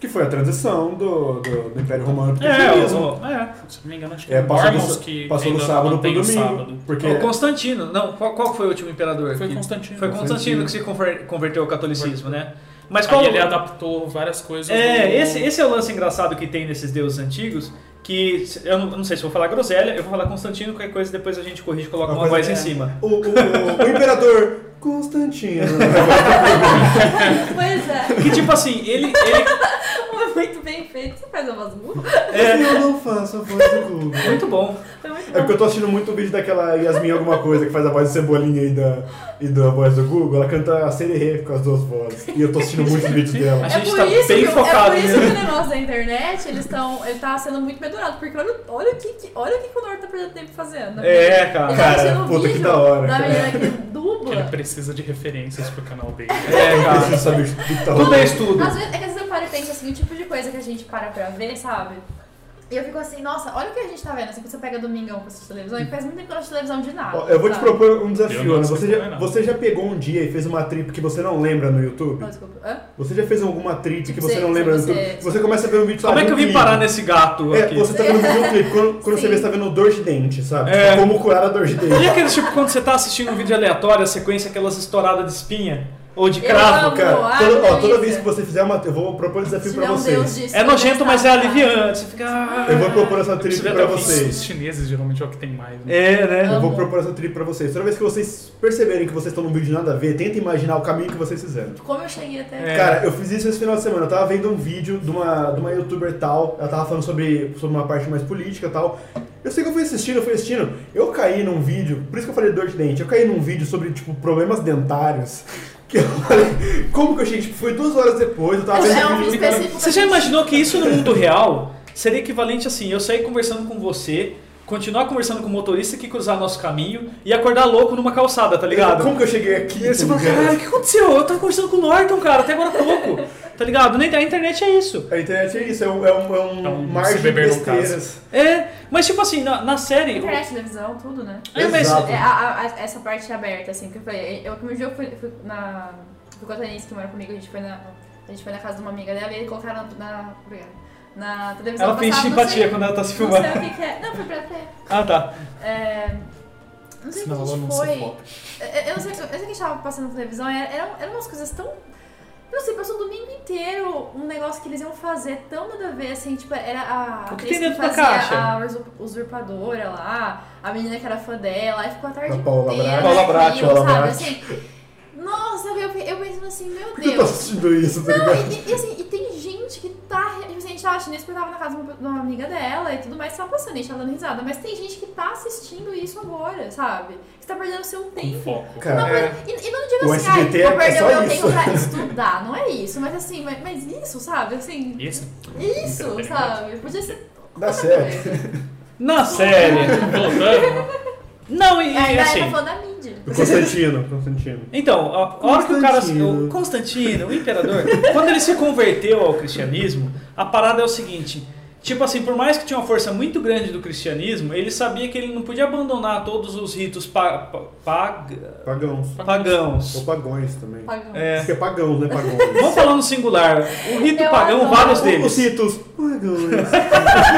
[SPEAKER 5] Que foi a transição do, do, do Império Romano pro
[SPEAKER 2] É,
[SPEAKER 5] cristianismo.
[SPEAKER 2] o, é.
[SPEAKER 4] Se não me engano, acho que
[SPEAKER 5] É, passou do,
[SPEAKER 4] Mormons
[SPEAKER 5] sa-
[SPEAKER 4] que
[SPEAKER 5] passou do
[SPEAKER 4] ainda
[SPEAKER 5] sábado pro
[SPEAKER 4] mantém o
[SPEAKER 5] domingo.
[SPEAKER 4] sábado.
[SPEAKER 5] Porque é.
[SPEAKER 2] o Constantino. Não, qual, qual foi o último imperador?
[SPEAKER 4] Foi
[SPEAKER 2] que-
[SPEAKER 4] Constantino.
[SPEAKER 2] Foi Constantino
[SPEAKER 5] Constantino.
[SPEAKER 2] que se conver- converteu ao catolicismo, né? Mas
[SPEAKER 4] Aí
[SPEAKER 2] qual.
[SPEAKER 4] ele é adaptou várias coisas. do-
[SPEAKER 2] É, esse, esse é o lance engraçado que tem nesses deuses antigos. Que se- eu não, não sei se eu vou falar groselha, eu vou falar Constantino, qualquer coisa depois a gente corrige e coloca
[SPEAKER 5] Uma
[SPEAKER 2] uma
[SPEAKER 5] coisa é
[SPEAKER 2] voz em cima.
[SPEAKER 5] o, o, o imperador Constantino.
[SPEAKER 3] Pois é,
[SPEAKER 2] Que tipo assim, ele, ele
[SPEAKER 3] foi muito bem feito. Você faz umas burras.
[SPEAKER 2] é
[SPEAKER 5] Eu não faço a voz do Google.
[SPEAKER 2] muito bom.
[SPEAKER 3] Foi muito
[SPEAKER 5] É porque eu tô assistindo muito vídeo daquela Yasmin alguma coisa que faz a voz do Cebolinha e da, e da voz do Google. Ela canta a Sererê com as duas vozes. E eu tô assistindo muitos vídeos dela.
[SPEAKER 2] A
[SPEAKER 3] É
[SPEAKER 2] gente
[SPEAKER 3] por,
[SPEAKER 2] tá
[SPEAKER 3] isso
[SPEAKER 2] bem
[SPEAKER 3] que,
[SPEAKER 2] focado
[SPEAKER 3] é por isso
[SPEAKER 5] né?
[SPEAKER 2] nisso.
[SPEAKER 3] que o negócio da internet eles tão, ele tá sendo muito medurado, porque olha, o- olha, o, que, que- olha o que que o Norte tá perdendo tempo fazendo.
[SPEAKER 2] É,
[SPEAKER 3] ele
[SPEAKER 2] cara.
[SPEAKER 3] tá
[SPEAKER 5] cara,
[SPEAKER 3] assistindo um
[SPEAKER 5] puta, que
[SPEAKER 3] vídeo
[SPEAKER 5] da hora,
[SPEAKER 3] Da
[SPEAKER 5] cara.
[SPEAKER 3] menina que
[SPEAKER 4] Ele
[SPEAKER 3] dubla.
[SPEAKER 4] precisa de referências pro canal dele.
[SPEAKER 2] É,
[SPEAKER 5] Eu
[SPEAKER 2] cara.
[SPEAKER 5] preciso saber o que tá
[SPEAKER 2] Tudo
[SPEAKER 5] rolando.
[SPEAKER 2] é estudo.
[SPEAKER 3] Às vezes, é que às vezes eu paro e penso assim, o tipo de coisa que a gente para pra ver, sabe? E eu fico assim, nossa, olha o que a gente tá vendo. Assim, quando você pega domingão pra assistir televisão, e faz muito tempo que eu não assisto televisão de nada.
[SPEAKER 5] Ó, Eu vou te
[SPEAKER 3] sabe?
[SPEAKER 5] propor um
[SPEAKER 4] Eu não
[SPEAKER 5] desafio, Ana.
[SPEAKER 4] sei
[SPEAKER 5] Você
[SPEAKER 4] como é,
[SPEAKER 5] já,
[SPEAKER 4] não.
[SPEAKER 5] você já pegou um dia e fez uma trip que você não lembra no YouTube?
[SPEAKER 3] Não, desculpa. Hã?
[SPEAKER 5] Você já fez alguma trip que
[SPEAKER 3] Tipo,
[SPEAKER 5] você
[SPEAKER 3] você-
[SPEAKER 5] não lembra no
[SPEAKER 3] você-
[SPEAKER 5] YouTube? Você começa a ver um vídeo
[SPEAKER 2] Como
[SPEAKER 5] sabe,
[SPEAKER 2] é que
[SPEAKER 5] um
[SPEAKER 2] eu vim
[SPEAKER 5] clipe.
[SPEAKER 2] parar nesse gato
[SPEAKER 5] É,
[SPEAKER 2] aqui?
[SPEAKER 5] você tá vendo um vídeo um clipe. Quando, quando você
[SPEAKER 3] Sim.
[SPEAKER 5] vê, você tá vendo dor de dente, sabe?
[SPEAKER 2] É.
[SPEAKER 5] Como curar a dor de
[SPEAKER 2] E
[SPEAKER 5] dente. Tipo,
[SPEAKER 2] aquele tipo, quando você tá assistindo um vídeo aleatório, a sequência aquelas estouradas de espinha? Ou de
[SPEAKER 3] Eu
[SPEAKER 2] cravo.
[SPEAKER 3] amo.
[SPEAKER 5] Cara,
[SPEAKER 3] Ah,
[SPEAKER 5] toda, ó,
[SPEAKER 3] delícia.
[SPEAKER 5] toda vez que você fizer uma. Eu vou propor um desafio
[SPEAKER 3] Se
[SPEAKER 5] pra
[SPEAKER 3] não, Deus
[SPEAKER 5] vocês.
[SPEAKER 3] disse,
[SPEAKER 2] É
[SPEAKER 3] eu
[SPEAKER 2] nojento,
[SPEAKER 3] gostava.
[SPEAKER 2] mas é aliviante. Você fica. ah,
[SPEAKER 5] Eu vou propor essa trip
[SPEAKER 2] tiver
[SPEAKER 5] pra
[SPEAKER 2] tão
[SPEAKER 4] Então, Os,
[SPEAKER 5] vocês.
[SPEAKER 4] os chineses geralmente é o que tem mais. Né?
[SPEAKER 2] É, né?
[SPEAKER 5] Eu vou
[SPEAKER 3] Amo.
[SPEAKER 5] propor essa trip pra vocês. Toda vez que vocês perceberem que vocês estão num vídeo de nada a ver, tenta imaginar o caminho que vocês fizeram.
[SPEAKER 3] Como eu cheguei até.
[SPEAKER 2] É.
[SPEAKER 5] Cara, eu fiz isso esse final de semana. Eu tava vendo um vídeo de uma, de uma youtuber tal. Ela tava falando sobre, sobre uma parte mais política e tal. Eu sei que eu fui assistindo, eu fui assistindo. Eu caí num vídeo, por isso que eu falei dor de dente. Eu caí num vídeo sobre, tipo, problemas dentários. Que eu falei, como que eu cheguei? Tipo, foi duas horas depois. Eu tava vendo
[SPEAKER 3] É
[SPEAKER 5] um
[SPEAKER 3] um
[SPEAKER 5] vídeo.
[SPEAKER 3] específico.
[SPEAKER 2] Você já imaginou que isso no mundo real seria equivalente assim, eu sair conversando com você, continuar conversando com o motorista que cruzar nosso caminho e acordar louco numa calçada, tá ligado?
[SPEAKER 5] Como que eu cheguei aqui?
[SPEAKER 2] E aí você
[SPEAKER 5] tá
[SPEAKER 2] fala,
[SPEAKER 5] ligado?
[SPEAKER 2] caralho, o que aconteceu? Eu tava conversando com o Norton, cara, até agora há pouco. Tá ligado? Na inter- A internet é isso.
[SPEAKER 5] A internet é isso, é um, é um, é um
[SPEAKER 4] É um
[SPEAKER 5] mar
[SPEAKER 4] se
[SPEAKER 5] de
[SPEAKER 4] beber no caso.
[SPEAKER 5] besteiras.
[SPEAKER 2] É, mas tipo assim, na, na série. o-
[SPEAKER 3] Internet, televisão, tudo, né?
[SPEAKER 2] É, mas-
[SPEAKER 5] Exato.
[SPEAKER 3] É, a- a- essa parte aberta, assim, que eu falei. Eu, um dia eu fui, fui na. Fui com a Thaís, que mora comigo, a gente foi na, a gente foi na casa de uma amiga dela e eles colocaram na. na, obrigada, na televisão.
[SPEAKER 2] Ela finge
[SPEAKER 3] passava, não
[SPEAKER 2] simpatia
[SPEAKER 3] sei-
[SPEAKER 2] quando ela tá se
[SPEAKER 3] Não
[SPEAKER 2] filmando.
[SPEAKER 3] sei o que, que é. Não, foi pra fé.
[SPEAKER 2] Ah, tá.
[SPEAKER 3] É, não sei o que a
[SPEAKER 4] Senão ela
[SPEAKER 3] gente
[SPEAKER 4] não se
[SPEAKER 3] foi.
[SPEAKER 4] foca.
[SPEAKER 3] É, é, Eu não sei, eu sei que a gente tava passando na televisão, era- eram, eram umas coisas tão. Eu não sei, passou o domingo inteiro um negócio que eles iam fazer tão nada a ver, assim, tipo, era a.
[SPEAKER 2] O que
[SPEAKER 3] atriz
[SPEAKER 2] tem dentro da
[SPEAKER 3] fazia
[SPEAKER 2] caixa?
[SPEAKER 3] A usurp- usurpadora lá, a menina que era fã dela, aí ficou a tarde
[SPEAKER 5] Da Paula
[SPEAKER 3] inteira.
[SPEAKER 5] Brat. Paula Brat,
[SPEAKER 3] naquilo,
[SPEAKER 5] Paula
[SPEAKER 3] sabe?
[SPEAKER 5] Brat.
[SPEAKER 3] Assim, nossa, eu, eu pensando assim, meu
[SPEAKER 5] Por que eu tô
[SPEAKER 3] Deus.
[SPEAKER 5] assistindo isso, tá
[SPEAKER 3] Não,
[SPEAKER 5] ligado?
[SPEAKER 3] e, e assim, e tem gente que tá. Tipo assim, a gente tava assistindo isso porque tava na casa de uma, de uma amiga dela e tudo mais, tava passando, a gente tava dando risada. Mas tem gente que tá assistindo isso agora, sabe? Que tá perdendo seu
[SPEAKER 5] É.
[SPEAKER 4] Com
[SPEAKER 3] tempo.
[SPEAKER 4] Um foco.
[SPEAKER 3] Não,
[SPEAKER 5] Cara,
[SPEAKER 3] mas, e, e não digo
[SPEAKER 5] É. O
[SPEAKER 3] assim, ai,
[SPEAKER 5] SBT
[SPEAKER 3] vou
[SPEAKER 5] é
[SPEAKER 3] perder
[SPEAKER 5] só
[SPEAKER 3] o meu
[SPEAKER 5] isso."
[SPEAKER 3] tempo pra estudar, não é isso, mas assim, mas, mas isso, sabe? Assim,
[SPEAKER 4] Isso.
[SPEAKER 3] isso,
[SPEAKER 4] Entretenimento.
[SPEAKER 3] sabe? Podia
[SPEAKER 5] É.
[SPEAKER 3] ser.
[SPEAKER 5] dá certo.
[SPEAKER 2] Na série.
[SPEAKER 4] Voltando.
[SPEAKER 2] Não, e,
[SPEAKER 3] Aí
[SPEAKER 2] e
[SPEAKER 3] daí tá
[SPEAKER 2] assim.
[SPEAKER 3] falando da mídia.
[SPEAKER 5] O Constantino, Constantino.
[SPEAKER 2] Então, a a hora que o cara.
[SPEAKER 5] Constantino.
[SPEAKER 2] O Constantino, o imperador, quando ele se converteu ao cristianismo, a parada é o seguinte. Tipo assim, por mais que tinha uma força muito grande do cristianismo, ele sabia que ele não podia abandonar todos os ritos pa, pa, pag-
[SPEAKER 5] Pagãos. Ou
[SPEAKER 2] pagãos.
[SPEAKER 5] pagões também.
[SPEAKER 3] Pagão.
[SPEAKER 2] É.
[SPEAKER 5] Porque é pagãos, né?
[SPEAKER 2] Vamos
[SPEAKER 5] Pagões.
[SPEAKER 2] falar no singular. O rito
[SPEAKER 3] Eu
[SPEAKER 2] pagão,
[SPEAKER 3] adoro.
[SPEAKER 2] vários
[SPEAKER 5] Os
[SPEAKER 2] deles.
[SPEAKER 5] ritos. Pagões.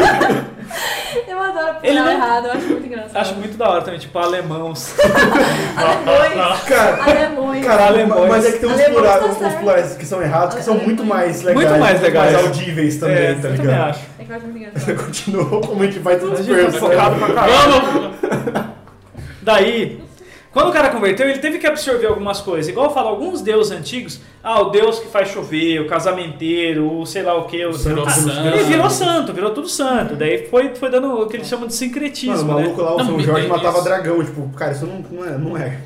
[SPEAKER 3] Eu adoro
[SPEAKER 2] Ele
[SPEAKER 3] falar
[SPEAKER 2] não-
[SPEAKER 3] errado, eu acho muito engraçado.
[SPEAKER 2] Acho muito da hora também, tipo alemãos.
[SPEAKER 3] Alemões,
[SPEAKER 5] Cara,
[SPEAKER 3] alemões.
[SPEAKER 5] caralho,
[SPEAKER 2] Alemães.
[SPEAKER 5] mas é que tem uns
[SPEAKER 3] Alemães tá
[SPEAKER 5] plurais, uns, uns
[SPEAKER 3] certo.
[SPEAKER 5] plurais que são errados, que são muito mais
[SPEAKER 2] Muito
[SPEAKER 5] legais.
[SPEAKER 2] mais legais.
[SPEAKER 5] mais audíveis também,
[SPEAKER 2] é,
[SPEAKER 5] tá
[SPEAKER 2] eu também
[SPEAKER 5] ligado?
[SPEAKER 2] acho.
[SPEAKER 3] É que eu acho muito engraçado.
[SPEAKER 5] Continua como a gente vai tudo
[SPEAKER 2] A gente tá
[SPEAKER 5] disperso.
[SPEAKER 2] focado pra caralho.
[SPEAKER 4] Vamos!
[SPEAKER 2] Daí, quando o cara converteu, ele teve que absorver algumas coisas. Igual eu falo, alguns deuses antigos, ah, o deus que faz chover, o casamenteiro, o sei lá o que, o
[SPEAKER 4] Virou
[SPEAKER 2] Ah,
[SPEAKER 4] santo.
[SPEAKER 2] Ele virou santo, virou tudo santo. Daí foi, foi dando o que eles chamam de
[SPEAKER 5] Mano, o
[SPEAKER 2] sincretismo, né?
[SPEAKER 5] maluco lá, o
[SPEAKER 4] Não,
[SPEAKER 5] São
[SPEAKER 4] me
[SPEAKER 5] Jorge
[SPEAKER 4] entende
[SPEAKER 5] matava
[SPEAKER 4] isso.
[SPEAKER 5] dragão. Tipo, cara, isso não, não, é, não é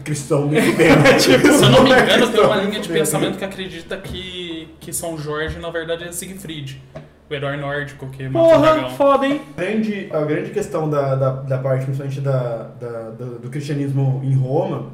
[SPEAKER 5] cristão nem fudendo.
[SPEAKER 2] É, tipo,
[SPEAKER 5] é
[SPEAKER 4] Se eu não me engano, tem
[SPEAKER 5] cristão,
[SPEAKER 4] uma
[SPEAKER 5] nem
[SPEAKER 4] linha de
[SPEAKER 5] fudendo.
[SPEAKER 4] pensamento que acredita que, que São Jorge, na verdade, é Siegfried, o herói nórdico que
[SPEAKER 2] né?
[SPEAKER 4] matou o
[SPEAKER 2] Porra,
[SPEAKER 4] dragão.
[SPEAKER 2] foda, hein?
[SPEAKER 5] grande, a grande questão da, da, da parte, principalmente da, da- do, do cristianismo em Roma,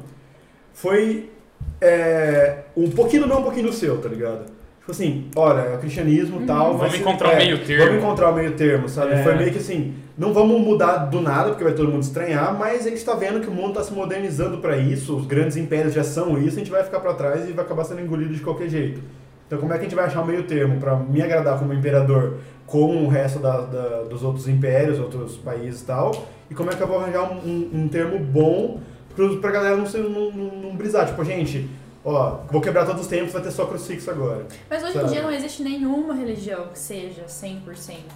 [SPEAKER 5] foi é, um pouquinho do meu, um pouquinho do seu, tá ligado? Tipo assim, olha, é o cristianismo e tal.
[SPEAKER 4] Uhum. Vamos
[SPEAKER 5] mas-
[SPEAKER 4] encontrar o
[SPEAKER 5] é,
[SPEAKER 4] meio termo.
[SPEAKER 5] Vamos encontrar o meio termo, sabe?
[SPEAKER 2] É.
[SPEAKER 5] Foi meio que assim, não vamos mudar do nada, porque vai todo mundo estranhar, mas a gente tá vendo que o mundo tá se modernizando pra isso, os grandes impérios já são isso, a gente vai ficar pra trás e vai acabar sendo engolido de qualquer jeito. Então como é que a gente vai achar o meio termo pra me agradar como imperador com o resto da- da- dos outros impérios, outros países e tal, e como é que eu vou arranjar um, um- um termo bom pro, pra galera não, se- não, não, não brisar, tipo, gente, ó, vou quebrar todos os tempos, vai ter só crucifixo agora.
[SPEAKER 3] Mas hoje em
[SPEAKER 5] Sabe?
[SPEAKER 3] dia não existe nenhuma religião que seja 100%.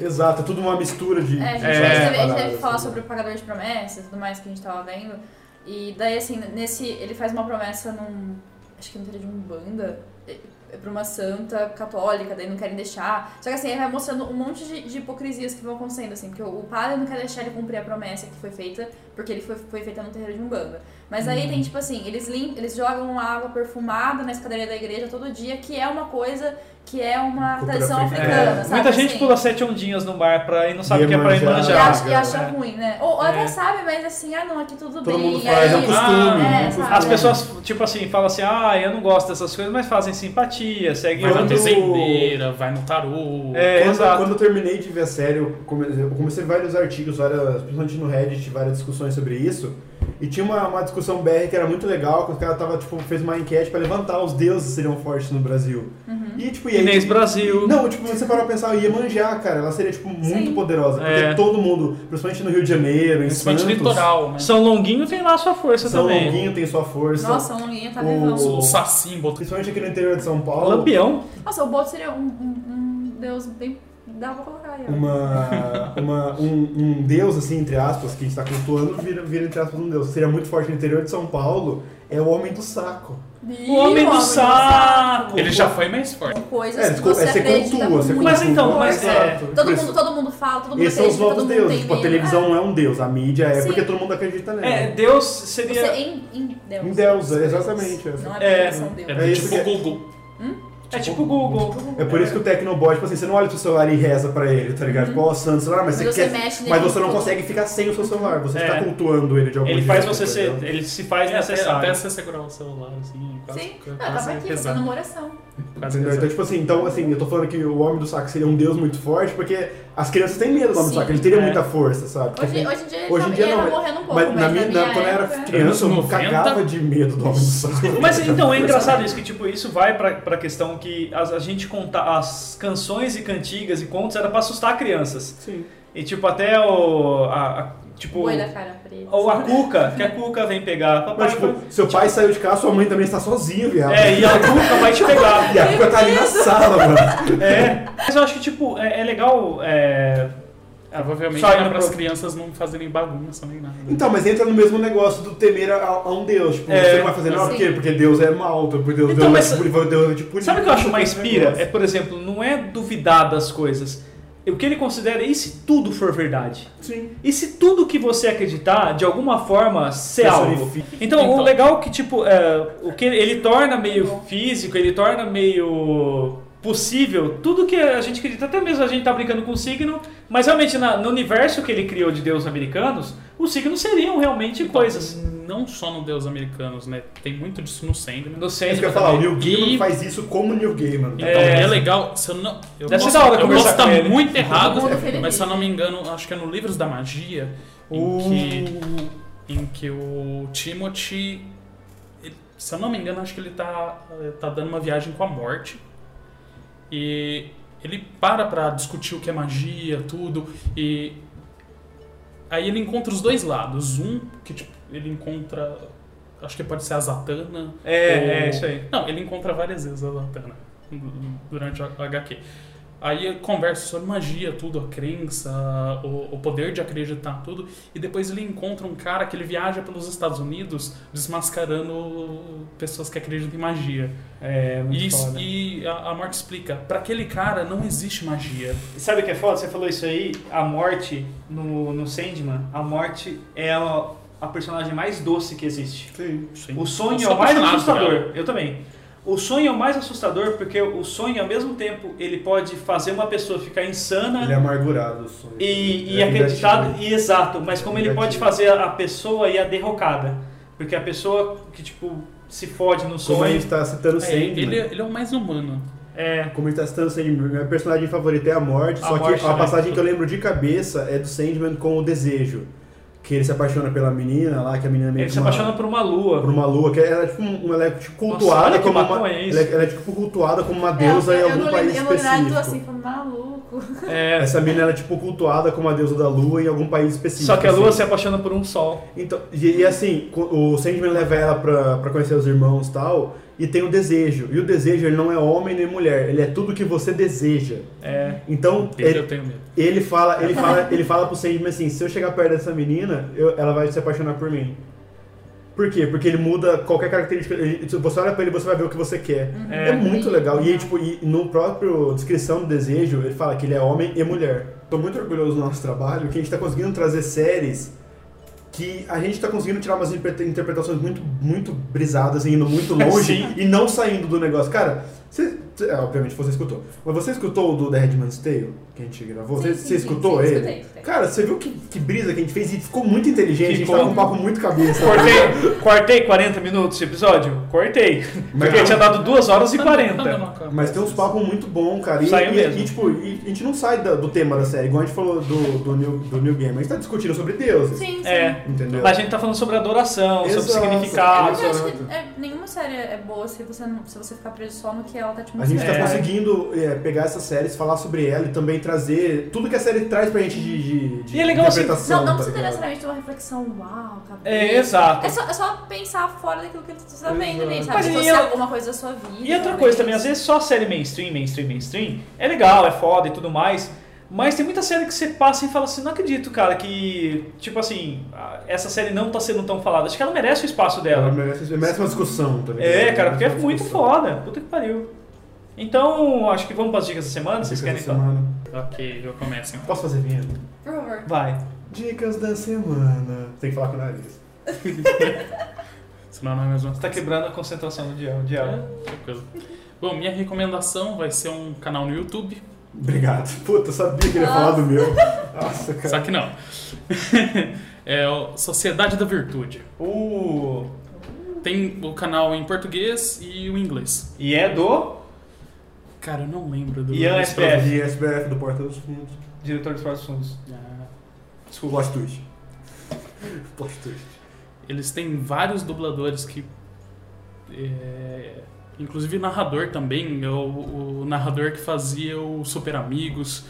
[SPEAKER 5] Exato, é tudo uma mistura de...
[SPEAKER 3] É, a gente,
[SPEAKER 5] de
[SPEAKER 3] a gente
[SPEAKER 5] várias
[SPEAKER 3] teve- a gente
[SPEAKER 5] paradas,
[SPEAKER 3] teve que falar
[SPEAKER 5] assim.
[SPEAKER 3] sobre o pagador de promessas e tudo mais que a gente tava vendo. E daí, assim, nesse. Ele faz uma promessa num. Acho que não seria de Umbanda. é- é Pra uma santa católica, daí não querem deixar. Só que assim, ele vai mostrando um monte de, de hipocrisias que vão acontecendo, assim, porque o, o padre não quer deixar ele cumprir a promessa que foi feita, porque ele foi, foi feita no terreiro de Umbanda. Mas aí tem, tipo assim, eles, lim, eles jogam água perfumada na escadaria da igreja todo dia, que é uma coisa que é uma
[SPEAKER 5] Cultura
[SPEAKER 3] tradição
[SPEAKER 5] africana.
[SPEAKER 3] africana.
[SPEAKER 2] É,
[SPEAKER 3] sabe,
[SPEAKER 2] muita gente
[SPEAKER 3] assim?
[SPEAKER 2] pula sete ondinhas no bar pra, e não sabe o que é pra
[SPEAKER 5] Iemanjá.
[SPEAKER 3] E acha,
[SPEAKER 2] Iemanjá.
[SPEAKER 3] e acha
[SPEAKER 2] É.
[SPEAKER 3] ruim, né? Ou, ou até
[SPEAKER 2] É.
[SPEAKER 3] sabe, mas assim, ah não, aqui tudo
[SPEAKER 5] Todo
[SPEAKER 3] bem.
[SPEAKER 5] mundo faz, é um
[SPEAKER 3] aí-
[SPEAKER 5] costume.
[SPEAKER 3] Ah, é,
[SPEAKER 5] é um costume.
[SPEAKER 3] sabe?
[SPEAKER 2] As pessoas, tipo assim, falam assim, ah, eu não gosto dessas coisas, mas fazem simpatia, seguem...
[SPEAKER 4] Vai na
[SPEAKER 5] Quando-
[SPEAKER 4] tezendeira, vai no tarô.
[SPEAKER 2] É,
[SPEAKER 5] quando,
[SPEAKER 2] exato.
[SPEAKER 5] quando eu terminei de ver a série, eu come- eu comecei vários artigos, várias, principalmente no Reddit, várias discussões sobre isso. E tinha uma, uma discussão BR que era muito legal, que os caras tava, tipo, fez uma enquete pra levantar os deuses que seriam fortes no Brasil.
[SPEAKER 3] Uhum.
[SPEAKER 5] E, tipo, e aí,
[SPEAKER 2] Inês Brasil.
[SPEAKER 5] Não, tipo, você parou pra pensar, Iemanjá, cara, ela seria, tipo, muito
[SPEAKER 3] Sim.
[SPEAKER 5] poderosa. Porque
[SPEAKER 2] É.
[SPEAKER 5] todo mundo, principalmente no Rio de Janeiro, em
[SPEAKER 4] Principalmente
[SPEAKER 5] Santos,
[SPEAKER 4] litoral, né?
[SPEAKER 2] São Longuinho tem lá a sua força
[SPEAKER 5] São
[SPEAKER 2] também.
[SPEAKER 5] Longuinho tem sua força.
[SPEAKER 3] Nossa, o Longuinha tá
[SPEAKER 5] O-
[SPEAKER 3] vivão.
[SPEAKER 4] O Saci, botou
[SPEAKER 5] Principalmente aqui no interior de São Paulo.
[SPEAKER 2] Lampião.
[SPEAKER 3] Nossa, o Boto seria um, um- um deus bem... Dá pra colocar aí, ó.
[SPEAKER 5] uma, uma- um, um deus, assim, entre aspas, que a gente tá cultuando, vira, vira, entre aspas, um deus. Seria muito forte no interior de São Paulo, é o Homem do Saco.
[SPEAKER 3] Ih,
[SPEAKER 2] O Um Homem do Saco.
[SPEAKER 4] Ele já foi mais forte.
[SPEAKER 3] São coisas
[SPEAKER 5] É,
[SPEAKER 3] que
[SPEAKER 5] desculpa,
[SPEAKER 3] assim, você
[SPEAKER 5] é você
[SPEAKER 3] acredita
[SPEAKER 5] cultua,
[SPEAKER 3] muito.
[SPEAKER 5] você cultua.
[SPEAKER 2] Mas então, mas é.
[SPEAKER 5] Exato.
[SPEAKER 3] Todo
[SPEAKER 5] Isso.
[SPEAKER 3] mundo, todo mundo fala, todo mundo
[SPEAKER 5] Esses são os
[SPEAKER 3] acredita, todo
[SPEAKER 5] novos
[SPEAKER 3] mundo Ah,
[SPEAKER 5] deuses.
[SPEAKER 3] tem
[SPEAKER 5] Tipo, a
[SPEAKER 3] medo.
[SPEAKER 5] televisão é um deus, a mídia é
[SPEAKER 3] Sim.
[SPEAKER 5] porque todo mundo acredita nela.
[SPEAKER 2] É, Deus
[SPEAKER 3] É,
[SPEAKER 2] seria.
[SPEAKER 3] você em, em Deus.
[SPEAKER 5] Um deus, é, exatamente.
[SPEAKER 3] Não
[SPEAKER 5] É.
[SPEAKER 3] é
[SPEAKER 2] É,
[SPEAKER 3] porque são deus.
[SPEAKER 4] Era
[SPEAKER 5] É isso
[SPEAKER 4] tipo
[SPEAKER 5] que-
[SPEAKER 4] o Google.
[SPEAKER 2] É tipo Google.
[SPEAKER 5] É por isso que o Tecnobot, tipo assim, você não olha pro celular e reza pra ele, tá ligado? Tipo, ó, Santos, ah, mas
[SPEAKER 3] Uhum. Mas
[SPEAKER 5] você
[SPEAKER 3] você
[SPEAKER 5] quer.
[SPEAKER 3] mexe nele
[SPEAKER 5] Mas você não
[SPEAKER 3] todo.
[SPEAKER 5] consegue ficar sem o seu celular, você
[SPEAKER 2] É.
[SPEAKER 5] está cultuando ele de algum
[SPEAKER 2] Ele
[SPEAKER 5] jeito. tá
[SPEAKER 2] faz você ser.
[SPEAKER 5] entendeu?
[SPEAKER 2] Ele se faz
[SPEAKER 4] É, até, até
[SPEAKER 2] necessário.
[SPEAKER 4] você segurar o celular, assim, quase,
[SPEAKER 3] Sim, Ah, tá
[SPEAKER 4] quase
[SPEAKER 3] não, eu tava aqui fazendo
[SPEAKER 4] rezar.
[SPEAKER 3] uma oração.
[SPEAKER 4] Quase
[SPEAKER 5] Entendeu?
[SPEAKER 4] rezar.
[SPEAKER 5] Então, tipo assim, então, assim, eu tô falando que o Homem do Saco seria um deus muito forte, porque as crianças têm medo do Homem do
[SPEAKER 3] Sim.
[SPEAKER 5] Saco, ele teria
[SPEAKER 2] É.
[SPEAKER 5] muita força, sabe? Tipo,
[SPEAKER 3] Hoje, hoje em dia ele
[SPEAKER 5] Hoje
[SPEAKER 3] tá,
[SPEAKER 5] em dia
[SPEAKER 3] ele
[SPEAKER 5] não,
[SPEAKER 3] tá morrendo um pouco,
[SPEAKER 5] Mas
[SPEAKER 3] mas,
[SPEAKER 5] na minha, na-
[SPEAKER 3] época...
[SPEAKER 5] quando eu era criança, eu
[SPEAKER 4] Anos 90?
[SPEAKER 5] cagava de medo do Homem do Saco.
[SPEAKER 2] Mas então é engraçado isso que tipo isso vai pra, pra questão que as- a gente contar as canções e cantigas e contos era pra assustar crianças.
[SPEAKER 5] Sim.
[SPEAKER 2] E tipo até o a, a- tipo
[SPEAKER 3] Olha a cara preta.
[SPEAKER 2] ou a cuca, que a cuca vem pegar, papai.
[SPEAKER 5] Mas, tipo, seu pai saiu de casa, sua mãe também está sozinha, viado.
[SPEAKER 2] É, e a cuca vai te pegar.
[SPEAKER 5] E a cuca tá ali na sala, mano.
[SPEAKER 2] É. Mas eu acho que tipo é, é legal é,
[SPEAKER 4] Provavelmente
[SPEAKER 2] Só
[SPEAKER 4] era
[SPEAKER 2] indo
[SPEAKER 4] para as
[SPEAKER 2] pro-
[SPEAKER 4] crianças não fazerem bagunça nem nada.
[SPEAKER 5] Então, mas entra no mesmo negócio do temer a, a um deus. Tipo,
[SPEAKER 2] É.
[SPEAKER 5] você não vai fazer, não,
[SPEAKER 3] Sim.
[SPEAKER 5] por quê? Porque Deus é mau, porque Deus,
[SPEAKER 2] Então,
[SPEAKER 5] Deus, é
[SPEAKER 2] mas-
[SPEAKER 5] te punir, Deus é te punir.
[SPEAKER 2] Sabe o que eu acho mais pira? É,
[SPEAKER 5] tipo né, negócio.
[SPEAKER 2] por exemplo, não é duvidar das coisas. O que ele considera é e se tudo for verdade?
[SPEAKER 5] Sim.
[SPEAKER 2] E se tudo que você acreditar, de alguma forma, ser algo?
[SPEAKER 5] Personifica.
[SPEAKER 2] Então, o
[SPEAKER 4] Então.
[SPEAKER 2] legal é que, tipo, é, o que ele torna meio físico, ele torna meio possível tudo que a gente acredita. Até mesmo a gente tá brincando com o signo, mas realmente na- no universo que ele criou de deuses americanos, os signos seriam realmente coisas.
[SPEAKER 4] Então, Não só no Deus Americanos, né? Tem muito disso no Sandman.
[SPEAKER 2] No
[SPEAKER 5] É isso que eu
[SPEAKER 2] centro
[SPEAKER 5] ia falar, o Neil
[SPEAKER 4] E-
[SPEAKER 5] Gaiman faz isso como o Neil Gaiman.
[SPEAKER 4] Então, é, legal. Se eu não, eu
[SPEAKER 2] Deve ser
[SPEAKER 4] posso-
[SPEAKER 2] da hora
[SPEAKER 4] eu posso
[SPEAKER 2] conversar
[SPEAKER 4] estar
[SPEAKER 2] com ele.
[SPEAKER 4] muito errado,
[SPEAKER 3] mundo é feliz.
[SPEAKER 4] mas se eu não me engano, acho que é no Livros da Magia em,
[SPEAKER 5] Uh.
[SPEAKER 4] que, em que o Timothy. ele- se eu não me engano, acho que ele tá, eh, tá dando uma viagem com a morte. E ele para pra discutir o que é magia, tudo. E aí ele encontra os dois lados. Um, que tipo, ele encontra. Acho que pode ser a Zatanna.
[SPEAKER 2] É,
[SPEAKER 4] ou-
[SPEAKER 2] é isso aí.
[SPEAKER 4] Não, ele encontra várias vezes a Zatanna durante a HQ. Aí ele conversa sobre magia, tudo, a crença, o, o poder de acreditar, tudo. E depois ele encontra um cara que ele viaja pelos Estados Unidos desmascarando pessoas que acreditam em magia.
[SPEAKER 2] É, muito
[SPEAKER 4] E,
[SPEAKER 2] foda.
[SPEAKER 4] e a, a morte explica: pra aquele cara não existe magia.
[SPEAKER 2] Sabe o que é foda? Você falou isso aí, a morte no, no Sandman, a morte é a, a personagem mais doce que existe.
[SPEAKER 5] Sim.
[SPEAKER 4] Sim.
[SPEAKER 2] O
[SPEAKER 4] Eu
[SPEAKER 2] sonho é
[SPEAKER 4] sou
[SPEAKER 2] o mais
[SPEAKER 4] apaixonado por
[SPEAKER 2] assustador.
[SPEAKER 4] ela.
[SPEAKER 2] Eu também. O sonho é o mais assustador porque o sonho, ao mesmo tempo, ele pode fazer uma pessoa ficar
[SPEAKER 5] Ele é
[SPEAKER 2] insana
[SPEAKER 5] amargurado. o sonho.
[SPEAKER 2] e, e
[SPEAKER 5] Ele é
[SPEAKER 2] acreditado
[SPEAKER 5] vingativo.
[SPEAKER 2] e exato, mas como ele pode
[SPEAKER 5] Negativo.
[SPEAKER 2] fazer a pessoa e a derrocada. Porque a pessoa que, tipo, se fode no
[SPEAKER 5] Como a
[SPEAKER 2] sonho.
[SPEAKER 5] gente tá citando
[SPEAKER 4] É,
[SPEAKER 5] sempre.
[SPEAKER 4] ele, ele é o mais humano.
[SPEAKER 2] É.
[SPEAKER 5] Como ele tá citando Sandman, meu personagem favorito é a morte,
[SPEAKER 2] A
[SPEAKER 5] só
[SPEAKER 2] morte,
[SPEAKER 5] que a
[SPEAKER 2] né?
[SPEAKER 5] passagem que eu lembro de cabeça é do Sandman com o desejo. Que ele se apaixona pela menina lá, que a menina é meio
[SPEAKER 2] Ele
[SPEAKER 5] que
[SPEAKER 2] se
[SPEAKER 5] uma-
[SPEAKER 2] apaixona por uma lua.
[SPEAKER 5] por uma lua, que ela é tipo, um- ela é, tipo cultuada
[SPEAKER 2] olha que
[SPEAKER 5] como uma.
[SPEAKER 2] maconha isso.
[SPEAKER 5] Ela é, ela é, tipo cultuada como uma deusa em
[SPEAKER 3] eu,
[SPEAKER 5] algum
[SPEAKER 3] não
[SPEAKER 5] país
[SPEAKER 3] lembro, Eu não
[SPEAKER 5] específico.
[SPEAKER 3] lembro, assim, falando, maluco.
[SPEAKER 2] É.
[SPEAKER 5] Essa menina era tipo cultuada como a deusa da lua em algum país específico.
[SPEAKER 2] Só que a lua
[SPEAKER 5] assim.
[SPEAKER 2] se apaixona por um sol.
[SPEAKER 5] Então, e, e assim, co- o Sandman leva ela pra, pra conhecer os irmãos e tal, e tem o desejo. E o desejo, ele não é homem nem mulher, ele é tudo que você deseja.
[SPEAKER 2] É.
[SPEAKER 5] Então,
[SPEAKER 4] Dele
[SPEAKER 5] ele,
[SPEAKER 4] eu tenho medo.
[SPEAKER 5] ele fala, ele fala, ele fala pro Sandman assim, se eu chegar perto dessa menina, eu- ela vai se apaixonar por mim. Por quê? Porque ele muda qualquer característica. Ele, se você olha pra ele, você vai ver o que você quer. É, muito legal. E, tipo, e no próprio descrição do desejo, ele fala que ele é homem e mulher. Tô muito orgulhoso do nosso trabalho, que a gente tá conseguindo trazer séries que a gente tá conseguindo tirar umas interpre- É, interpretações muito, muito brisadas, e indo muito longe
[SPEAKER 2] Sim.
[SPEAKER 5] e não saindo do negócio. Cara, você é, obviamente você escutou. Mas você escutou o do The Headman's Tale que a gente gravou?
[SPEAKER 3] Sim,
[SPEAKER 5] você
[SPEAKER 3] sim,
[SPEAKER 5] você
[SPEAKER 3] sim,
[SPEAKER 5] escutou
[SPEAKER 3] sim,
[SPEAKER 5] ele?
[SPEAKER 3] escutei, escutei.
[SPEAKER 5] Cara, você viu que, que brisa que a gente fez e ficou muito inteligente,
[SPEAKER 2] Ficou.
[SPEAKER 5] a gente tava com um papo muito cabeça.
[SPEAKER 2] Cortei, cortei 40 minutos de episódio? Cortei.
[SPEAKER 5] Mas-
[SPEAKER 2] Porque tinha dado 2 horas e
[SPEAKER 4] Tá dando
[SPEAKER 2] 40.
[SPEAKER 4] uma cara.
[SPEAKER 5] Mas tem uns papos muito bom, cara. E,
[SPEAKER 2] Saiu
[SPEAKER 5] e-
[SPEAKER 2] mesmo.
[SPEAKER 5] e, tipo, e- a gente não sai da- do tema da série, igual a gente falou do, do, New, do New Game. A gente tá discutindo sobre deuses.
[SPEAKER 3] Sim, sim.
[SPEAKER 2] É.
[SPEAKER 5] Entendeu?
[SPEAKER 2] A gente tá falando sobre adoração,
[SPEAKER 5] Exato.
[SPEAKER 2] sobre
[SPEAKER 3] Eu
[SPEAKER 2] significado.
[SPEAKER 3] acho
[SPEAKER 5] Exato.
[SPEAKER 3] que é, nenhuma série é boa se você, não- se você ficar preso só no que ela tá te
[SPEAKER 5] A gente
[SPEAKER 3] mostrando.
[SPEAKER 5] tá
[SPEAKER 2] É.
[SPEAKER 5] conseguindo é, pegar essas séries, falar sobre ela e também trazer tudo que a série traz pra gente de, de, de
[SPEAKER 2] E é legal assim-
[SPEAKER 5] interpretação.
[SPEAKER 3] Não, não
[SPEAKER 5] tá
[SPEAKER 3] precisa
[SPEAKER 5] ligado?
[SPEAKER 3] necessariamente ter uma reflexão, uau, cabelo.
[SPEAKER 2] É, exato.
[SPEAKER 3] É só, é só pensar fora daquilo que você tá vendo, né?
[SPEAKER 5] Exato.
[SPEAKER 3] Sabe?
[SPEAKER 2] Mas
[SPEAKER 3] Se
[SPEAKER 2] e
[SPEAKER 3] fosse
[SPEAKER 2] eu-
[SPEAKER 3] alguma coisa da sua vida.
[SPEAKER 2] E outra
[SPEAKER 3] talvez.
[SPEAKER 2] coisa também, às vezes só série mainstream, mainstream, mainstream, é legal, é foda e tudo mais, mas tem muita série que você passa e fala assim, não acredito, cara, que, tipo assim, a- essa série não tá sendo tão falada. Acho que ela merece o espaço
[SPEAKER 5] Ela
[SPEAKER 2] dela.
[SPEAKER 5] merece, merece uma discussão, tá ligado?
[SPEAKER 2] É, cara, porque é
[SPEAKER 5] Merece uma
[SPEAKER 2] muito
[SPEAKER 5] discussão.
[SPEAKER 2] foda. Puta que pariu. Então, acho que vamos para as dicas da semana, vocês querem
[SPEAKER 5] Dicas
[SPEAKER 2] então?
[SPEAKER 5] da
[SPEAKER 2] falar?
[SPEAKER 5] semana.
[SPEAKER 4] Ok, eu começo então.
[SPEAKER 5] Posso fazer vinheta?
[SPEAKER 3] Por favor.
[SPEAKER 2] Vai.
[SPEAKER 5] Dicas da semana. Tem que falar com o nariz.
[SPEAKER 4] Senão não é mais uma.
[SPEAKER 2] Você tá quebrando a concentração do diabo. diabo.
[SPEAKER 4] É, outra coisa. Bom, minha recomendação vai ser um canal no YouTube.
[SPEAKER 5] Obrigado. Puta, eu sabia que ele ia falar do meu. Nossa, cara.
[SPEAKER 4] Só que não. é o Sociedade da Virtude.
[SPEAKER 2] Uh,
[SPEAKER 4] Tem o canal em português e o inglês.
[SPEAKER 2] e é do
[SPEAKER 4] Cara, eu não lembro do
[SPEAKER 2] Ian é
[SPEAKER 4] inglês.
[SPEAKER 2] SPF.
[SPEAKER 5] E SBF do Porta dos Fundos.
[SPEAKER 2] diretor dos próprios fundos.
[SPEAKER 4] Ah,
[SPEAKER 2] Desculpa.
[SPEAKER 5] Plot twist. Plot twist.
[SPEAKER 4] Eles têm vários dubladores que. é, inclusive narrador também. É o, o narrador que fazia o Super Amigos.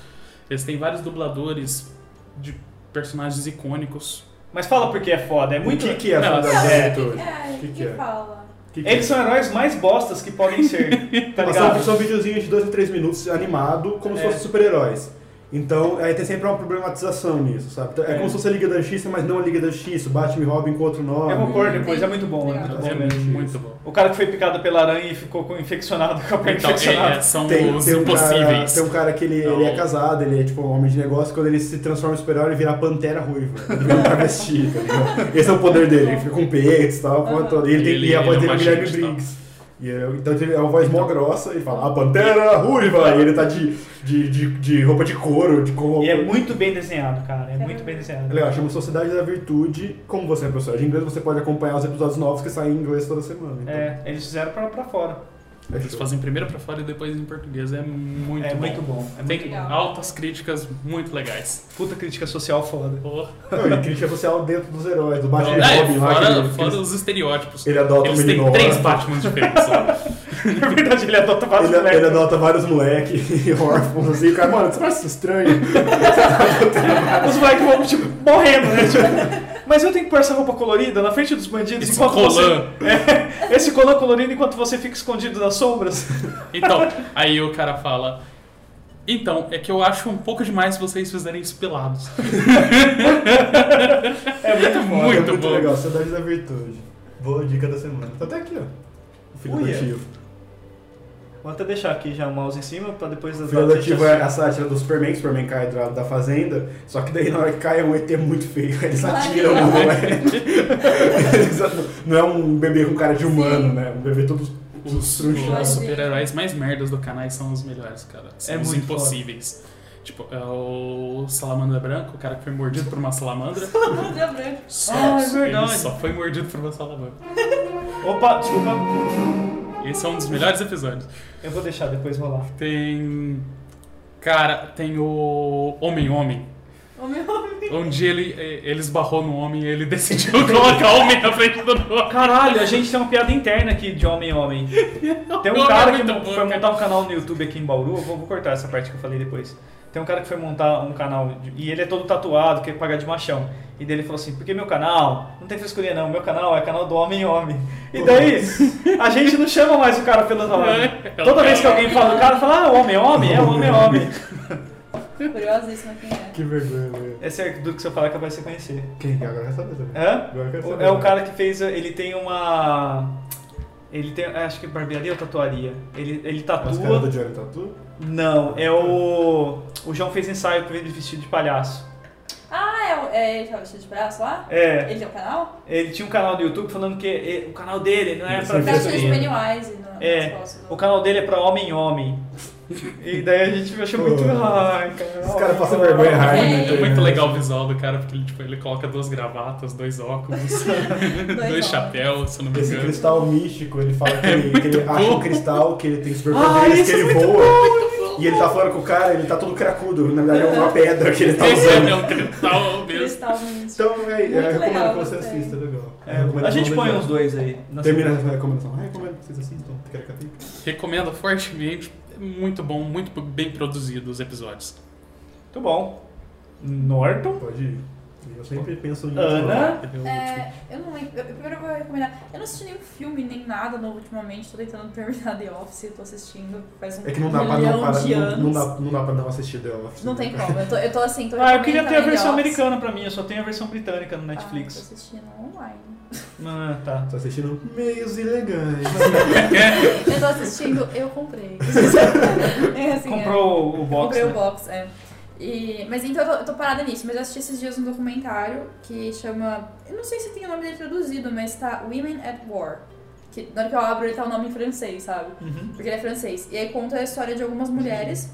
[SPEAKER 4] Eles têm vários dubladores de personagens icônicos.
[SPEAKER 2] Mas fala porque é foda, é muito...
[SPEAKER 5] O que, que é a
[SPEAKER 4] Não,
[SPEAKER 5] Sociedade
[SPEAKER 2] é.
[SPEAKER 5] da Virtude?
[SPEAKER 3] É,
[SPEAKER 5] Que que que é?
[SPEAKER 3] fala?
[SPEAKER 5] O que que
[SPEAKER 2] Eles são heróis mais bostas que podem ser, tá
[SPEAKER 5] Mas
[SPEAKER 2] ligado?
[SPEAKER 5] são, são videozinhos de 2 a 3 minutos animado, como
[SPEAKER 2] É.
[SPEAKER 5] se fossem super-heróis. Então, aí tem sempre uma problematização nisso, sabe? Então, É,
[SPEAKER 2] É.
[SPEAKER 5] como se fosse a Liga da Justiça, mas não a Liga da Justiça, o Batman e Robin com outro nome.
[SPEAKER 2] Eu concordo depois, é muito bom, é
[SPEAKER 3] Legal.
[SPEAKER 2] muito
[SPEAKER 5] Bom,
[SPEAKER 4] é
[SPEAKER 2] bom
[SPEAKER 5] né,
[SPEAKER 2] mesmo.
[SPEAKER 4] muito bom.
[SPEAKER 2] O cara que foi picado pela aranha e ficou com infeccionado com a pele
[SPEAKER 4] Então, é,
[SPEAKER 2] infeccionada.
[SPEAKER 4] é, são
[SPEAKER 5] Tem,
[SPEAKER 4] os
[SPEAKER 5] tem um cara,
[SPEAKER 4] impossíveis.
[SPEAKER 5] tem um cara que ele,
[SPEAKER 4] Então-
[SPEAKER 5] ele é casado, ele é tipo um homem de negócio, quando ele se transforma em super-herói, ele vira a pantera ruiva. Ele vira um travesti, tá ligado? Esse é o poder dele, ele fica com peitos e tal,
[SPEAKER 3] Aham.
[SPEAKER 5] com toda. E ele, tem-
[SPEAKER 4] Ele-
[SPEAKER 5] e a voz
[SPEAKER 4] ele é
[SPEAKER 5] dele
[SPEAKER 4] um
[SPEAKER 5] é Guilherme
[SPEAKER 4] machista e tal.
[SPEAKER 5] Briggs. E é, então ele é uma voz mó grossa e fala, a pantera ruiva! E ele tá de, de, de, de roupa de couro, de couro.
[SPEAKER 2] E é muito bem desenhado, cara. É muito bem desenhado.
[SPEAKER 5] Legal, chama Sociedade da Virtude. Como você é professor de inglês, você pode acompanhar os episódios novos que saem em inglês toda semana. Então,
[SPEAKER 2] É, eles fizeram pra, pra fora.
[SPEAKER 5] é
[SPEAKER 4] Eles
[SPEAKER 5] show.
[SPEAKER 4] fazem primeiro pra fora e depois em português. É muito
[SPEAKER 2] é
[SPEAKER 4] bom.
[SPEAKER 2] muito bom. É
[SPEAKER 4] Tem
[SPEAKER 2] muito
[SPEAKER 3] legal.
[SPEAKER 4] altas críticas muito legais.
[SPEAKER 2] bom. Puta crítica social foda.
[SPEAKER 4] Oh.
[SPEAKER 5] Não, e crítica social dentro dos heróis, do Batman e Robin
[SPEAKER 4] É,
[SPEAKER 5] lá. que
[SPEAKER 4] fora,
[SPEAKER 5] ele-
[SPEAKER 4] fora os estereótipos.
[SPEAKER 5] ele adota
[SPEAKER 4] Eles
[SPEAKER 5] um
[SPEAKER 4] têm
[SPEAKER 5] menino
[SPEAKER 4] três
[SPEAKER 2] né?
[SPEAKER 5] órfão.
[SPEAKER 4] Batmans diferentes. lá.
[SPEAKER 2] Na verdade, ele adota vários
[SPEAKER 5] Ele, é- ele
[SPEAKER 2] moleques.
[SPEAKER 5] adota vários moleques e órfãos assim, o cara, mano, você parece estranho.
[SPEAKER 2] Os moleques vão, tipo, morrendo, né? Tipo, mas eu tenho que pôr essa roupa colorida na frente dos bandidos
[SPEAKER 4] Esse
[SPEAKER 2] enquanto
[SPEAKER 4] colã.
[SPEAKER 2] você... É, esse colã colorido enquanto você fica escondido nas sombras.
[SPEAKER 4] Então, aí o cara fala. Então, é que eu acho um pouco demais vocês fizerem isso pelados.
[SPEAKER 2] É muito bom.
[SPEAKER 4] Muito
[SPEAKER 5] é muito
[SPEAKER 4] bom.
[SPEAKER 5] legal, Sociedade da Virtude. Boa dica da semana. Tá até aqui, ó. O filho
[SPEAKER 2] Ui, é.
[SPEAKER 5] adotivo.
[SPEAKER 2] Vou até deixar aqui já o mouse em cima pra depois...
[SPEAKER 5] O filho adotivo é a sátira do Superman, que o Superman cai do lado da fazenda, só que daí na hora que cai é um ET muito feio, eles atiram no moleque. Eles atiram- Não é um bebê com cara de humano, né? Um bebê todo
[SPEAKER 4] Os,
[SPEAKER 5] destruído.
[SPEAKER 4] os super-heróis mais merdas do canal são os melhores, cara. São
[SPEAKER 2] É
[SPEAKER 4] os
[SPEAKER 2] muito
[SPEAKER 4] impossíveis. Tipo, é o Salamandra Branco, o cara que foi mordido por uma salamandra.
[SPEAKER 3] Não deu branco.
[SPEAKER 4] Só,
[SPEAKER 2] Ah, é
[SPEAKER 4] ele
[SPEAKER 2] verdade.
[SPEAKER 4] só foi mordido por uma salamandra.
[SPEAKER 5] é-
[SPEAKER 2] Opa, desculpa.
[SPEAKER 4] Esse é um dos melhores episódios.
[SPEAKER 2] Eu vou deixar depois rolar.
[SPEAKER 4] Tem. Cara, tem o Homem-Homem.
[SPEAKER 3] O meu amigo.
[SPEAKER 4] Onde ele, eh, ele esbarrou no homem e ele decidiu colocar o homem na frente do outro.
[SPEAKER 2] Caralho, a gente tem uma piada interna aqui de homem em homem. Tem um
[SPEAKER 4] Não,
[SPEAKER 2] cara
[SPEAKER 4] é
[SPEAKER 2] que
[SPEAKER 4] muito
[SPEAKER 2] mo-
[SPEAKER 4] bom,
[SPEAKER 2] foi
[SPEAKER 4] cara.
[SPEAKER 2] montar um canal no YouTube aqui em Bauru, eu vou vou cortar essa parte que eu falei depois. Tem um cara que foi montar um canal de- e ele é todo tatuado, quer pagar de machão. E daí ele falou assim: porque meu canal não tem frescurinha não, meu canal é canal do homem em homem. E daí a gente não chama mais o cara pelo nome.
[SPEAKER 4] É, é o
[SPEAKER 2] né? Toda vez que
[SPEAKER 4] cara.
[SPEAKER 2] alguém fala do cara, fala: ah, homem, homem, é homem, homem.
[SPEAKER 3] Curiosíssima quem é.
[SPEAKER 5] Que vergonha, velho.
[SPEAKER 2] Esse é do que você fala que vai se conhecer.
[SPEAKER 5] Quem que agora sabe também?
[SPEAKER 2] Hã?
[SPEAKER 5] Agora eu quero
[SPEAKER 2] O-
[SPEAKER 5] saber. né?
[SPEAKER 2] É o cara que fez. Ele tem uma. Ele tem. Acho que é barbearia ou tatuaria? Ele, ele
[SPEAKER 5] As caras do
[SPEAKER 2] tatua.
[SPEAKER 5] Johnny tá Tatu?
[SPEAKER 2] Não, é o. O João fez ensaio pra ele vestido de palhaço.
[SPEAKER 3] Ah, é o, é, ele tava cheio de braço lá?
[SPEAKER 2] É,
[SPEAKER 3] Ele é o canal?
[SPEAKER 2] ele tinha um canal do YouTube falando que eh, o canal dele não é
[SPEAKER 5] Isso
[SPEAKER 2] pra
[SPEAKER 5] é
[SPEAKER 3] Ele tava
[SPEAKER 5] Fez
[SPEAKER 3] cheio de
[SPEAKER 5] bem.
[SPEAKER 3] Pennywise no, nas
[SPEAKER 2] É,
[SPEAKER 3] costas do-
[SPEAKER 2] O canal dele é pra homem homem. E daí a gente achou muito.
[SPEAKER 5] Pô.
[SPEAKER 2] Ai, cara.
[SPEAKER 5] Os caras passam vergonha né?
[SPEAKER 3] É.
[SPEAKER 5] hard.
[SPEAKER 4] É
[SPEAKER 2] né?
[SPEAKER 4] muito legal o visual do cara, porque ele, tipo, ele coloca duas gravatas, dois óculos, dois
[SPEAKER 3] óculos.
[SPEAKER 4] chapéus, se eu não me
[SPEAKER 5] Esse
[SPEAKER 4] engano.
[SPEAKER 5] cristal místico, ele fala que
[SPEAKER 2] É
[SPEAKER 5] ele, que ele
[SPEAKER 4] muito
[SPEAKER 5] acha
[SPEAKER 4] bom.
[SPEAKER 5] um cristal, que ele tem
[SPEAKER 2] Ah,
[SPEAKER 5] superpoderes,
[SPEAKER 2] isso
[SPEAKER 5] que
[SPEAKER 2] é
[SPEAKER 5] ele
[SPEAKER 2] muito
[SPEAKER 5] voa. E ele tá falando com o cara, ele tá todo cracudo. Na verdade, é uma pedra que ele tá
[SPEAKER 4] Esse é
[SPEAKER 5] usando.
[SPEAKER 4] meu cristal mesmo.
[SPEAKER 3] Cristal místico.
[SPEAKER 5] Então, é, é,
[SPEAKER 3] Muito
[SPEAKER 5] eu recomendo
[SPEAKER 3] legal,
[SPEAKER 5] que você
[SPEAKER 3] gostei.
[SPEAKER 5] assista, é legal. É,
[SPEAKER 2] É, a
[SPEAKER 5] recomendação
[SPEAKER 2] gente põe
[SPEAKER 5] legal.
[SPEAKER 2] uns dois aí. na
[SPEAKER 5] Termina
[SPEAKER 2] semana.
[SPEAKER 5] a recomendação. Ah, recomendo que vocês assistam. é Ticaracatica.
[SPEAKER 4] Recomendo fortemente. É Muito bom, muito bem produzido os episódios.
[SPEAKER 2] Muito bom. Norton.
[SPEAKER 5] Pode ir. Eu sempre penso né? em...
[SPEAKER 2] Ana.
[SPEAKER 4] Ele é o último.
[SPEAKER 3] É, eu não lembro. eu- Primeiro eu vou recomendar. Eu não assisti nenhum filme, nem nada novo ultimamente. Tô tentando terminar The Office, tô assistindo faz um
[SPEAKER 5] É que não dá pra não
[SPEAKER 3] milhão
[SPEAKER 5] parar,
[SPEAKER 3] de
[SPEAKER 5] não,
[SPEAKER 3] anos.
[SPEAKER 5] não dá, não dá pra não assistir The Office.
[SPEAKER 3] Não
[SPEAKER 5] né,
[SPEAKER 3] tem
[SPEAKER 5] cara?
[SPEAKER 3] como. Eu tô, eu tô assim, tô
[SPEAKER 2] Ah, eu
[SPEAKER 3] recomendando
[SPEAKER 2] queria ter a
[SPEAKER 3] também The
[SPEAKER 2] versão
[SPEAKER 3] Office.
[SPEAKER 2] americana pra mim, eu só tenho a versão britânica no
[SPEAKER 3] Ah, tô
[SPEAKER 2] Netflix.
[SPEAKER 3] assistindo online.
[SPEAKER 2] Ah, tá.
[SPEAKER 5] Tô assistindo Meios Ilegais.
[SPEAKER 3] Eu tô assistindo, eu comprei. É assim,
[SPEAKER 2] Comprou o- o
[SPEAKER 3] é.
[SPEAKER 2] box.
[SPEAKER 3] comprei
[SPEAKER 2] né?
[SPEAKER 3] o box, é. E, mas então eu tô, eu tô parada nisso, mas eu assisti esses dias um documentário que chama. Eu não sei se tem o nome dele traduzido, mas tá Women at War. Que na hora que eu abro ele tá o nome em francês, sabe?
[SPEAKER 2] Uhum.
[SPEAKER 3] Porque ele é francês. E aí conta a história de algumas mulheres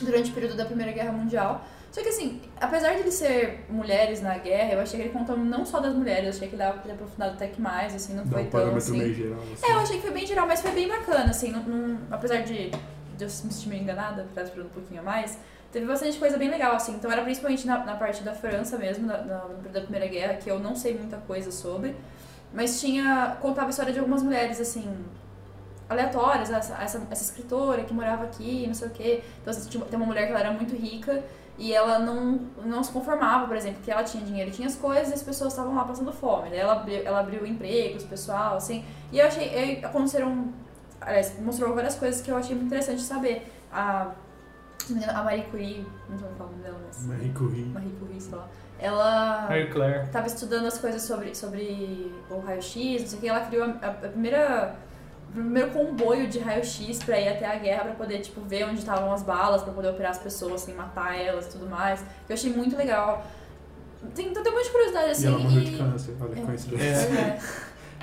[SPEAKER 3] durante o período da Primeira Guerra Mundial. Só que assim, apesar de ele ser mulheres na guerra, eu achei que ele conta não só das mulheres, eu achei que ele dava pra ter aprofundado até que mais, assim, não
[SPEAKER 5] Dá
[SPEAKER 3] foi
[SPEAKER 5] um
[SPEAKER 3] tão
[SPEAKER 5] parâmetro
[SPEAKER 3] assim.
[SPEAKER 5] meio geral. assim.
[SPEAKER 3] É, eu achei que foi bem geral, mas foi bem bacana, assim, não, não- apesar de, de eu me sentir meio enganada, por causa de um pouquinho a mais, teve bastante coisa bem legal, assim, então era principalmente na, na parte da França mesmo, na, na- da Primeira Guerra, que eu não sei muita coisa sobre, mas tinha, contava a história de algumas mulheres, assim, aleatórias, essa, essa, essa escritora que morava aqui, não sei o quê, então assim, tinha- tem uma mulher que ela era muito rica, e ela não, não se conformava, por exemplo, que ela tinha dinheiro, tinha as coisas e as pessoas estavam lá passando fome. Daí ela abriu, ela abriu empregos, pessoal, assim. E eu achei. e Aconteceram. Aliás, mostrou várias coisas que eu achei muito interessante saber. A, a Marie Curie, não sei falar o nome dela, mas.
[SPEAKER 5] Marie Curie.
[SPEAKER 3] Marie Curie, sei lá. Ela
[SPEAKER 2] Mary Claire.
[SPEAKER 3] tava estudando as coisas sobre, sobre o raio-x, não sei o que, ela criou a, a- a primeira o primeiro comboio de raio-x pra ir até a guerra pra poder tipo ver onde estavam as balas pra poder operar as pessoas sem matar elas e tudo mais. Eu achei muito legal. Tem, então tem um monte de curiosidade
[SPEAKER 5] E
[SPEAKER 3] assim
[SPEAKER 5] ela morreu
[SPEAKER 3] e,
[SPEAKER 5] de câncer. Olha,
[SPEAKER 3] É.
[SPEAKER 5] coincidência.
[SPEAKER 2] É.
[SPEAKER 3] É,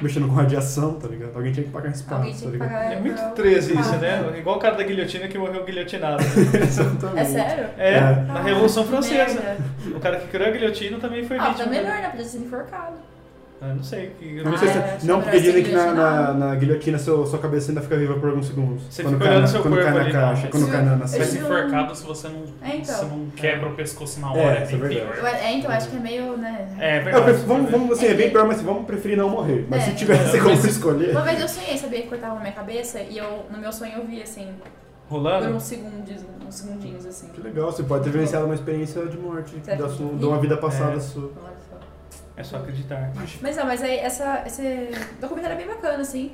[SPEAKER 5] Mexendo com radiação, tá ligado? Alguém tinha que pagar esse pato,
[SPEAKER 3] alguém
[SPEAKER 5] tá
[SPEAKER 3] tinha que
[SPEAKER 5] ligado?
[SPEAKER 3] pagar
[SPEAKER 2] É muito
[SPEAKER 3] pra-
[SPEAKER 2] 13 isso,
[SPEAKER 3] Ah.
[SPEAKER 2] né? Igual o cara da guilhotina que morreu guilhotinado.
[SPEAKER 5] Exatamente.
[SPEAKER 3] É sério?
[SPEAKER 2] É,
[SPEAKER 5] É.
[SPEAKER 2] na Revolução
[SPEAKER 3] Ah,
[SPEAKER 2] Francesa.
[SPEAKER 3] merda.
[SPEAKER 2] O cara que criou a guilhotina também foi
[SPEAKER 3] Ah, tá
[SPEAKER 2] vítima.
[SPEAKER 3] melhor, né? Podia ser enforcado.
[SPEAKER 2] Ah, não sei. que-
[SPEAKER 5] Eu não sei
[SPEAKER 3] Ah,
[SPEAKER 5] se-
[SPEAKER 3] eu acho
[SPEAKER 5] não,
[SPEAKER 3] melhor
[SPEAKER 5] porque dizem
[SPEAKER 3] ser
[SPEAKER 5] que na, na,
[SPEAKER 3] guilhotinado.
[SPEAKER 5] na guilhotina seu, sua cabeça ainda fica viva por alguns segundos.
[SPEAKER 2] Você
[SPEAKER 5] quando
[SPEAKER 2] fica
[SPEAKER 5] cai
[SPEAKER 2] olhando
[SPEAKER 5] na,
[SPEAKER 2] seu
[SPEAKER 5] quando
[SPEAKER 2] corpo
[SPEAKER 5] cai
[SPEAKER 2] ali,
[SPEAKER 5] na caixa,
[SPEAKER 2] mas-
[SPEAKER 5] quando cai na, na
[SPEAKER 4] Vai
[SPEAKER 3] Mas-
[SPEAKER 5] série.
[SPEAKER 4] ser enforcado se você não,
[SPEAKER 3] É, então.
[SPEAKER 4] se não quebra o pescoço na
[SPEAKER 5] É,
[SPEAKER 4] hora.
[SPEAKER 5] isso é
[SPEAKER 4] enfim.
[SPEAKER 5] verdade.
[SPEAKER 3] Eu- É, então, acho que é meio, né?
[SPEAKER 2] É, é
[SPEAKER 5] É, eu
[SPEAKER 2] verdade.
[SPEAKER 5] prefiro- vamos, vamos, assim, é bem pior, mas vamos preferir não morrer. Mas
[SPEAKER 3] É.
[SPEAKER 5] se tivesse como
[SPEAKER 2] É.
[SPEAKER 5] escolher.
[SPEAKER 3] Uma vez eu sonhei, sabia que cortavam minha cabeça e eu, no meu sonho, eu vi assim, Por
[SPEAKER 2] Rolando?
[SPEAKER 3] uns segundos, uns segundinhos, assim.
[SPEAKER 5] né? Que legal, você pode ter vivenciado uma experiência de morte,
[SPEAKER 3] Certo.
[SPEAKER 5] da sua, de uma vida passada
[SPEAKER 2] É.
[SPEAKER 5] sua.
[SPEAKER 3] Olha só.
[SPEAKER 2] É só acreditar.
[SPEAKER 3] Mas não, mas aí essa, esse documentário é bem bacana, assim.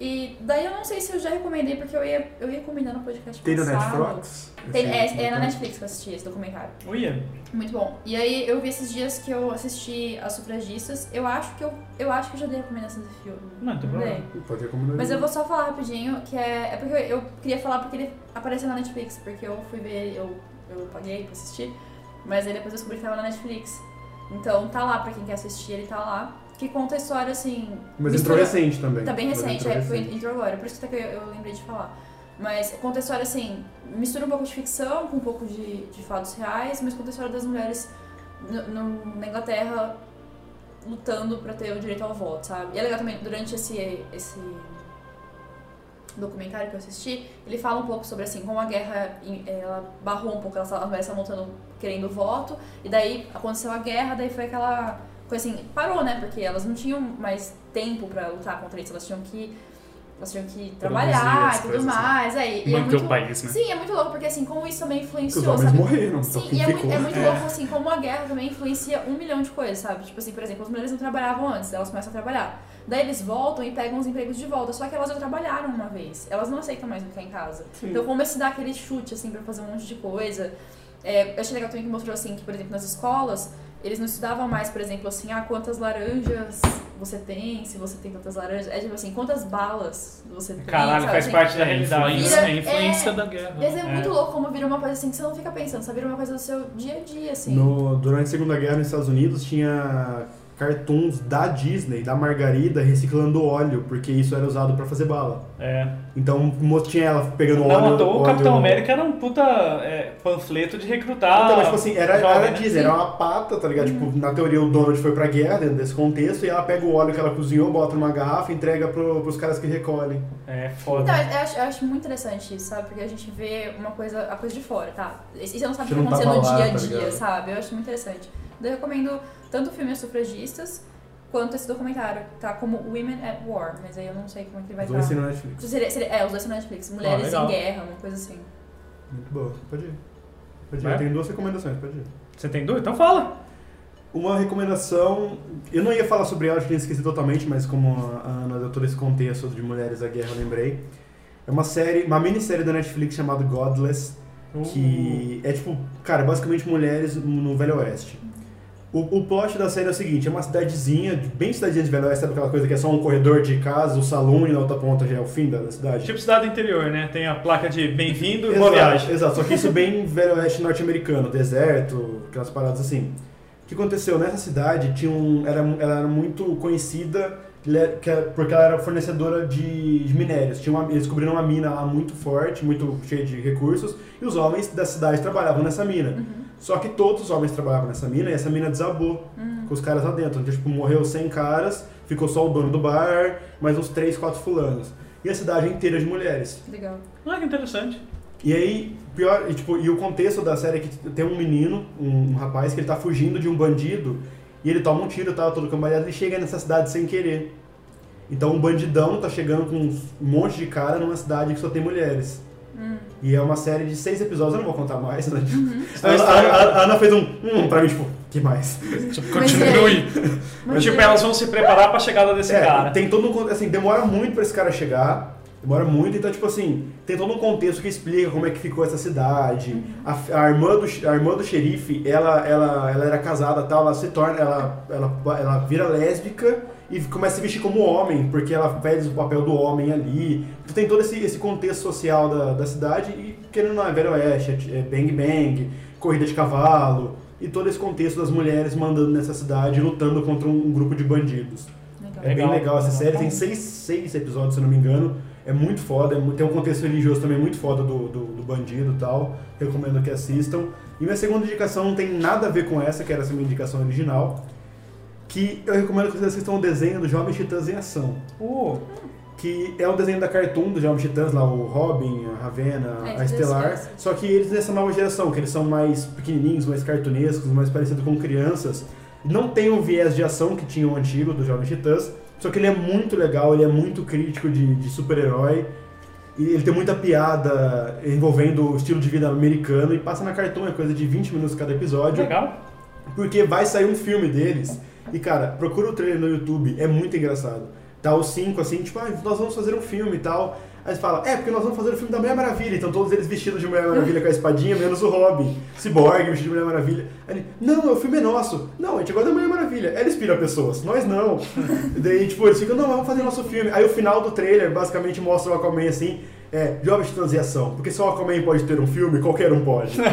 [SPEAKER 3] E daí eu não sei se eu já recomendei, porque eu ia, eu ia combinar no podcast
[SPEAKER 5] Tem na
[SPEAKER 3] passado.
[SPEAKER 5] Netflix? Assim, então.
[SPEAKER 3] Tem,
[SPEAKER 5] Esse-
[SPEAKER 3] é, é na Netflix que eu assisti esse documentário.
[SPEAKER 2] Uia.
[SPEAKER 3] Muito bom. E aí eu vi esses dias que eu assisti As Sufragistas. Eu acho que eu, eu acho que eu já dei recomendação desse filme. Né?
[SPEAKER 2] Não, não tem problema.
[SPEAKER 3] dei.
[SPEAKER 5] Pode recomendar.
[SPEAKER 3] Mas eu vou só falar rapidinho, que é. É porque eu, eu queria falar porque ele apareceu na Netflix, porque eu fui ver, eu, eu paguei pra assistir, mas aí depois eu descobri que tava na Netflix. Então tá lá pra quem quer assistir, ele tá lá. Que conta a história assim.
[SPEAKER 5] Mas
[SPEAKER 3] mistura-
[SPEAKER 5] entrou recente também.
[SPEAKER 3] Tá bem
[SPEAKER 5] Mas
[SPEAKER 3] recente,
[SPEAKER 5] entrou
[SPEAKER 3] é, foi, entrou agora, por isso que até que eu, eu lembrei de falar. Mas conta a história assim, mistura um pouco de ficção com um pouco de, de fatos reais, mas conta a história das mulheres no- no- na Inglaterra lutando pra ter o direito ao voto, sabe? E é legal também, durante esse, esse documentário que eu assisti, ele fala um pouco sobre assim, como a guerra em- ela barrou um pouco, elas estavam elas estavam lutando querendo voto, e daí aconteceu a guerra, daí foi aquela coisa assim, parou, né? Porque elas não tinham mais tempo pra lutar contra isso, elas tinham que. Elas tinham que trabalhar
[SPEAKER 4] as
[SPEAKER 3] e tudo
[SPEAKER 4] coisas, né?
[SPEAKER 3] mais. É, e- e é
[SPEAKER 4] Manter
[SPEAKER 3] muito-
[SPEAKER 4] o país, né?
[SPEAKER 3] Sim, é muito louco, porque assim, como isso também
[SPEAKER 5] Que os
[SPEAKER 3] influenciou,
[SPEAKER 5] homens
[SPEAKER 3] sabe?
[SPEAKER 5] morreram, só
[SPEAKER 3] Sim,
[SPEAKER 5] que
[SPEAKER 3] e é
[SPEAKER 5] ficou.
[SPEAKER 3] muito, é
[SPEAKER 5] né?
[SPEAKER 3] muito louco, assim, como a guerra também influencia um milhão de coisas, sabe? Tipo assim, por exemplo, as mulheres não trabalhavam antes, elas começam a trabalhar. Daí eles voltam e pegam os empregos de volta, só que elas já trabalharam uma vez. Elas não aceitam mais ficar em casa. Então como é se dá aquele chute, assim, pra fazer um monte de coisa. É, eu achei legal também que mostrou, assim, que, por exemplo, nas escolas, Eles não estudavam mais, por exemplo, assim, ah, quantas laranjas você tem, se você tem tantas laranjas. É tipo assim, quantas balas você tem.
[SPEAKER 7] Caralho,
[SPEAKER 3] sabe,
[SPEAKER 7] faz
[SPEAKER 3] assim?
[SPEAKER 7] parte da
[SPEAKER 4] É
[SPEAKER 7] realidade.
[SPEAKER 4] influência, é
[SPEAKER 3] Vira-
[SPEAKER 4] influência
[SPEAKER 3] é.
[SPEAKER 4] da guerra.
[SPEAKER 3] Mas é muito louco como vira uma coisa assim que você não fica pensando, só vira uma coisa do seu dia a dia, assim.
[SPEAKER 5] No- durante a Segunda Guerra nos Estados Unidos tinha cartoons da Disney, da Margarida, reciclando óleo, porque isso era usado pra fazer bala.
[SPEAKER 7] É.
[SPEAKER 5] Então mo- tinha ela pegando
[SPEAKER 7] Não, à
[SPEAKER 5] óleo.
[SPEAKER 7] toa, o
[SPEAKER 5] óleo-
[SPEAKER 7] Capitão América era um puta é, panfleto de recrutar.
[SPEAKER 5] Então, mas, tipo assim, era,
[SPEAKER 7] jovem,
[SPEAKER 5] era
[SPEAKER 7] né?
[SPEAKER 5] Disney, era uma pata, tá ligado? Tipo, na teoria o Donald foi pra guerra dentro desse contexto e ela pega o óleo que ela cozinhou, bota numa garrafa e entrega pro, pros caras que recolhem.
[SPEAKER 7] É,
[SPEAKER 3] Então,
[SPEAKER 7] foda.
[SPEAKER 3] eu acho, eu acho muito interessante isso, sabe? Porque a gente vê uma coisa, a coisa de fora, tá? E você não sabe o
[SPEAKER 5] Você
[SPEAKER 3] que
[SPEAKER 5] não
[SPEAKER 3] aconteceu
[SPEAKER 5] tava
[SPEAKER 3] no
[SPEAKER 5] lá,
[SPEAKER 3] dia a
[SPEAKER 5] tá
[SPEAKER 3] dia,
[SPEAKER 5] ligado?
[SPEAKER 3] sabe? Eu acho muito interessante. Então, eu recomendo tanto filmes sufragistas quanto esse documentário, tá? Como Women at War, mas aí eu não sei como é que ele vai
[SPEAKER 5] Os dois Ah,
[SPEAKER 3] estar.
[SPEAKER 5] na Netflix.
[SPEAKER 3] Seria, seria, é, os dois são na Netflix. Mulheres
[SPEAKER 4] legal.
[SPEAKER 3] em Guerra, uma coisa assim.
[SPEAKER 5] Muito boa. Pode ir. Pode ir.
[SPEAKER 7] Vai?
[SPEAKER 5] Eu tenho duas recomendações, pode ir.
[SPEAKER 7] Você tem dúvida? Então fala.
[SPEAKER 5] Uma recomendação, eu não ia falar sobre ela, eu tinha esquecido totalmente, mas como a Ana deu todo esse contexto de Mulheres da Guerra, eu lembrei. É uma série, uma minissérie da Netflix chamada Godless, que é tipo, cara, basicamente mulheres no Velho Oeste. O, o plot da série é o seguinte, é uma cidadezinha, bem cidadezinha de Velho Oeste, sabe aquela coisa que é só um corredor de casa, o salão e na outra ponta já é o fim da, da cidade?
[SPEAKER 7] Tipo cidade do interior, né? Tem a placa de bem-vindo e boa
[SPEAKER 5] Exato,
[SPEAKER 7] viagem.
[SPEAKER 5] exato, só que isso bem velho oeste norte-americano, deserto, aquelas paradas assim. O que aconteceu? Nessa cidade tinha um, era, ela era muito conhecida le- que era- porque ela era fornecedora de de minérios. Tinha uma, eles descobriram uma mina lá muito forte, muito cheia de recursos, e os homens da cidade trabalhavam nessa mina.
[SPEAKER 3] Uhum.
[SPEAKER 5] Só que todos os homens trabalhavam nessa mina e essa mina desabou com os caras lá dentro. Então, tipo, morreu 100 caras, ficou só o dono do bar, mais uns 3, 4 fulanos. E a cidade é inteira de mulheres.
[SPEAKER 3] Legal.
[SPEAKER 7] Ah, que interessante.
[SPEAKER 5] E aí, pior, e, tipo, e o contexto da série é que tem um menino, um, um rapaz, que ele tá fugindo de um bandido e ele toma um tiro, tá todo cambaleado, ele chega nessa cidade sem querer. Então um bandidão tá chegando com um monte de cara numa cidade que só tem mulheres. E é uma série de seis episódios, eu não vou contar mais, né? A, Ana- a- a- a Ana fez um hum pra mim, tipo, que mais?
[SPEAKER 4] Tipo,
[SPEAKER 3] Mas
[SPEAKER 4] continue.
[SPEAKER 3] Mas
[SPEAKER 7] tipo,
[SPEAKER 3] é-
[SPEAKER 7] elas vão se preparar pra chegada desse
[SPEAKER 5] É,
[SPEAKER 7] cara.
[SPEAKER 5] tem todo um contexto, assim, demora muito pra esse cara chegar, demora muito, então, tipo assim, tem todo um contexto que explica como é que ficou essa cidade. A, f- a irmã do, x- a irmã do xerife, ela, ela, ela era casada tal, ela se torna, ela, ela, ela vira lésbica e começa a se vestir como homem, porque ela fez o papel do homem ali. Então tem todo esse, esse contexto social da, da cidade e, querendo ou não, é Velho Oeste, é t- é Bang Bang, corrida de cavalo. E todo esse contexto das mulheres mandando nessa cidade, lutando contra um- um grupo de bandidos.
[SPEAKER 3] Legal.
[SPEAKER 5] É
[SPEAKER 7] Legal.
[SPEAKER 5] bem legal essa série, tem seis, seis episódios, se eu não me engano. É muito foda, é mu- tem um contexto religioso também muito foda do, do, do bandido e tal. Recomendo que assistam. E minha segunda indicação não tem nada a ver com essa, que era essa minha indicação original. Que eu recomendo que vocês assistam o desenho dos Jovens Titãs em Ação.
[SPEAKER 7] Uh,
[SPEAKER 5] Que é um desenho da Cartoon dos Jovens Titãs, lá o Robin, a Ravena,
[SPEAKER 3] É,
[SPEAKER 5] a
[SPEAKER 3] eles
[SPEAKER 5] Estelar.
[SPEAKER 3] crescem.
[SPEAKER 5] Só que eles nessa nova geração, que eles são mais pequenininhos, mais cartunescos, mais parecidos com crianças. Não tem o viés de ação que tinha o antigo dos Jovens Titãs. Só que ele é muito legal, ele é muito crítico de, de super-herói. E ele tem muita piada envolvendo o estilo de vida americano. E passa na Cartoon, é coisa de 20 minutos cada episódio.
[SPEAKER 7] legal.
[SPEAKER 5] Porque vai sair um filme deles. E, cara, procura o trailer no YouTube, é muito engraçado. Tá os cinco assim, tipo, ah, nós vamos fazer um filme e tal. Aí eles falam, é, porque nós vamos fazer o filme da Mulher Maravilha. Então todos eles vestidos de Mulher Maravilha com a espadinha, menos o Robin. Cyborg vestido de Mulher Maravilha. Aí ele, não, o filme é nosso. Não, a gente gosta da Mulher Maravilha. Ela inspira pessoas, nós não. Daí, tipo, eles ficam, não, vamos fazer nosso filme. Aí o final do trailer basicamente mostra o Aquaman assim, é, jovens de transiação. Porque só o Aquaman pode ter um filme, qualquer um pode. é,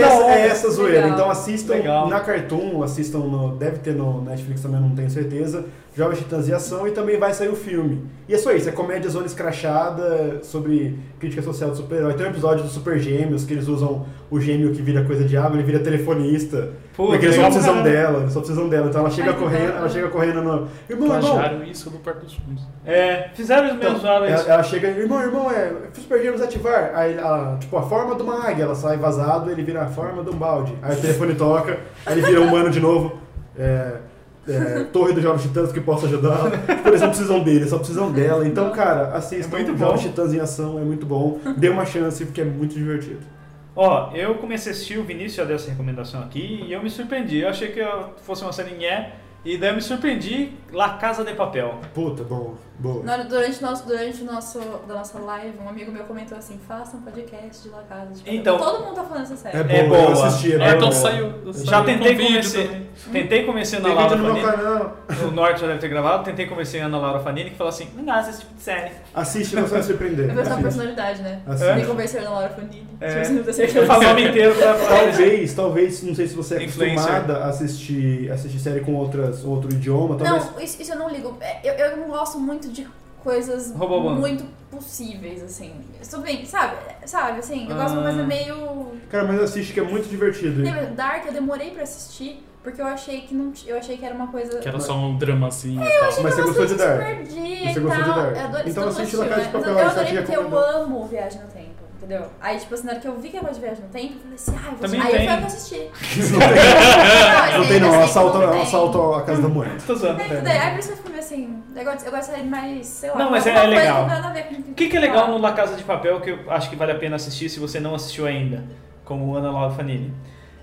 [SPEAKER 5] essa, é essa zoeira.
[SPEAKER 3] Legal.
[SPEAKER 5] Então assistam
[SPEAKER 7] Legal.
[SPEAKER 5] na Cartoon, assistam no. Deve ter no Netflix também, não tenho certeza. Jovens Titãs e Ação e também vai sair o filme. E é só isso, é comédia zona escrachada sobre crítica social do super-herói. Tem um episódio do Super Gêmeos que eles usam o gêmeo que vira coisa de água, ele vira telefonista.
[SPEAKER 7] Pô,
[SPEAKER 5] porque eles só
[SPEAKER 7] legal pra
[SPEAKER 5] precisam
[SPEAKER 7] caralho.
[SPEAKER 5] dela, eles só precisam dela. Então ela chega
[SPEAKER 3] Ai, que
[SPEAKER 5] correndo,
[SPEAKER 3] legal.
[SPEAKER 5] ela chega correndo no. Irmão, irmão,
[SPEAKER 4] Plagiaram isso do Parque dos Fundos.
[SPEAKER 7] É, fizeram os
[SPEAKER 5] então,
[SPEAKER 7] mesmos usaram
[SPEAKER 5] ela,
[SPEAKER 7] isso.
[SPEAKER 5] ela chega, irmão, irmão, é Super Gêmeos ativar. Aí, ela, tipo, a forma de uma águia, ela sai vazado, ele vira a forma de um balde. Aí o telefone toca, aí ele vira humano de novo. É, é, Torre dos Jovens Titãs que possa ajudar. Tipo, eles não precisam dele, eles só precisam dela. Então, cara, assista.
[SPEAKER 7] É muito bom.
[SPEAKER 5] Jovens Titãs em ação, é muito bom. Dê uma chance, porque é muito divertido.
[SPEAKER 7] Ó, eu comecei a assistir, o Vinícius já deu essa recomendação aqui e eu me surpreendi. Eu achei que eu fosse uma série nhé, e daí eu me surpreendi
[SPEAKER 2] La Casa de Papel.
[SPEAKER 5] Puta, bom, boa.
[SPEAKER 3] Na hora- durante, o nosso, durante o nosso, da nossa live, um amigo meu comentou assim, faça um podcast de La Casa de Papel.
[SPEAKER 2] Então-
[SPEAKER 3] Todo mundo tá falando essa série.
[SPEAKER 5] É boa,
[SPEAKER 2] É
[SPEAKER 5] eu
[SPEAKER 2] boa.
[SPEAKER 5] assisti, é,
[SPEAKER 4] Ah,
[SPEAKER 5] bem
[SPEAKER 4] então
[SPEAKER 5] boa.
[SPEAKER 4] saiu. saiu
[SPEAKER 2] Já
[SPEAKER 4] um
[SPEAKER 2] tentei
[SPEAKER 4] convite
[SPEAKER 2] convencer.
[SPEAKER 4] também.
[SPEAKER 2] Tentei convencer na
[SPEAKER 5] Tem vídeo
[SPEAKER 2] Laura
[SPEAKER 5] no meu
[SPEAKER 2] Fanini.
[SPEAKER 5] canal.
[SPEAKER 2] O Norte já deve ter gravado. Tentei convencer a Ana Laura Fanini que falou assim: não gosto desse tipo de série.
[SPEAKER 5] Assiste, você vai se surpreender.
[SPEAKER 3] Eu gosto da
[SPEAKER 5] Assiste.
[SPEAKER 3] personalidade, né?
[SPEAKER 5] Assiste.
[SPEAKER 3] Me convenceram na Laura Fanini.
[SPEAKER 2] É.
[SPEAKER 3] Se você não tá
[SPEAKER 2] Eu falo o
[SPEAKER 3] certo.
[SPEAKER 2] nome inteiro pra falar.
[SPEAKER 5] Talvez, talvez, não sei se você é
[SPEAKER 2] Influencer.
[SPEAKER 5] acostumada a assistir, assistir série com outras, outro idioma, talvez.
[SPEAKER 3] Não, isso, isso eu não ligo. É, Eu, eu não gosto muito de coisas
[SPEAKER 2] Robobando.
[SPEAKER 3] muito possíveis, assim. Tudo bem, sabe? Sabe, assim, eu gosto de uma
[SPEAKER 2] Ah.
[SPEAKER 3] coisa meio...
[SPEAKER 5] Cara, mas assiste que é muito divertido.
[SPEAKER 3] Lembra, Dark eu demorei pra assistir, porque eu achei que não t- Eu achei que era uma coisa.
[SPEAKER 4] Que era só um dramazinho e tal.
[SPEAKER 3] É, achei
[SPEAKER 5] Mas
[SPEAKER 3] que
[SPEAKER 5] você
[SPEAKER 3] era
[SPEAKER 5] gostou
[SPEAKER 3] uma
[SPEAKER 5] de
[SPEAKER 3] coisa
[SPEAKER 5] Dark?
[SPEAKER 3] Perdia
[SPEAKER 5] Você
[SPEAKER 3] e
[SPEAKER 5] gostou de
[SPEAKER 3] tal.
[SPEAKER 5] Dark?
[SPEAKER 3] Eu adoro-
[SPEAKER 5] Então
[SPEAKER 3] todo
[SPEAKER 5] assiste
[SPEAKER 3] mundo
[SPEAKER 5] La Casa de
[SPEAKER 3] assistiu,
[SPEAKER 5] Papel, é
[SPEAKER 3] né?
[SPEAKER 5] ela
[SPEAKER 3] Eu
[SPEAKER 5] já te
[SPEAKER 3] adorei porque eu
[SPEAKER 5] recomendou.
[SPEAKER 3] amo Viagem no Tempo, entendeu? Aí, tipo, assim, na hora que eu vi que era uma de Viagem no Tempo, eu falei assim, ah, eu vou
[SPEAKER 2] Também
[SPEAKER 3] assistir. Aí eu
[SPEAKER 2] tem.
[SPEAKER 3] fui lá pra assistir.
[SPEAKER 5] Não tem, não, tem, não.
[SPEAKER 3] eu
[SPEAKER 5] Ela
[SPEAKER 3] sei que
[SPEAKER 5] assalta,
[SPEAKER 3] não
[SPEAKER 5] ela
[SPEAKER 3] tem.
[SPEAKER 5] assalta a casa da moeda.
[SPEAKER 2] Tô zoando. né?
[SPEAKER 3] É, tudo bem. Aí por isso eu fico meio assim, eu gosto, eu gosto de sair mais, sei lá.
[SPEAKER 2] Não, mas é
[SPEAKER 3] alguma coisa
[SPEAKER 2] legal.
[SPEAKER 3] que não tem nada a ver com
[SPEAKER 2] O que, que é
[SPEAKER 3] Ah.
[SPEAKER 2] legal no La Casa de Papel que eu acho que vale a pena assistir se você não assistiu ainda, como Ana Laura Fanini?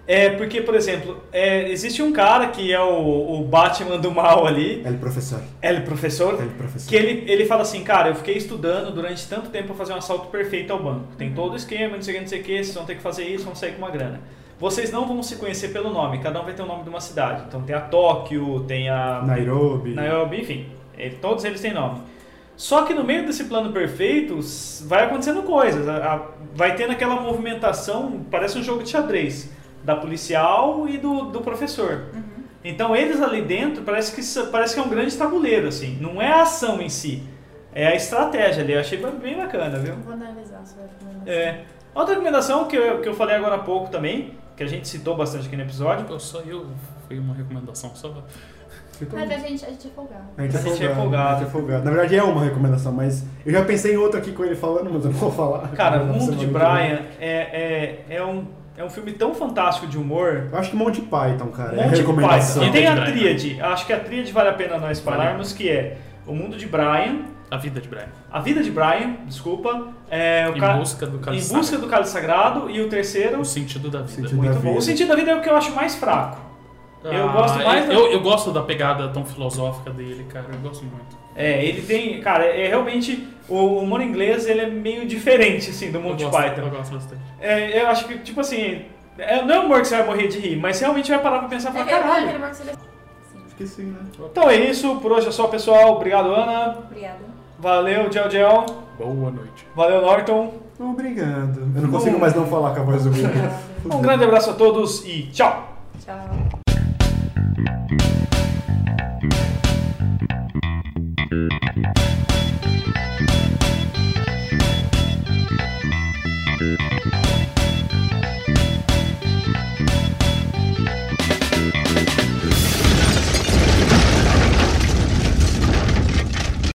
[SPEAKER 2] É porque, por exemplo, é, existe um cara que é o, o Batman do mal ali,
[SPEAKER 5] Ele professor.
[SPEAKER 2] El Professor,
[SPEAKER 5] Ele professor.
[SPEAKER 2] que ele, ele fala assim, cara, eu fiquei estudando durante tanto tempo pra fazer um assalto perfeito ao banco. Tem todo o esquema, não sei o que, não sei o que, vocês vão ter que fazer isso, vão sair com uma grana. Vocês não vão se conhecer pelo nome, cada um vai ter o nome de uma cidade. Então tem a Tóquio, tem a
[SPEAKER 5] Nairobi.
[SPEAKER 2] Nairobi, enfim, ele- todos eles têm nome. Só que no meio desse plano perfeito s- vai acontecendo coisas, a- a- vai tendo aquela movimentação, parece um jogo de xadrez, da policial e do, do professor. Então eles ali dentro parece que, s- parece que é um grande tabuleiro, assim, não é a ação em si, é a estratégia ali, eu achei ba- bem bacana, viu?
[SPEAKER 3] Vou analisar a sua recomendação.
[SPEAKER 2] É. Outra recomendação que eu, que eu falei agora há pouco também, que a gente citou bastante aqui no episódio,
[SPEAKER 4] Pô, só tipo, eu. Foi uma recomendação só.
[SPEAKER 5] Então,
[SPEAKER 3] Mas a gente, a gente é folgado.
[SPEAKER 5] A gente,
[SPEAKER 2] A gente
[SPEAKER 5] é
[SPEAKER 2] é
[SPEAKER 5] folgado.
[SPEAKER 2] folgado.
[SPEAKER 5] a gente é folgado. Na verdade é uma recomendação, mas eu já pensei em outra aqui com ele falando, mas eu não vou falar.
[SPEAKER 2] Cara,
[SPEAKER 5] Não,
[SPEAKER 2] o Mundo
[SPEAKER 5] semana
[SPEAKER 2] de
[SPEAKER 5] que vem.
[SPEAKER 2] Brian é, é, é, um, é um filme tão fantástico de humor. um
[SPEAKER 5] Eu acho que Monty Python, cara. é
[SPEAKER 2] Monty
[SPEAKER 5] recomendação.
[SPEAKER 2] Python. E tem
[SPEAKER 4] Monty
[SPEAKER 2] a
[SPEAKER 4] Python.
[SPEAKER 2] tríade. Acho que a tríade vale a pena nós falarmos, que é O Mundo de Brian,
[SPEAKER 4] A vida de Brian.
[SPEAKER 2] A Vida de Brian, desculpa, é, o
[SPEAKER 4] Em
[SPEAKER 2] ca-
[SPEAKER 4] busca do
[SPEAKER 2] Em
[SPEAKER 4] Cálice
[SPEAKER 2] Busca do Cálice Sagrado e o terceiro,
[SPEAKER 4] O sentido da vida.
[SPEAKER 5] Sentido da
[SPEAKER 2] muito bom.
[SPEAKER 5] vida.
[SPEAKER 2] O Sentido da Vida é o que eu acho mais fraco. Eu gosto mais da-
[SPEAKER 4] Ah, é, Eu, eu gosto da pegada tão filosófica dele, cara. Eu gosto muito.
[SPEAKER 2] É, ele tem... Cara, é realmente... O humor inglês, ele é meio diferente, assim, do Monty
[SPEAKER 4] eu gosto,
[SPEAKER 2] Python.
[SPEAKER 4] Eu gosto bastante.
[SPEAKER 2] É, eu acho que, tipo assim... é- não é um humor que você vai morrer de rir, mas realmente vai parar Tá pra pensar e
[SPEAKER 3] É
[SPEAKER 2] falar,
[SPEAKER 3] aquele-
[SPEAKER 2] caralho...
[SPEAKER 3] aquele marco que é você já-
[SPEAKER 5] Esqueci, né?
[SPEAKER 2] Então é isso, por hoje é só, pessoal. Obrigado, Ana.
[SPEAKER 3] Obrigada.
[SPEAKER 2] Valeu, Gel Gel.
[SPEAKER 4] Boa noite.
[SPEAKER 2] Valeu, Norton.
[SPEAKER 5] Obrigado. Eu não consigo mais não falar com a voz do Will.
[SPEAKER 2] Um grande abraço a todos e tchau!
[SPEAKER 3] Tchau.